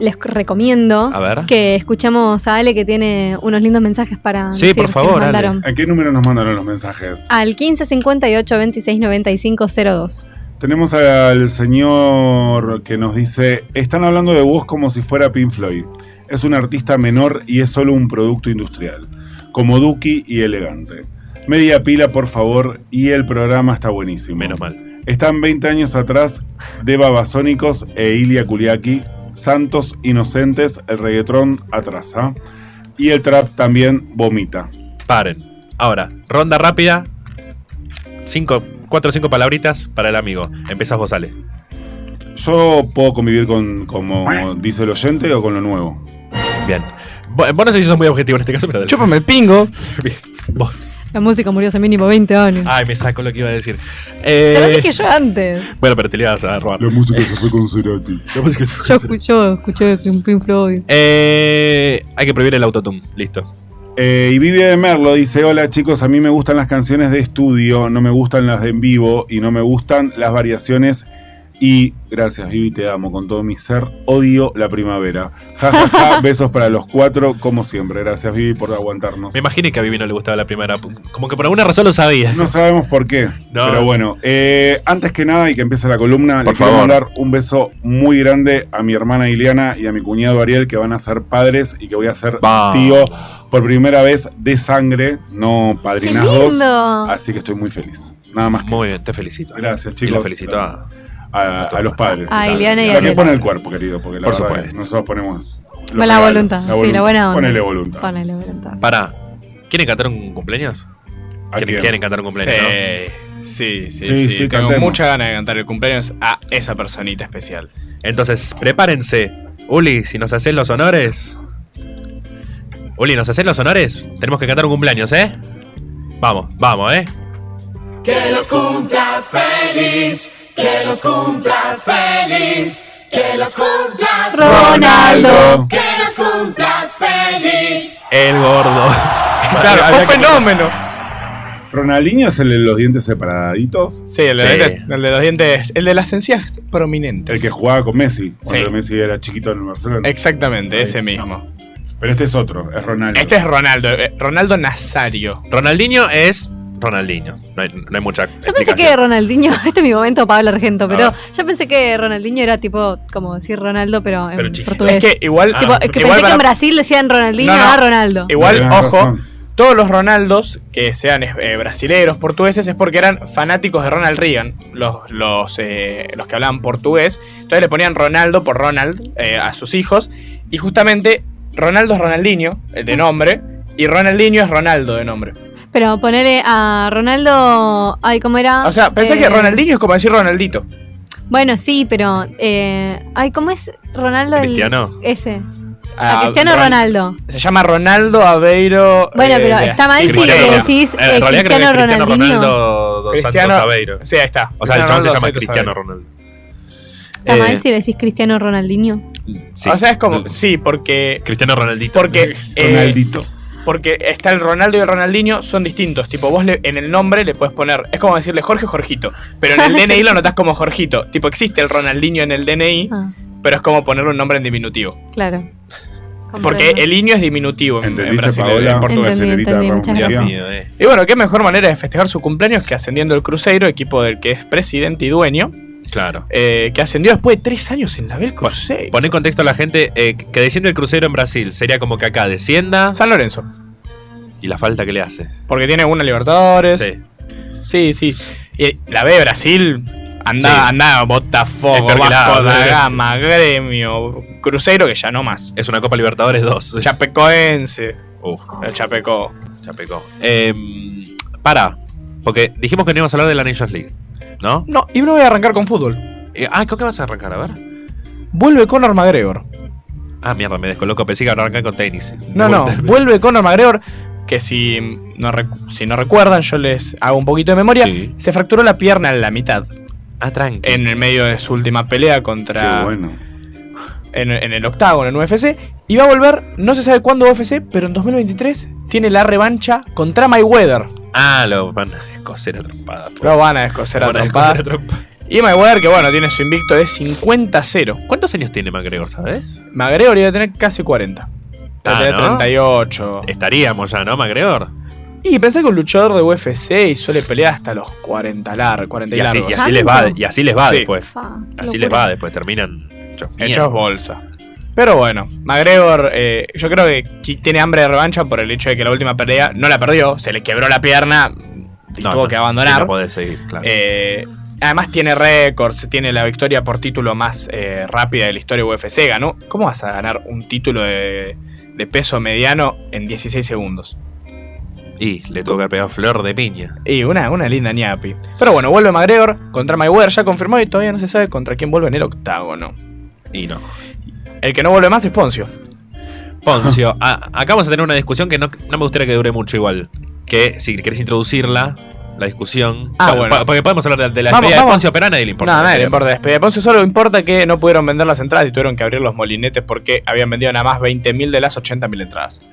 D: les recomiendo
B: A ver.
D: que escuchemos a Ale que tiene unos lindos mensajes para
B: Sí, por
D: que nos
B: favor, Ale.
D: mandaron.
C: ¿A qué número nos mandaron los mensajes?
D: Al 15 58 26 95 02.
C: Tenemos al señor que nos dice, están hablando de vos como si fuera Pink Floyd. Es un artista menor y es solo un producto industrial, como Duki y elegante. Media pila, por favor, y el programa está buenísimo.
B: Menos mal.
C: Están 20 años atrás de Babasónicos e Ilia Kuliaki, Santos Inocentes, el reggaetrón atrasa. Y el trap también vomita.
B: Paren. Ahora, ronda rápida. Cinco, cuatro o cinco palabritas para el amigo. Empezás vos, Ale.
C: Yo puedo convivir con, como dice el oyente, o con lo nuevo.
B: Bien. Vos vos no sé si sos muy objetivo en este caso, pero dale.
F: Chúpame el pingo.
B: Bien. Vos.
D: La música murió hace mínimo 20 años.
B: Ay, me saco lo que iba a decir.
D: Te lo
B: Eh,
D: dije yo antes.
B: Bueno, pero te lo ibas a robar.
C: música se fue con Cerati.
D: Yo escuché, escuché Pink Floyd.
B: Eh, hay que prohibir el autotune. Listo.
C: Eh, y Vivi de Merlo dice: Hola chicos, a mí me gustan las canciones de estudio, no me gustan las de en vivo y no me gustan las variaciones. Y gracias, Vivi, te amo con todo mi ser. Odio la primavera. Ja, ja, ja, besos para los cuatro, como siempre. Gracias, Vivi, por aguantarnos.
B: Me imaginé que a Vivi no le gustaba la primera. Como que por alguna razón lo sabía.
C: No sabemos por qué,
B: No.
C: pero bueno. eh, antes que nada, y que empiece la columna,
B: Por
C: le quiero
B: favor.
C: mandar un beso muy grande a mi hermana Ileana y a mi cuñado Ariel, que van a ser padres y que voy a ser
B: Vamos.
C: tío por primera vez de sangre, no
D: ¡Qué
C: padrinazgos.
D: lindo!
C: Así que estoy muy feliz. Nada más que
B: Muy
C: eso.
B: bien, te felicito. Ale.
C: Gracias,
B: Y
C: chicos.
B: lo felicito Ah, a.
C: a, a los padres.
D: A Ileana y
C: Lo que
D: Ariel.
C: pone el cuerpo, querido, porque la
B: Por
C: verdad,
B: supuesto.
C: nosotros ponemos. los
D: Con la
C: regalos,
D: voluntad, sí, la buena onda.
C: Ponele voluntad.
D: Ponele voluntad.
B: Pará. ¿Quieren cantar un cumpleaños?
C: ¿A
B: ¿Quieren,
C: quién?
B: quieren cantar un cumpleaños?
F: Sí.
B: ¿no?
F: Sí, sí,
C: Sí,
F: sí.
C: sí,
F: Tengo
C: cantemos.
F: mucha ganas de cantar el cumpleaños a esa personita especial.
B: Entonces, prepárense. Uli, si nos haces los honores. Uli, ¿nos haces los honores? Tenemos que cantar un cumpleaños, ¿eh? Vamos, vamos, ¿eh?
H: Que los cumplas feliz, que los cumplas feliz, que los cumplas
D: Ronaldo.
H: que los cumplas feliz.
B: El gordo.
F: Claro,
C: había
F: fue
C: que-
F: fenómeno.
C: Ronaldinho es el de los dientes separaditos.
F: Sí, el,
B: Sí.
F: De, el de los dientes. El de las encías prominentes.
C: El que jugaba con Messi. Cuando
F: Sí.
C: Messi era chiquito en el Barcelona.
F: Exactamente,
C: Ahí.
F: ese mismo.
C: Pero este es otro, es Ronaldo.
F: Este es Ronaldo, eh, Ronaldo Nazario.
B: Ronaldinho es Ronaldinho. No hay, no hay mucha.
D: Yo pensé que
B: explicación.
D: Ronaldinho, este es mi momento Pablo Argento,
B: A
D: pero yo pensé que Ronaldinho era tipo, como decir Ronaldo, pero en
B: Pero chiquito.
D: portugués.
F: Es que igual.
B: Ah.
D: Pues, Tipo, es que
F: igual
D: pensé que
F: para-
D: en Brasil decían Ronaldinho,
F: No, no.
D: ah, Ronaldo.
C: Eh,
F: Igual,
C: Tenés
F: ojo,
C: razón.
F: todos los Ronaldos que sean eh, brasileros, portugueses, es porque eran fanáticos de Ronald Reagan, los, los, eh, los que hablaban portugués. Entonces le ponían Ronaldo por Ronald eh, a sus hijos. Y justamente Ronaldo es Ronaldinho, el de nombre, y Ronaldinho es Ronaldo de nombre.
D: Pero ponele a Ronaldo, ay, ¿cómo era?
F: O sea, pensé
D: Eh,
F: que Ronaldinho es como decir Ronaldito.
D: Bueno, sí, pero, eh, ay, ¿cómo es Ronaldo? el-
B: Cristiano.
D: Ese.
F: Ah,
D: a Cristiano
F: Ron-
D: Ronaldo.
F: Se llama Ronaldo Aveiro.
D: Bueno,
F: eh,
D: pero
F: de-
D: está mal
F: sí,
D: si
F: Cristiano
D: le
F: Ronaldo.
D: decís
B: En
D: eh,
B: realidad creo que es
D: Cristiano
B: Cristiano
D: Ronaldinho.
B: Ronaldo dos
F: Cristiano-
B: Santos Aveiro.
F: Sí, ahí está.
B: O sea, el chabón se
F: Ronaldo
B: llama
F: Santos
B: Cristiano
F: Aveiro.
B: Ronaldo.
D: Está
B: Eh,
D: mal si le decís Cristiano Ronaldinho.
B: sí.
F: O sea, es como. Sí, porque.
B: Cristiano Ronaldito.
F: Porque. eh,
C: Ronaldito.
F: porque está el Ronaldo y el Ronaldinho, son distintos. Tipo, vos le- en el nombre le puedes poner. Es como decirle Jorge Jorgito. Pero en el DNI lo notás como Jorgito. Tipo, existe el Ronaldinho en el DNI,
D: Ah,
F: pero es como ponerle un nombre en diminutivo.
D: claro.
F: Porque
D: Comprendo.
F: el niño es diminutivo en, en
C: ¿Entendiste,
F: Brasil.
C: Paola?
F: en portugués.
D: Entendí,
C: Señorita
D: entendí,
C: Ramón
D: muchas
B: Dios
C: Mejía.
B: mío, eh.
F: Y bueno, qué mejor manera de festejar su cumpleaños que ascendiendo el Cruzeiro, equipo del que es presidente y dueño,
B: Claro.
F: eh, que ascendió después de tres años en la Bel Cruzeiro.
B: Pone en contexto a la gente eh, que desciende el crucero en Brasil. Sería como que acá descienda
F: San Lorenzo,
B: y la falta que le hace.
F: porque tiene una Libertadores.
B: Sí.
F: Sí, sí. Y la B Brasil. Anda,
B: Sí.
F: anda,
B: Es
F: Botafogo,
B: peor que la
F: Vasco
B: A,
F: da
B: ¿verdad?
F: Gama, Gremio, Cruzeiro, que ya no más.
B: Es una Copa Libertadores 2.
F: Chapecoense,
B: Uf,
F: el Chapeco.
B: ya pecó. Em, para, porque dijimos que no íbamos a hablar de la Nations League, ¿no?
F: No, y no voy a arrancar con fútbol.
B: Eh, ah, ¿con qué vas a arrancar? A ver.
F: Vuelve Conor McGregor.
B: Ah, mierda, me descoloco. Pensé que iba a arrancar con tenis.
F: No, no,
B: Vuelta.
F: vuelve Conor McGregor, que si no, recu- si no recuerdan, yo les hago un poquito de memoria.
B: Sí.
F: Se fracturó la pierna en la mitad,
B: Ah, tranqui.
F: en el medio de su última pelea contra.
C: Qué bueno.
F: en, en el octágono en UFC. Y va a volver, no se sabe cuándo UFC, pero en 2023 tiene la revancha contra Mayweather.
B: Ah, lo van a descoser a trompadas. por-
F: Lo van a descoser a
B: Lo van a descoser a
F: trompadas.
B: trompadas.
F: Y Mayweather, que bueno, tiene su invicto de 50-0.
B: ¿Cuántos años tiene McGregor, sabes?
F: McGregor iba a tener casi 40. Va a
B: Ah,
F: tener
B: ¿no?
F: 38.
B: Estaríamos ya, ¿no, McGregor?
F: Y pensé que un luchador de UFC y suele pelear hasta los 40 largos, 40 y
B: Y así,
F: largos.
B: y así les va, y así les va
F: Ah, Sí.
B: después.
D: Fa, qué
B: Así les
D: locura.
B: va después. Terminan hechos mierda.
F: Hechos bolsa. Pero bueno, McGregor, eh, yo creo que qui- tiene hambre de revancha por el hecho de que la última pelea no la perdió, se le quebró la pierna y tuvo que abandonar.
B: No podés seguir, claro.
F: Eh, además tiene récords, tiene la victoria por título más eh, rápida de la historia UFC, ganó. ¿Cómo vas a ganar un título de, de peso mediano en 16 segundos?
B: y le tuvo que haber pegado flor de piña.
F: Y una, una linda ñapi. Pero bueno, vuelve McGregor contra Mayweather, ya confirmó y todavía no se sabe contra quién vuelve en el octágono.
B: Y no.
F: El que no vuelve más es Poncio.
B: Poncio, a- acá vamos a tener una discusión que no, no me gustaría que dure mucho igual. Que si querés introducirla, la discusión.
F: Ah,
B: pa-
F: bueno.
B: pa- porque podemos hablar de, de la
F: Vamos,
B: despedida de
F: vamos.
B: Poncio, pero a nadie le importa.
F: No, a nadie le importa despedir a Poncio, solo importa que no pudieron vender las entradas y tuvieron que abrir los molinetes porque habían vendido nada más 20.000 de las 80.000 entradas.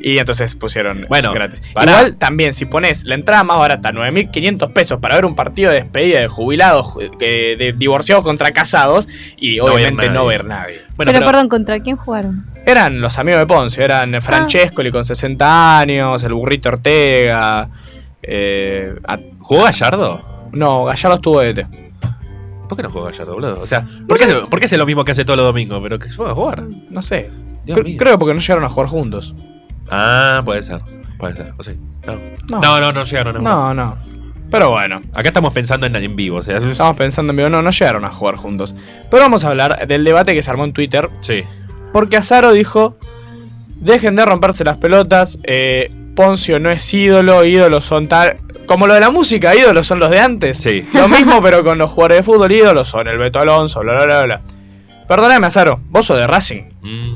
F: y entonces pusieron
B: Bueno,
F: gratis.
B: pará.
F: Igual también, si pones la entrada más barata, 9.500 pesos para ver un partido de despedida de jubilados, ju- eh, de divorciados contra casados, y
B: No
F: obviamente
B: ver nadie.
F: no ver nadie.
B: Bueno,
D: pero,
B: pero,
D: perdón, ¿contra quién jugaron?
F: Eran los amigos de Poncio, eran Francescoli con 60 años, el burrito Ortega. eh, a-
B: ¿jugó Gallardo?
F: no, Gallardo estuvo de DT.
B: ¿Por qué no jugó Gallardo, boludo? O sea, ¿por qué, hace, por qué hace lo mismo que hace todos los domingos? Pero que se pueda jugar.
F: No sé.
B: Dios
F: Cre-
B: mío.
F: creo porque no llegaron a jugar juntos.
B: Ah, puede ser. Puede ser. O sí. No.
F: No.
B: No. no, no, llegaron a
F: No, no. Pero bueno,
B: Acá estamos pensando en, en vivo. O sea, eso es-
F: estamos pensando en vivo. No, no llegaron a jugar juntos. Pero vamos a hablar del debate que se armó en Twitter.
B: Sí.
F: Porque Azaro dijo: Dejen de romperse las pelotas. eh, Poncio no es ídolo, ídolos son tal. Como lo de la música, ídolos son los de antes.
B: Sí.
F: Lo mismo, pero con los jugadores de fútbol, ídolos son el Beto Alonso, bla, bla, bla, bla. Perdóname, Azaro, vos sos de Racing.
B: Mm.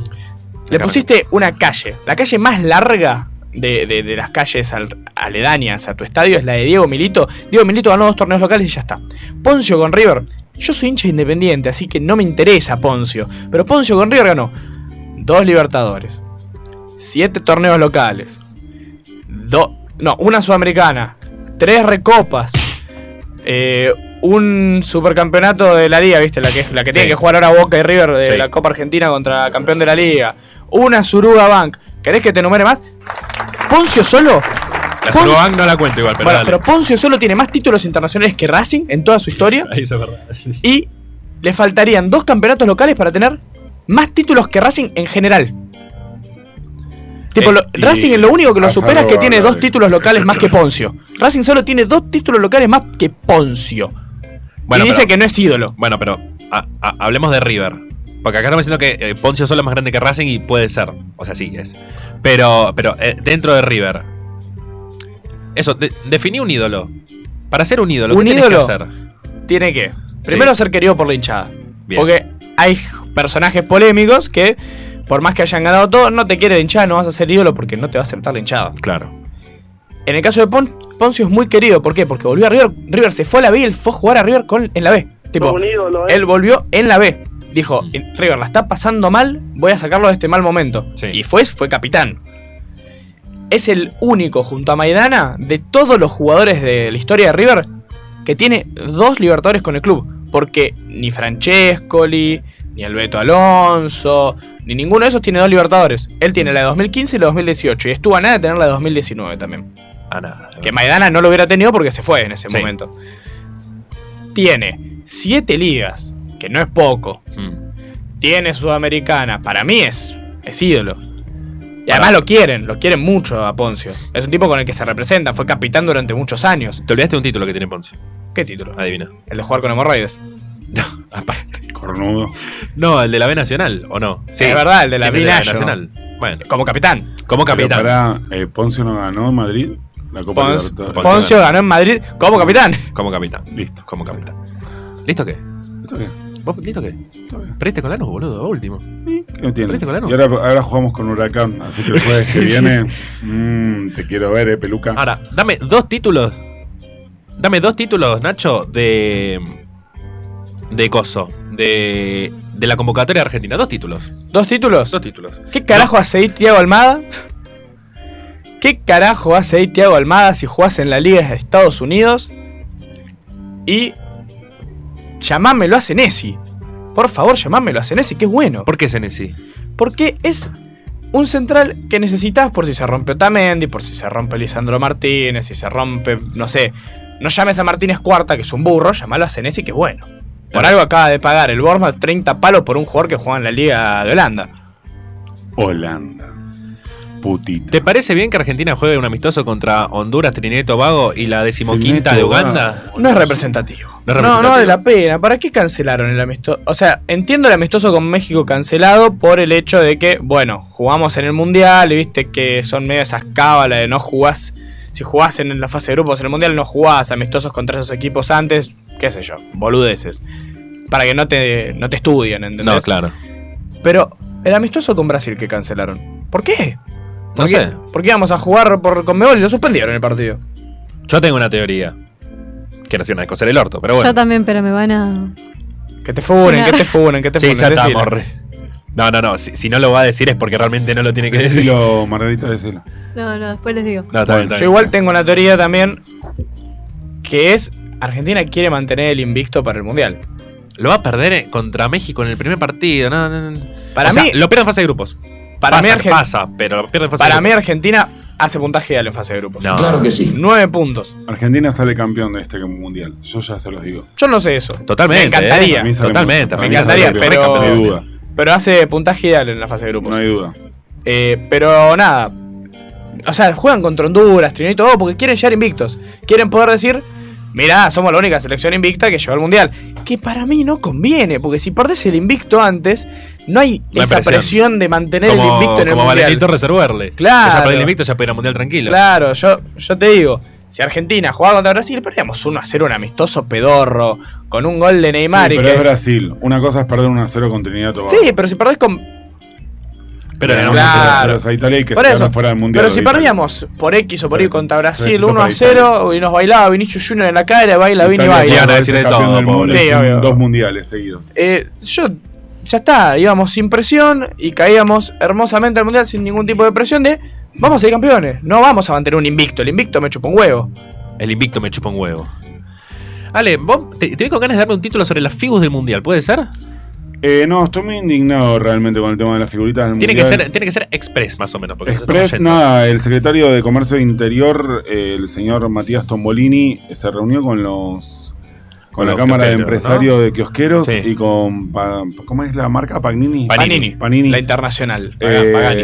F: Le pusiste una calle. La calle más larga de, de- de las calles al- aledañas a tu estadio es la de Diego Milito. Diego Milito ganó dos torneos locales y ya está. Poncio con River. Yo soy hincha independiente, así que no me interesa Poncio. Pero Poncio con River ganó dos Libertadores, siete torneos locales, do- no, una Sudamericana, tres Recopas, eh, un supercampeonato de la Liga, ¿viste? La que, la que tiene
B: Sí.
F: que jugar ahora Boca y River de
B: Sí.
F: la Copa Argentina contra campeón de la Liga, una Suruga Bank. ¿Querés que te numere más? Poncio solo.
B: La
F: Poncio-
B: Sinobank no la cuento igual, pero
F: Bueno,
B: dale.
F: pero Poncio solo tiene más títulos internacionales que Racing en toda su historia.
B: Ahí eso es verdad.
F: Y le faltarían dos campeonatos locales para tener más títulos que Racing en general. Tipo,
B: Eh,
F: lo-
B: y-
F: Racing es lo único que lo
C: Vas a
F: supera es que
C: robar,
F: tiene
C: dale.
F: dos títulos locales más que Poncio. Racing solo tiene dos títulos locales más que Poncio.
B: Bueno,
F: y dice
B: pero-
F: que no es ídolo.
B: Bueno, pero ha- ha- hablemos de River. Porque acá estamos diciendo que eh, Poncio Sola es más grande que Racing y puede ser. O sea, sí es. Pero, pero eh, dentro de River. Eso, de- definí un ídolo. Para ser un ídolo,
F: ¿Un
B: ¿qué tenés
F: ídolo?
B: que hacer?
F: Tiene que, primero, ser querido por la hinchada.
B: Bien.
F: Porque hay personajes polémicos que, por más que hayan ganado todo, no te quiere la hinchada, no vas a ser ídolo porque no te va a aceptar la hinchada.
B: Claro.
F: En el caso de Pon- Poncio es muy querido. ¿Por qué? Porque volvió a River. River se fue a la B y él fue a jugar a River con, en la B. Tipo, él volvió en la B. Dijo, River la está pasando mal, voy a sacarlo de este mal momento.
B: Sí.
F: Y fue, fue capitán. Es el único junto a Maidana de todos los jugadores de la historia de River que tiene dos libertadores con el club. Porque ni Francescoli, ni Alberto Alonso, ni ninguno de esos tiene dos libertadores. Él tiene la de 2015 y la de 2018. Y estuvo a nada de tener la de 2019 también.
B: Ah, nada.
F: Que Maidana no lo hubiera tenido porque se fue en ese
B: Sí.
F: momento. Tiene siete ligas, que no es poco.
B: Mm.
F: Tiene Sudamericana. Para mí es, es ídolo. Y además lo quieren, lo quieren mucho a Poncio. Es un tipo con el que se representa, fue capitán durante muchos años.
B: Te olvidaste de un título que tiene Poncio.
F: ¿Qué título?
B: Adivina.
F: El de jugar con hemorroides.
B: Aparte.
C: Cornudo.
B: No, el de la B Nacional, ¿o no?
F: Es verdad, el de la
B: el
F: B Nacional.
B: Nacional. Bueno,
F: Como capitán.
B: como capitán.
C: Para, eh, Poncio no ganó en Madrid la Copa
F: Pons-
C: Libertadores.
F: Poncio ganó en Madrid como capitán.
B: Como capitán.
C: Listo.
B: Como capitán. ¿Listo qué?
C: ¿Esto qué?
B: ¿Vos listo qué?
C: ¿Esto qué?
B: Perdiste con Lanús, boludo, último.
C: ¿Qué no tiene?
B: Parece colano.
C: Y ahora, ahora jugamos con Huracán, así que el jueves que viene. mm, te quiero ver, eh, peluca.
B: Ahora, dame dos títulos. Dame dos títulos, Nacho, de. De Coso. De. De la convocatoria de Argentina. Dos títulos.
F: ¿Dos títulos?
B: Dos títulos.
F: ¿Qué carajo hace ahí Tiago Almada? ¿Qué carajo hace ahí Tiago Almada si jugás en la Liga de Estados Unidos? Y. Llamámelo a Senesi. Por favor, llamámelo a Senesi, que es bueno.
B: ¿Por qué Senesi?
F: Porque es un central que necesitas por si se rompe Otamendi, por si se rompe Lisandro Martínez, si se rompe, no sé. No llames a Martínez Cuarta, que es un burro, llamalo a Senesi, que es bueno. Por algo acaba de pagar el Bournemouth 30 palos por un jugador que juega en la Liga de Holanda.
C: Holanda. Putita.
B: ¿Te parece bien que Argentina juegue un amistoso contra Honduras, Trinidad y Tobago y la decimoquinta
C: Trinidad y
B: de
C: Tobago.
B: Uganda?
F: No es representativo.
B: No es
F: No, no
B: representativo.
F: vale la pena. ¿Para qué cancelaron el amistoso? O sea, entiendo el amistoso con México cancelado por el hecho de que, bueno, jugamos en el Mundial, y viste que son medio esas cábalas de no jugás. Si jugás en la fase de grupos en el Mundial, no jugás amistosos contra esos equipos antes, qué sé yo, boludeces. Para que no te, no te estudien, ¿entendés?
B: No, claro.
F: Pero el amistoso con Brasil que cancelaron. ¿Por qué?
B: No
F: Porque-
B: sé.
F: Porque íbamos a jugar por Conmebol y lo suspendieron el partido.
B: Yo tengo una teoría. Que no sé, una de coser el orto, pero bueno.
D: Yo también, pero me van a.
F: Que te funen, que
D: Claro.
F: te funen, que te
B: Sí,
F: funen.
B: ya
F: decilo.
B: estamos. re- No, no, no. Si, si no lo va a decir es porque realmente no lo tiene que decir.
C: Decilo, Margarita, decilo.
D: No, no, después les digo.
B: No, está bien, está
F: Yo
B: bien.
F: igual tengo una teoría también que es Argentina quiere mantener el invicto para el mundial.
B: Lo va a perder eh, contra México en el primer partido. No, no, no.
F: Para
B: O sea,
F: mí,
B: lo pierde en fase de grupos.
F: para mí,
B: pasa,
F: Argen-
B: pasa, pero lo pierde en fase
F: para
B: de
F: mí
B: grupos.
F: Argentina hace puntaje ideal en fase de grupos.
B: No.
G: Claro que sí.
F: 9 puntos.
C: Argentina sale campeón de este mundial. Yo ya se los digo.
F: Yo no sé eso,
B: Totalmente.
F: Me encantaría.
B: eh.
C: Para mí sale-
B: Totalmente.
C: para
F: me
C: mí sale
F: encantaría,
C: campeón.
F: pero-
C: No hay duda.
F: pero hace puntaje ideal en la fase de grupos.
C: No hay duda.
F: Eh, pero nada. O sea, juegan contra Honduras, Trinidad y Tobago porque quieren llegar invictos. Quieren poder decir, mirá, somos la única selección invicta que llegó al Mundial. Que para mí no conviene, porque si perdés el invicto antes, No hay
B: No hay
F: esa
B: presión.
F: presión de mantener el
B: Como,
F: invicto en el
B: como
F: mundial.
B: Valentito Reserverle.
F: Claro.
B: Ya perdió el invicto, ya puede ir al mundial tranquilo.
F: Claro, yo, yo te digo, si Argentina jugaba contra Brasil, perdíamos 1 a 0 un amistoso pedorro, con un gol de Neymar
C: Sí,
F: y
C: pero
F: que-
C: es Brasil. Una cosa es perder 1 a 0 con Trinidad y Tobago.
F: Sí, pero si perdés con.
B: Pero
C: Ganamos
B: ganamos
F: Claro.
C: 1 a 0 a Italia y que
F: Por
C: se
F: eso.
C: quedaron fuera del mundial.
F: Pero si
C: de Italia.
F: perdíamos por X o por Y
C: Tres-
F: contra Brasil
C: tresitos
F: 1 a
C: para
F: 0 y nos bailaba Vinicius Junior en la cara, baila, vino y
C: Italia
B: Iban
F: baila.
B: a
C: es
B: decir de
C: campeón
B: todo,
C: del mundo
B: pobre.
F: Sí,
C: en
F: obvio.
C: Dos mundiales seguidos.
F: Eh, yo. Ya está, íbamos sin presión y caíamos hermosamente al mundial sin ningún tipo de presión de. Vamos a ser campeones, no vamos a mantener un invicto. El invicto me chupa un huevo.
B: El invicto me chupa un huevo. Ale, vos te, te ves con ganas de darme un título sobre las figuras del mundial, ¿puede ser?
C: Eh, no, estoy muy indignado realmente con el tema de las figuritas del
B: Tiene que,
C: mundial.
B: ser, tiene que ser express, más o menos. Porque nos
C: Express,
B: estamos yendo.
C: nada, el secretario de Comercio Interior, eh, el señor Matías Tombolini, eh, se reunió con los
B: Con
C: con la
B: los
C: Cámara de
B: kiosqueros,
C: Empresarios de Kiosqueros
B: Sí.
C: y con Pa- ¿cómo es la marca? Pagnini.
B: Panini.
C: Panini.
F: La internacional.
C: Eh,
B: Pagani.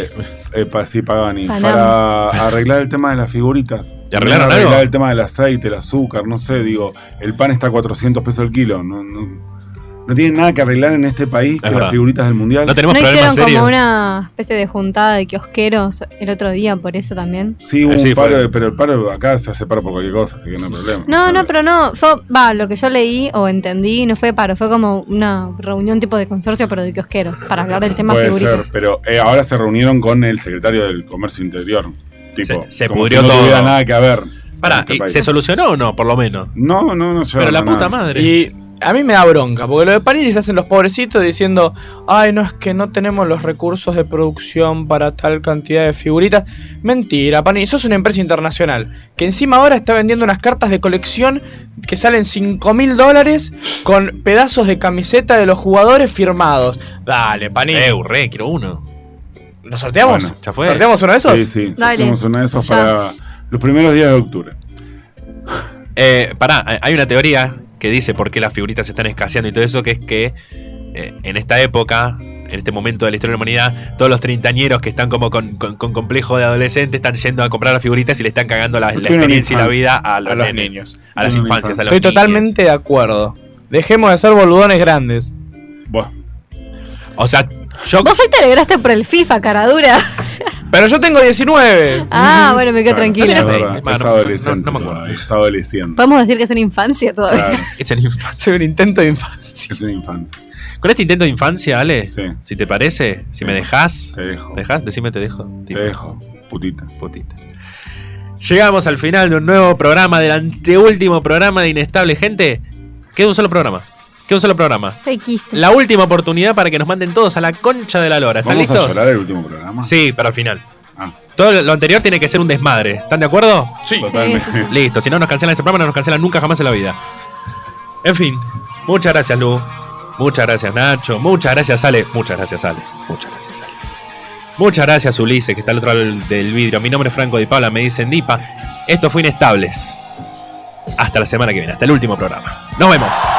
C: eh, pa- sí, Pagani.
D: Panam.
C: Para arreglar el tema de las figuritas.
B: ¿Y arreglaron
C: También arreglar
B: algo?
C: el tema del aceite, el azúcar, no sé, digo, el pan está a 400 pesos el kilo. No, no, no tiene nada que arreglar en este país que
B: verdad.
C: las figuritas del mundial.
B: No tenemos
D: ¿No hicieron
B: problemas serios.
D: como una especie de juntada de kiosqueros el otro día por eso también?
C: Sí, hubo
B: Eh, sí,
C: un paro,
B: fue-
C: de- pero el paro acá se hace paro por cualquier cosa, así que no hay problema.
D: No, no, pero no, yo, va, lo que yo leí o entendí no fue paro, fue como una reunión tipo de consorcio, pero de kiosqueros, para hablar del tema
C: Puede
D: figuritas.
C: ser, pero eh, ahora se reunieron con el secretario del Comercio Interior. Tipo,
B: Se- se
C: como
B: pudrió
C: si no
B: todo.
C: tuviera nada que ver.
B: Pará,
C: en este
B: ¿y
C: país.
B: ¿se solucionó o no, por lo menos?
C: No, no, no.
B: Pero la puta madre.
F: Y a mí me da bronca, porque lo de Panini se hacen los pobrecitos diciendo, ay, no es que no tenemos los recursos de producción para tal cantidad de figuritas. Mentira, Panini, sos una empresa internacional, que encima ahora está vendiendo unas cartas de colección que salen 5 mil dólares con pedazos de camiseta de los jugadores firmados. Dale, Panini.
B: Eh, urré, quiero uno.
F: ¿Lo sorteamos?
C: Bueno,
B: ya fue.
F: ¿Sorteamos uno de esos?
C: Sí, sí.
D: Dale.
C: Tenemos uno de esos
D: Ya.
C: para los primeros días de octubre.
B: Eh, pará, hay- hay una teoría que dice por qué las figuritas están escaseando y todo eso, que es que eh, en esta época, en este momento de la historia de la humanidad, todos los treintañeros que están como con, con- con complejo de adolescente están yendo a comprar las figuritas y le están cagando la, la
C: Prefiero la
B: experiencia y la vida
C: infancia,
B: a los,
F: a los
B: nenes,
F: niños.
B: a las
C: Prefiero la
B: infancias, a
C: infancia.
B: los
F: Estoy
B: niñes.
F: totalmente de acuerdo. Dejemos de ser boludones grandes.
C: Buah.
B: O sea, yo
D: Vos fuiste alegraste por el FIFA, cara dura.
F: Pero yo tengo 19.
D: ah, bueno, me quedo
C: Claro,
D: tranquila.
C: Es verdad,
B: Bueno,
C: es
B: no-
C: adolescente.
B: no- no me acuerdo.
C: todavía, Está adolescente.
D: Podemos decir que es una infancia todavía.
C: Claro,
B: It's an infancia.
F: Soy un intento de infancia.
C: es una infancia.
B: Con este intento de infancia, Ale,
C: Sí.
B: si te parece, si
C: Sí.
B: me dejas,
C: Te dejo.
B: dejas, decime te dejo.
C: Te dejo, putita.
B: Putita. Llegamos al final de un nuevo programa, del anteúltimo programa de Inestable. Gente, queda un solo programa. Queda un solo programa.
D: Estoy quiste.
B: La última oportunidad para que nos manden todos a la concha de la lora. ¿Están
C: ¿Vamos a
B: listos?
C: llorar el último programa?
B: Sí, para el final.
C: Ah,
B: Todo lo anterior tiene que ser un desmadre. ¿Están de acuerdo?
F: Sí.
C: totalmente.
D: sí, sí.
B: Listo, si no nos cancelan ese programa, no nos cancelan nunca jamás en la vida. En fin, muchas gracias, Lu. Muchas gracias, Nacho. Muchas gracias, Ale. Muchas gracias, Ale. Muchas gracias, Ale. Muchas gracias, Ulises, que está al otro lado del- del vidrio. Mi nombre es Franco Di Paula, me dicen Dipa. Esto fue Inestables. Hasta la semana que viene, hasta el último programa. Nos vemos.